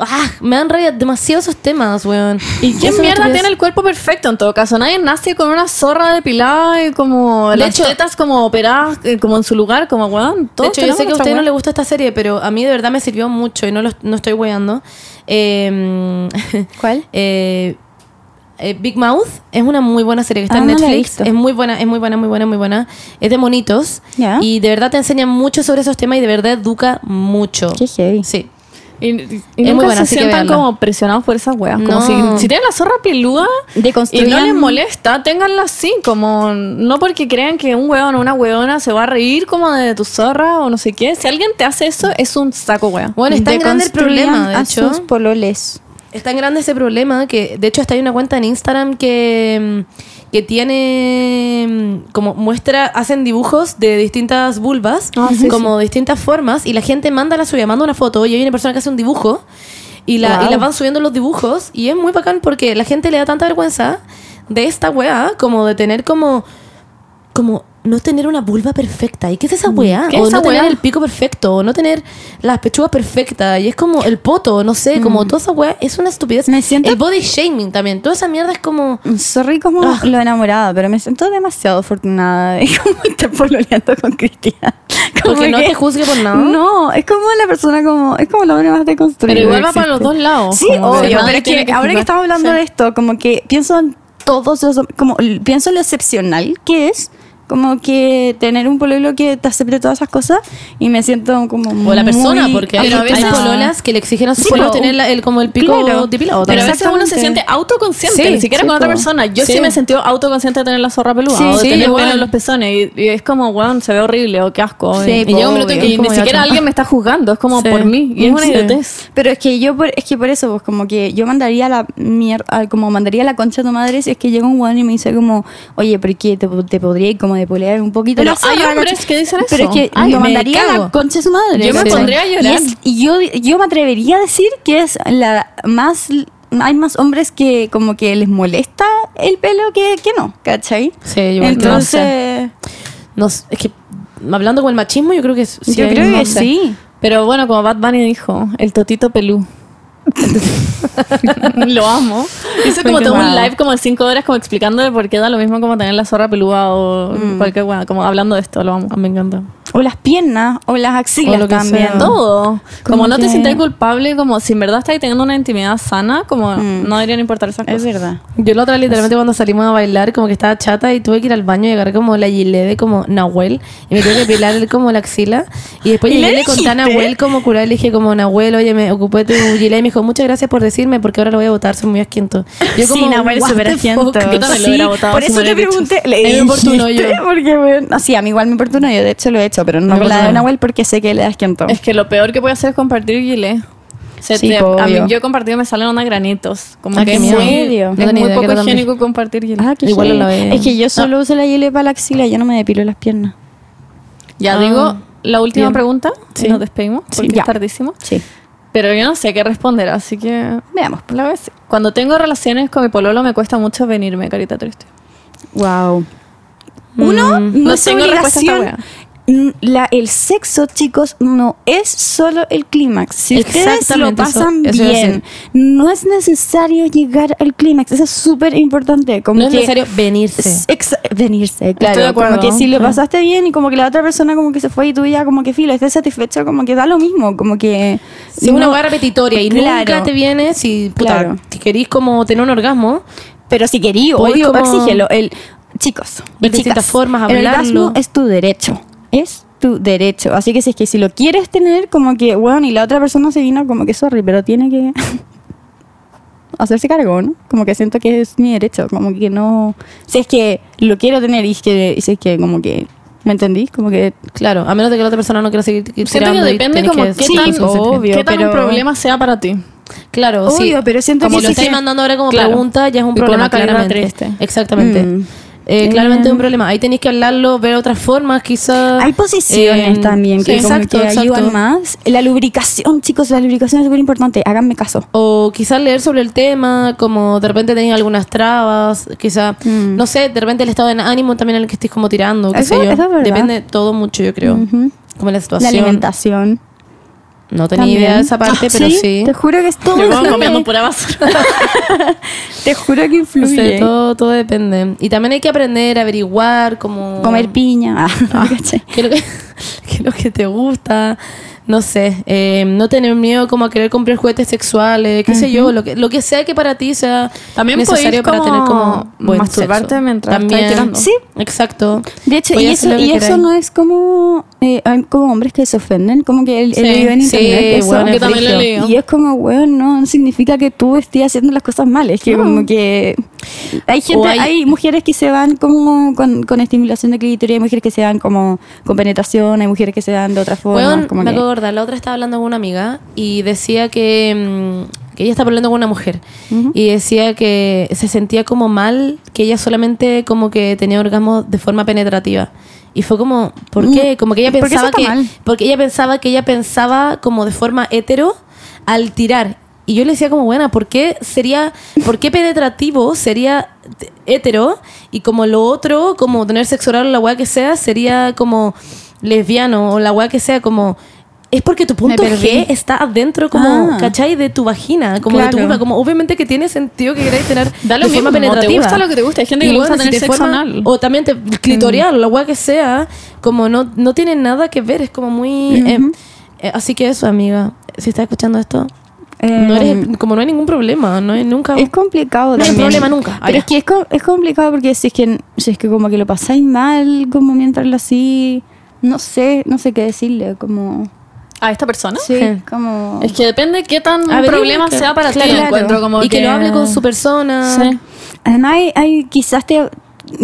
C: ah, me dan rabia demasiado esos temas, weón.
B: ¿Y quién
C: Eso es
B: mierda
C: una
B: tiene
C: estupidez.
B: el cuerpo perfecto en todo caso? Nadie nace con una zorra depilada y como
C: De
B: las
C: hecho-
B: tetas como operadas, eh, como en su lugar, como weón.
C: De
B: todos
C: hecho, yo
B: tenemos
C: sé que a
B: nuestra
C: usted no
B: weá.
C: le gusta esta serie, pero a mí de verdad me sirvió mucho y no, lo, no estoy weando. Eh,
A: ¿Cuál?
C: eh, eh, Big Mouth es una muy buena serie que está
A: Ah,
C: en
A: no la he
C: Netflix.
A: visto.
C: es muy buena, es muy buena, muy buena, muy buena. Es de monitos.
A: Ya.
C: Y de verdad te enseña mucho sobre esos temas y de verdad educa mucho.
A: Qué heavy.
C: Sí.
B: Y, y
C: Es
B: nunca
C: muy buena,
B: se
C: así que
B: sientan
C: véanla.
B: como presionados por esas weas. Como
C: No.
B: si, si tienen la zorra peluda y
A: Deconstruyan-
B: no les molesta, ténganla así. Como no porque crean que un weón o una weona se va a reír como de tu zorra o no sé qué. Si alguien te hace eso, es un saco wea.
C: Bueno, es tan grande el
A: Deconstruyan
C: problema, de
A: a
C: hecho.
A: sus pololes.
C: Es tan grande ese problema que, de hecho, hasta hay una cuenta en Instagram que, mm, que tiene mm, como muestra, hacen dibujos de distintas vulvas,
B: Ah, sí,
C: como distintas formas, y la gente manda la suya, manda una foto, y hay una persona que hace un dibujo, y la, y
B: Wow.
C: la van subiendo los dibujos, y es muy bacán porque la gente le da tanta vergüenza de esta weá, como de tener como, como no tener una vulva perfecta. ¿Y qué es esa weá?
B: ¿Qué es
C: o
B: esa
C: no tener
B: weá?
C: el pico perfecto, o no tener las pechugas perfectas, y es como el poto, no sé, como toda esa weá, es una estupidez.
A: Mm. Me siento-
C: El body shaming también, toda esa mierda es como...
A: Sorry como
C: Ah.
A: lo enamorada, pero me siento demasiado afortunada de cómo estar pololeando con Cristian. Como
C: Porque no
A: que-
C: te juzgue por nada.
A: No, es como la persona como... Es como la hombre más deconstruida.
B: Pero igual
A: que
B: va para los
A: existe.
B: dos lados.
A: Sí,
B: como que
A: obvio,
B: nadie
A: pero es que,
B: tiene
A: ahora que
B: juzgar.
A: estamos hablando
B: Sí.
A: de esto, como que pienso en todos los, como l- pienso en lo excepcional que es, como que tener un pololo que te acepte todas esas cosas y me siento como
C: O la
A: muy
C: persona, porque
B: pero a
C: hay
B: veces-
C: pololas que le exigen a sus
B: Sí,
C: pololos
B: po.
C: tener la- el, como el pico
A: Claro.
C: depilado.
B: Pero
C: también.
B: a veces uno se
A: Exactamente.
B: siente autoconsciente,
A: Sí,
B: ni siquiera
A: sí,
B: con otra
A: po.
B: persona. Yo sí,
A: Sí.
B: me he sentido autoconsciente de tener la zorra peluda
A: Sí,
B: o de
A: sí,
B: tener
A: igual.
B: pelo en los pezones. Y, y es como, weón, se ve horrible o qué asco.
A: Sí,
B: y
A: po,
B: llega un minuto en
A: obvio.
B: que ni
C: Como
B: siquiera
C: gacha.
B: alguien me está juzgando, es como
C: Sí.
B: por mí. Y es una
C: Sí.
B: idiotez.
A: Pero es que yo, por, es que por eso, pues como que yo mandaría la mierda, como mandaría la concha a tu madre si es que llega un weón y me dice como, oye, pero es que te, te podría ir como de polear un poquito.
B: Pero
A: la zorra,
B: hay hombres
A: ¿cachai?
B: que dicen
A: Pero es
B: eso.
A: que
B: Ay,
A: lo
B: me
A: mandaría a
B: cago.
A: la concha a su madre.
B: Yo me
A: ¿cachai?
B: pondría a llorar.
A: Y, es- y yo, yo me atrevería a decir que es la más... Hay más hombres que como que les molesta el pelo que, que no, ¿cachai?
C: Sí, yo igual creo.
A: Entonces,
C: No sé, es que hablando con el machismo, yo creo que sí
A: yo
C: hay
A: creo
C: un-
A: que sí.
B: Pero bueno, como Bad Bunny dijo, el totito pelú. lo amo. Hizo como
A: Porque
B: todo un
A: wow.
B: live como de cinco horas como explicándole por qué da lo mismo como tener la zorra pelúa o cualquier weón, como hablando de esto, lo amo, me encanta.
A: O las piernas, o las axilas
C: lo que
A: también.
C: sea.
B: Todo. Como,
A: Como
B: no te
A: que-
B: sientas culpable, como si en verdad estás teniendo una intimidad sana, como
A: Mm.
B: no deberían importar esas
A: Es
B: cosas.
A: verdad.
C: Yo la otra literalmente cuando salimos a bailar como que estaba chata y tuve que ir al baño y agarré como la gilet de como Nahuel y me tuve que pilar como la axila y después
A: ¿Y
C: llegué y
A: le
C: le conté a
A: dijiste?
C: Nahuel como curar le dije como Nahuel oye me ocupé tu gilet y me dijo muchas gracias por decirme porque ahora lo voy a votar soy muy asquiento yo
A: sí, Nahuel es
C: "What
A: súper
C: the
A: asquiento.
C: fuck?".
B: Yo también lo hubiera votado
A: por
B: si
A: eso
B: me
A: te
B: hubieran
A: pregunté.
B: dicho.
A: ¿Le
C: A mí me importa un
A: dijiste?
C: hoyo.
A: Porque, bueno, no, sí, a mí igual me importa un hoyo. De hecho, lo he hecho, pero
C: Me
A: no con
C: importa
A: la
C: un
A: de
C: hoyo.
A: Nahuel porque sé que le das quien
B: Es que lo peor que puede hacer es compartir gilet. Se
A: Sí,
B: te-
A: po,
B: a mí
A: obvio.
B: yo he compartido me salen unos granitos. Como
C: Ah,
B: que
C: qué
B: es muy,
C: miedo.
A: ¿Serio?
B: es
C: No tenía
B: muy
C: idea que
B: poco
C: era tan
B: higiénico compartir gilet.
A: Ah, qué
C: Igual
A: heavy.
C: a la vez.
A: Es que yo solo uso la hielo para la axila, yo no me depilo las piernas.
B: Ya
C: Ah,
B: digo la última
C: bien.
B: pregunta y
C: Sí.
B: nos despedimos
A: Sí,
B: porque
A: ya.
B: es tardísimo.
A: Sí.
B: Pero yo no sé qué responder, así que
A: Veamos.
B: la voy a decir. Cuando tengo relaciones con mi pololo me cuesta mucho venirme, carita triste.
A: Wow. Uno,
B: Mm,
A: no
B: no
A: es
B: tengo respuesta a esta
A: obligación. Mm, La, el sexo, chicos, no es solo el clímax. Si ustedes lo
C: Exactamente, eso-
A: pasan
C: eso iba a
A: bien,
C: decir.
A: no es necesario llegar al clímax. Eso es súper importante. Como
C: no es
A: que-
C: necesario venirse
A: S- exa- venirse, claro.
B: de acuerdo.
A: Como que si lo
B: Ajá.
A: pasaste bien y como que la otra persona como que se fue y tú ya como que filo, estés satisfecho, como que da lo mismo, como que...
C: si es una
A: no-
C: hueá repetitoria y nunca
A: Claro.
C: te vienes y puta
A: Claro.
C: si querís como tener un orgasmo
A: Pero si querí,
C: Podés
A: obvio,
C: como-
A: exígelo. El, chicos, y
C: Ver distintas
A: chicas,
C: formas,
A: el
C: hablarlo.
A: orgasmo es tu derecho, es tu derecho. Así que si es que si lo quieres tener, como que, bueno, y la otra persona se vino como que, sorry, pero tiene que... Hacerse cargo, ¿no? Como que siento que es mi derecho, como que no... Si es que lo quiero tener y, es que, y si es que como que... ¿Me entendís? Como que
C: claro a menos de que la otra persona no quiera seguir
B: Siento que
C: tirando y
B: depende
C: tenés
B: como
C: que
B: qué
C: seguir
B: tan,
C: con consentimiento.
A: obvio,
B: qué tan un
A: pero-
B: problema sea para ti.
C: Claro, sí.
A: Obvio, pero siento
C: como
A: que
C: lo
A: sí
C: estáis
A: se-
C: mandando ahora como
B: Claro.
C: pregunta, ya es un
B: Y con
C: problema
B: una carita
C: claramente.
B: triste.
C: Exactamente.
A: Mm.
C: Eh, claramente
A: Eh.
C: es un problema. Ahí tenéis que hablarlo, ver otras formas, quizás.
A: Hay posiciones
C: Eh,
A: también que,
C: sí,
A: como
C: exacto,
A: que
C: exacto.
A: ayudan más. La lubricación, chicos, la lubricación es súper importante. Háganme caso.
C: O quizás leer sobre el tema, como de repente tenéis algunas trabas, quizás,
A: Mm.
C: no sé, de repente el estado de ánimo también en el que estés como tirando, qué
A: Eso-
C: sé yo.
A: eso es verdad.
C: Depende todo mucho, yo creo.
A: Ujú.
C: Como la
A: La
C: situación.
A: alimentación.
C: No tenía
A: También. Ah,
C: idea de esa parte, pero sí.
A: Te juro que es todo.
D: Yo como
A: influye.
D: comiendo pura basura.
A: Te juro que
C: No
A: influye.
C: sé, todo, todo depende. Y también hay que aprender, averiguar, como...
A: Comer piña. Ah, no caché.
C: qué es lo que, qué es lo que te gusta, no sé, eh, no tener miedo como a querer comprar juguetes sexuales, qué sé yo, lo que, lo que sea que para ti sea
D: También podéis
C: necesario para
D: como
C: tener como buen
B: masturbarte
C: sexo.
B: mientras estás
C: También,
B: tirando.
A: Sí.
C: exacto.
A: De hecho, y
C: Podéis
A: eso,
C: hacer lo que
A: y eso
C: queráis.
A: no es como. eh, hay como hombres que se ofenden, como que él, él
C: Sí,
A: vive en
C: sí,
A: internet. eso.
C: bueno,
D: Yo también lo
C: frigio.
D: leo.
A: Y es como, weón, no, no significa que tú estés haciendo las cosas mal. Es que como que hay gente,
C: hay-
A: hay... mujeres que se van como con, con estimulación de clítoris, hay mujeres que se dan como con penetración, hay mujeres que se dan de otra forma.
C: Weón,
A: como
C: me
A: que-
C: acuerdo de acordar, la otra estaba hablando con una amiga y decía que, mm, que ella estaba hablando con una mujer y decía que se sentía como mal que ella solamente como que tenía orgasmos de forma penetrativa. Y fue como, ¿por
A: Mm.
C: qué? Como que ella
A: ¿Por qué eso
C: pensaba
A: está
C: que
A: mal?
C: porque ella pensaba que ella pensaba como de forma hetero al tirar. Y yo le decía como, buena, ¿por qué sería, por qué penetrativo sería t- hetero y como lo otro, como tener sexo oral o la weá que sea, sería como lesbiano o la weá que sea, como... Es porque tu punto G está adentro como,
A: Ah.
C: ¿cachai? De tu vagina, como de tu
A: Claro.
C: vulva, como obviamente que tiene sentido que queráis tener
D: Da lo
C: de forma
D: mismo, te
C: penetrativa.
D: gusta lo que te gusta, hay gente que le
C: bueno,
D: gusta
C: si
D: tener
C: de
D: sexo anal. Mm.
C: O también te, clitorial, la weá que sea, como no, no tiene nada que ver, es como muy... eh, eh, así que eso, amiga, si estás escuchando esto,
A: Eh,
C: no eres, como no hay ningún problema, no hay nunca...
A: Es complicado
C: No hay
A: también.
C: problema nunca. Ah,
A: Pero
C: ya.
A: es que es, co- es complicado porque si es que si es que como que lo pasáis mal, como mientras lo así, no sé, no sé qué decirle, como
D: ¿A esta persona?
A: sí,
C: Ajá.
A: como
D: Es que depende qué tan
C: A
D: un
C: ver,
D: problema
C: dime que-
D: sea para ti.
A: claro.
D: encuentro como
C: y que, lo hable con su persona.
D: Sí.
A: Además, hay, hay- quizás te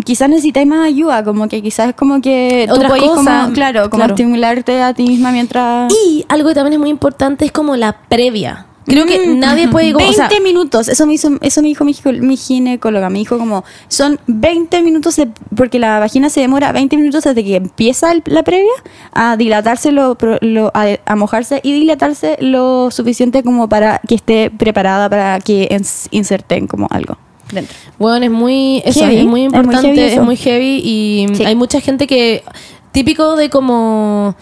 A: quizás necesitáis más ayuda, como que quizás es como que tú
C: Otras
A: podís como-
C: cosas,
A: claro, como
C: claro.
A: estimularte a ti misma mientras
C: Y algo que también es muy importante es como la previa. Creo que
A: Mm,
C: nadie puede... Como,
A: 20
C: o sea,
A: minutos, eso me, hizo, eso me dijo mi, gico- mi ginecóloga, me dijo como, son 20 minutos, de- porque la vagina se demora 20 minutos desde que empieza el- la previa a dilatarse, lo, pro- lo- a, a mojarse y dilatarse lo suficiente como para que esté preparada para que ens- inserten como algo dentro.
C: Bueno, es muy, eso,
A: Heavy.
C: es muy
A: Es muy heavy
C: importante, es muy heavy,
A: eso.
C: y
A: Sí.
C: hay mucha gente que, típico de como,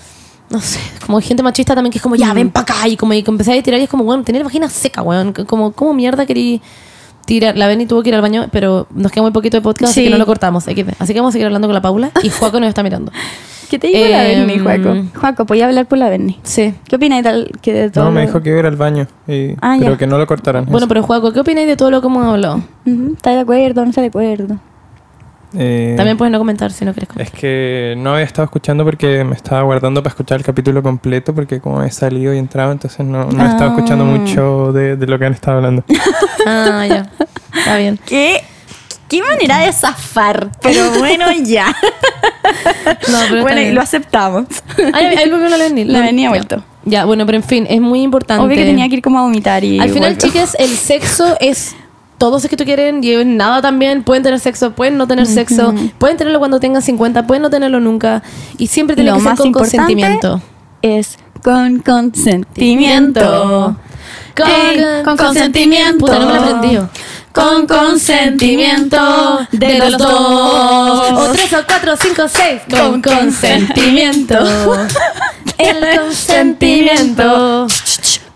C: no sé, como gente machista también que es como,
A: Mm.
C: ya, ven para acá y como y que empecé a tirar y es como, bueno, tener vagina seca, weón, que como, ¿cómo mierda querí tirar? La Benny tuvo que ir al baño, pero nos queda muy poquito de podcast, así
A: Sí.
C: que no lo cortamos, XD. así que vamos a seguir hablando con la Paula y Juaco nos está mirando.
A: ¿Qué te dijo la
C: Em,
A: Berni, Juaco? Juaco, podía hablar por la Berni.
C: Sí.
A: ¿Qué opinas tal que de todo?
E: No, me dijo que iba a ir al baño, y,
A: Ah,
E: pero
A: ya.
E: que no lo cortaran.
C: Bueno, pero Juaco, ¿qué opináis de todo lo que hemos hablado?
A: Ujú, ¿Está de acuerdo? ¿No está de acuerdo?
E: Eh,
C: También puedes no comentar si no quieres comentar.
E: Es que no había estado escuchando porque me estaba guardando para escuchar el capítulo completo porque como he salido y entrado, entonces no, no he estado
A: Ah.
E: escuchando mucho de, de lo que han estado hablando.
C: Ah, ya. Está bien.
A: ¿Qué? ¿Qué manera de zafar? Pero bueno, ya.
C: No, pero está
A: bueno, y
C: bien.
A: lo aceptamos.
C: Ahí, ahí volvió la Benny.
A: La venía vuelto.
C: Ya, bueno, pero en fin, es muy importante.
A: Obvio que tenía que ir como a vomitar y.
C: Al final,
A: vuelvo.
C: chicas, el sexo es todo lo que tú quieren y es nada también. Pueden tener sexo, pueden no tener sexo, pueden tenerlo cuando tengan 50, pueden no tenerlo nunca. Y siempre tiene
A: Lo
C: que ser
A: más
C: con
A: importante-
C: consentimiento.
A: Es con consentimiento.
D: Con- con consentimiento.
C: Eh, Puta, no me lo he aprendido.
D: Con consentimiento de los dos.
C: O tres o cuatro, cinco, seis.
D: Con consentimiento.
C: El consentimiento.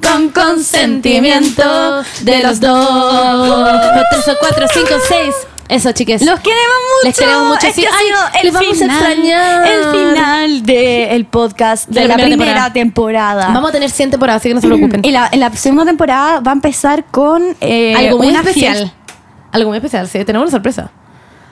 D: Con consentimiento de los
C: O
D: dos.
C: tres o cuatro, cinco, seis. Eso, chicas.
A: Los queremos mucho.
C: Les queremos mucho, sí.
A: Este ha
C: Ay,
A: sido el
C: les vamos a
A: final,
C: extrañar.
A: El final del podcast de,
C: De la
A: la
C: primera
A: primera temporada.
C: Vamos a tener 100 temporadas, así que no se preocupen.
A: Y la, en la segunda temporada va a empezar con eh,
C: Algo muy
A: una
C: especial.
A: fiesta.
C: Algo muy especial, sí. Tenemos una sorpresa.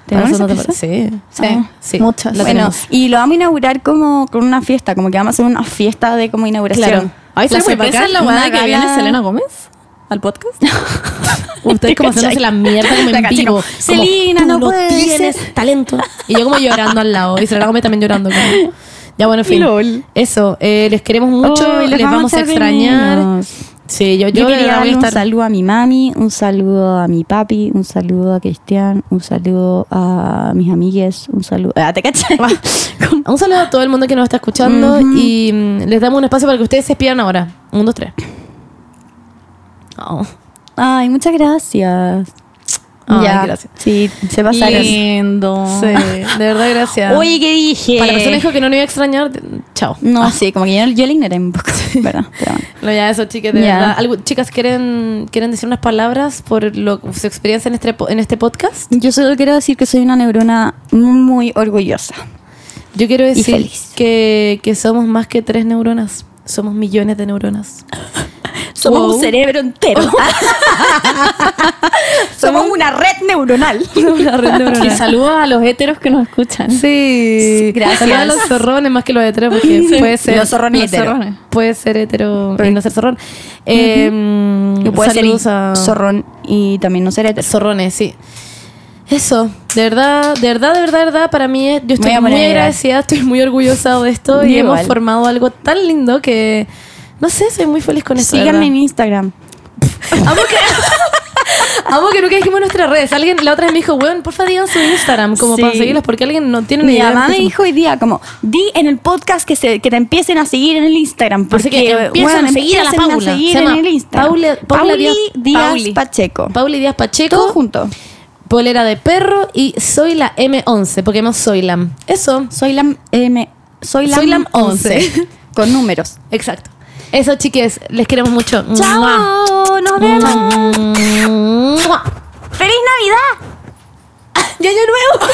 A: ¿Tenemos
C: Para
A: una
C: la segunda
A: sorpresa?
C: temporada. Sí.
A: Ah,
C: sí.
B: muchas.
C: La
A: bueno,
C: tenemos.
A: y lo vamos a inaugurar como con una fiesta, como que vamos a hacer una fiesta de como inauguración.
C: Claro. La
B: Ay, se me
C: sorpresa
B: pasa
C: es
B: la
C: la
B: buena
A: guada
B: que viene Selena Gómez al podcast.
C: Ustedes como
A: ¿Cachai?
C: haciéndose la mierda como
A: La
C: en
A: caché
C: vivo.
A: como,
C: como,
A: "Selena,
C: tú
A: no
C: no
A: puede
C: tienes talento. Y yo como llorando al lado. Y Selena Gómez también llorando. como. Ya bueno, en fin.
A: Lol.
C: Eso, eh, les queremos mucho,
A: Ay,
C: les, vamos a
A: echar de
C: extrañar.
A: menos.
C: Sí, yo, yo,
A: Yo
C: de
A: quería
C: verdad
A: darle
C: voy a
A: un
C: estar
A: saludo a mi mami, un saludo a mi papi, un saludo a Cristian, un saludo a mis amigues, un saludo. Ah, ¿Te caché?
C: Un saludo a todo el mundo que nos está escuchando y mm, les damos un espacio para que ustedes se despidan ahora. Un, dos, tres. Oh.
A: Ay, muchas gracias.
C: Ay, gracias.
A: Sí, se pasaron.
B: Lindo.
C: Sí, de verdad, gracias.
A: Oye, ¿qué dije?
C: Eh. para la persona que dijo que no lo iba a extrañar, Chao.
A: No, sí, como que yo, yo la ignoré un poco, ¿verdad? Pero bueno.
C: No, ya eso, chicas, de
A: Ya.
C: verdad. Algu- chicas, ¿quieren, ¿quieren decir unas palabras por lo, su experiencia en este, po- en este podcast?
A: Yo solo quiero decir que soy una neurona muy orgullosa.
C: Yo quiero decir
A: feliz.
C: que, que somos más que tres neuronas. Somos millones de neuronas.
A: Somos
C: Wow.
A: un cerebro entero. Oh. Somos una red neuronal.
C: Una red neuronal.
B: Y saludos a los héteros que nos escuchan.
C: Sí,
A: Gracias.
C: Saluda a los zorrones más que los heteros, porque puede ser.
A: Los zorrones
C: los
A: hetero.
C: zorrones. Puede ser hetero y no ser zorrón. Eh,
A: Y puede ser
C: saludos a.
A: zorrón y también no ser hetero.
C: Zorrones, sí. Eso, de verdad, de verdad, de verdad, de verdad, para mí es- yo
A: voy
C: estoy
A: a
C: muy
A: poner a llorar.
C: agradecida, estoy muy orgullosa de esto y
A: Yo
C: hemos
A: igual.
C: formado algo tan lindo que, no sé, soy muy feliz con esto. de
A: Síganme
C: Pues verdad.
A: en Instagram.
C: Amo que, amo que nunca dijimos nuestras redes. Alguien, la otra vez me dijo, weón, porfa digan su Instagram, como
A: Sí.
C: para seguirlos, porque alguien no tiene
A: Mi
C: ni idea. de
A: mamá
C: qué
A: me
C: somos.
A: dijo hoy día como, di en el podcast que, se, que te empiecen a seguir en el Instagram. Porque
C: Así que empiecen
A: bueno,
C: a seguir a la
A: empiecen
C: Paula.
A: seguir
C: Se
A: en
C: llama
A: el Instagram.
C: Paula- Paula
A: Pauli
C: Díaz-
A: Díaz
C: Pauli.
A: Pacheco.
C: Pauli Díaz Pacheco,
A: Todo junto.
C: polera de perro y soy la M11, Pokémon Soylam. Eso.
A: Soy la M. Soy la
C: Soy la 11.
A: 11. Con números.
C: Exacto. Eso, chiques, les queremos mucho. Mua.
A: ¡Chao! ¡Nos
C: Vâng.
A: vemos!
C: Mua.
A: ¡Feliz Navidad!
C: ¡Y año nuevo!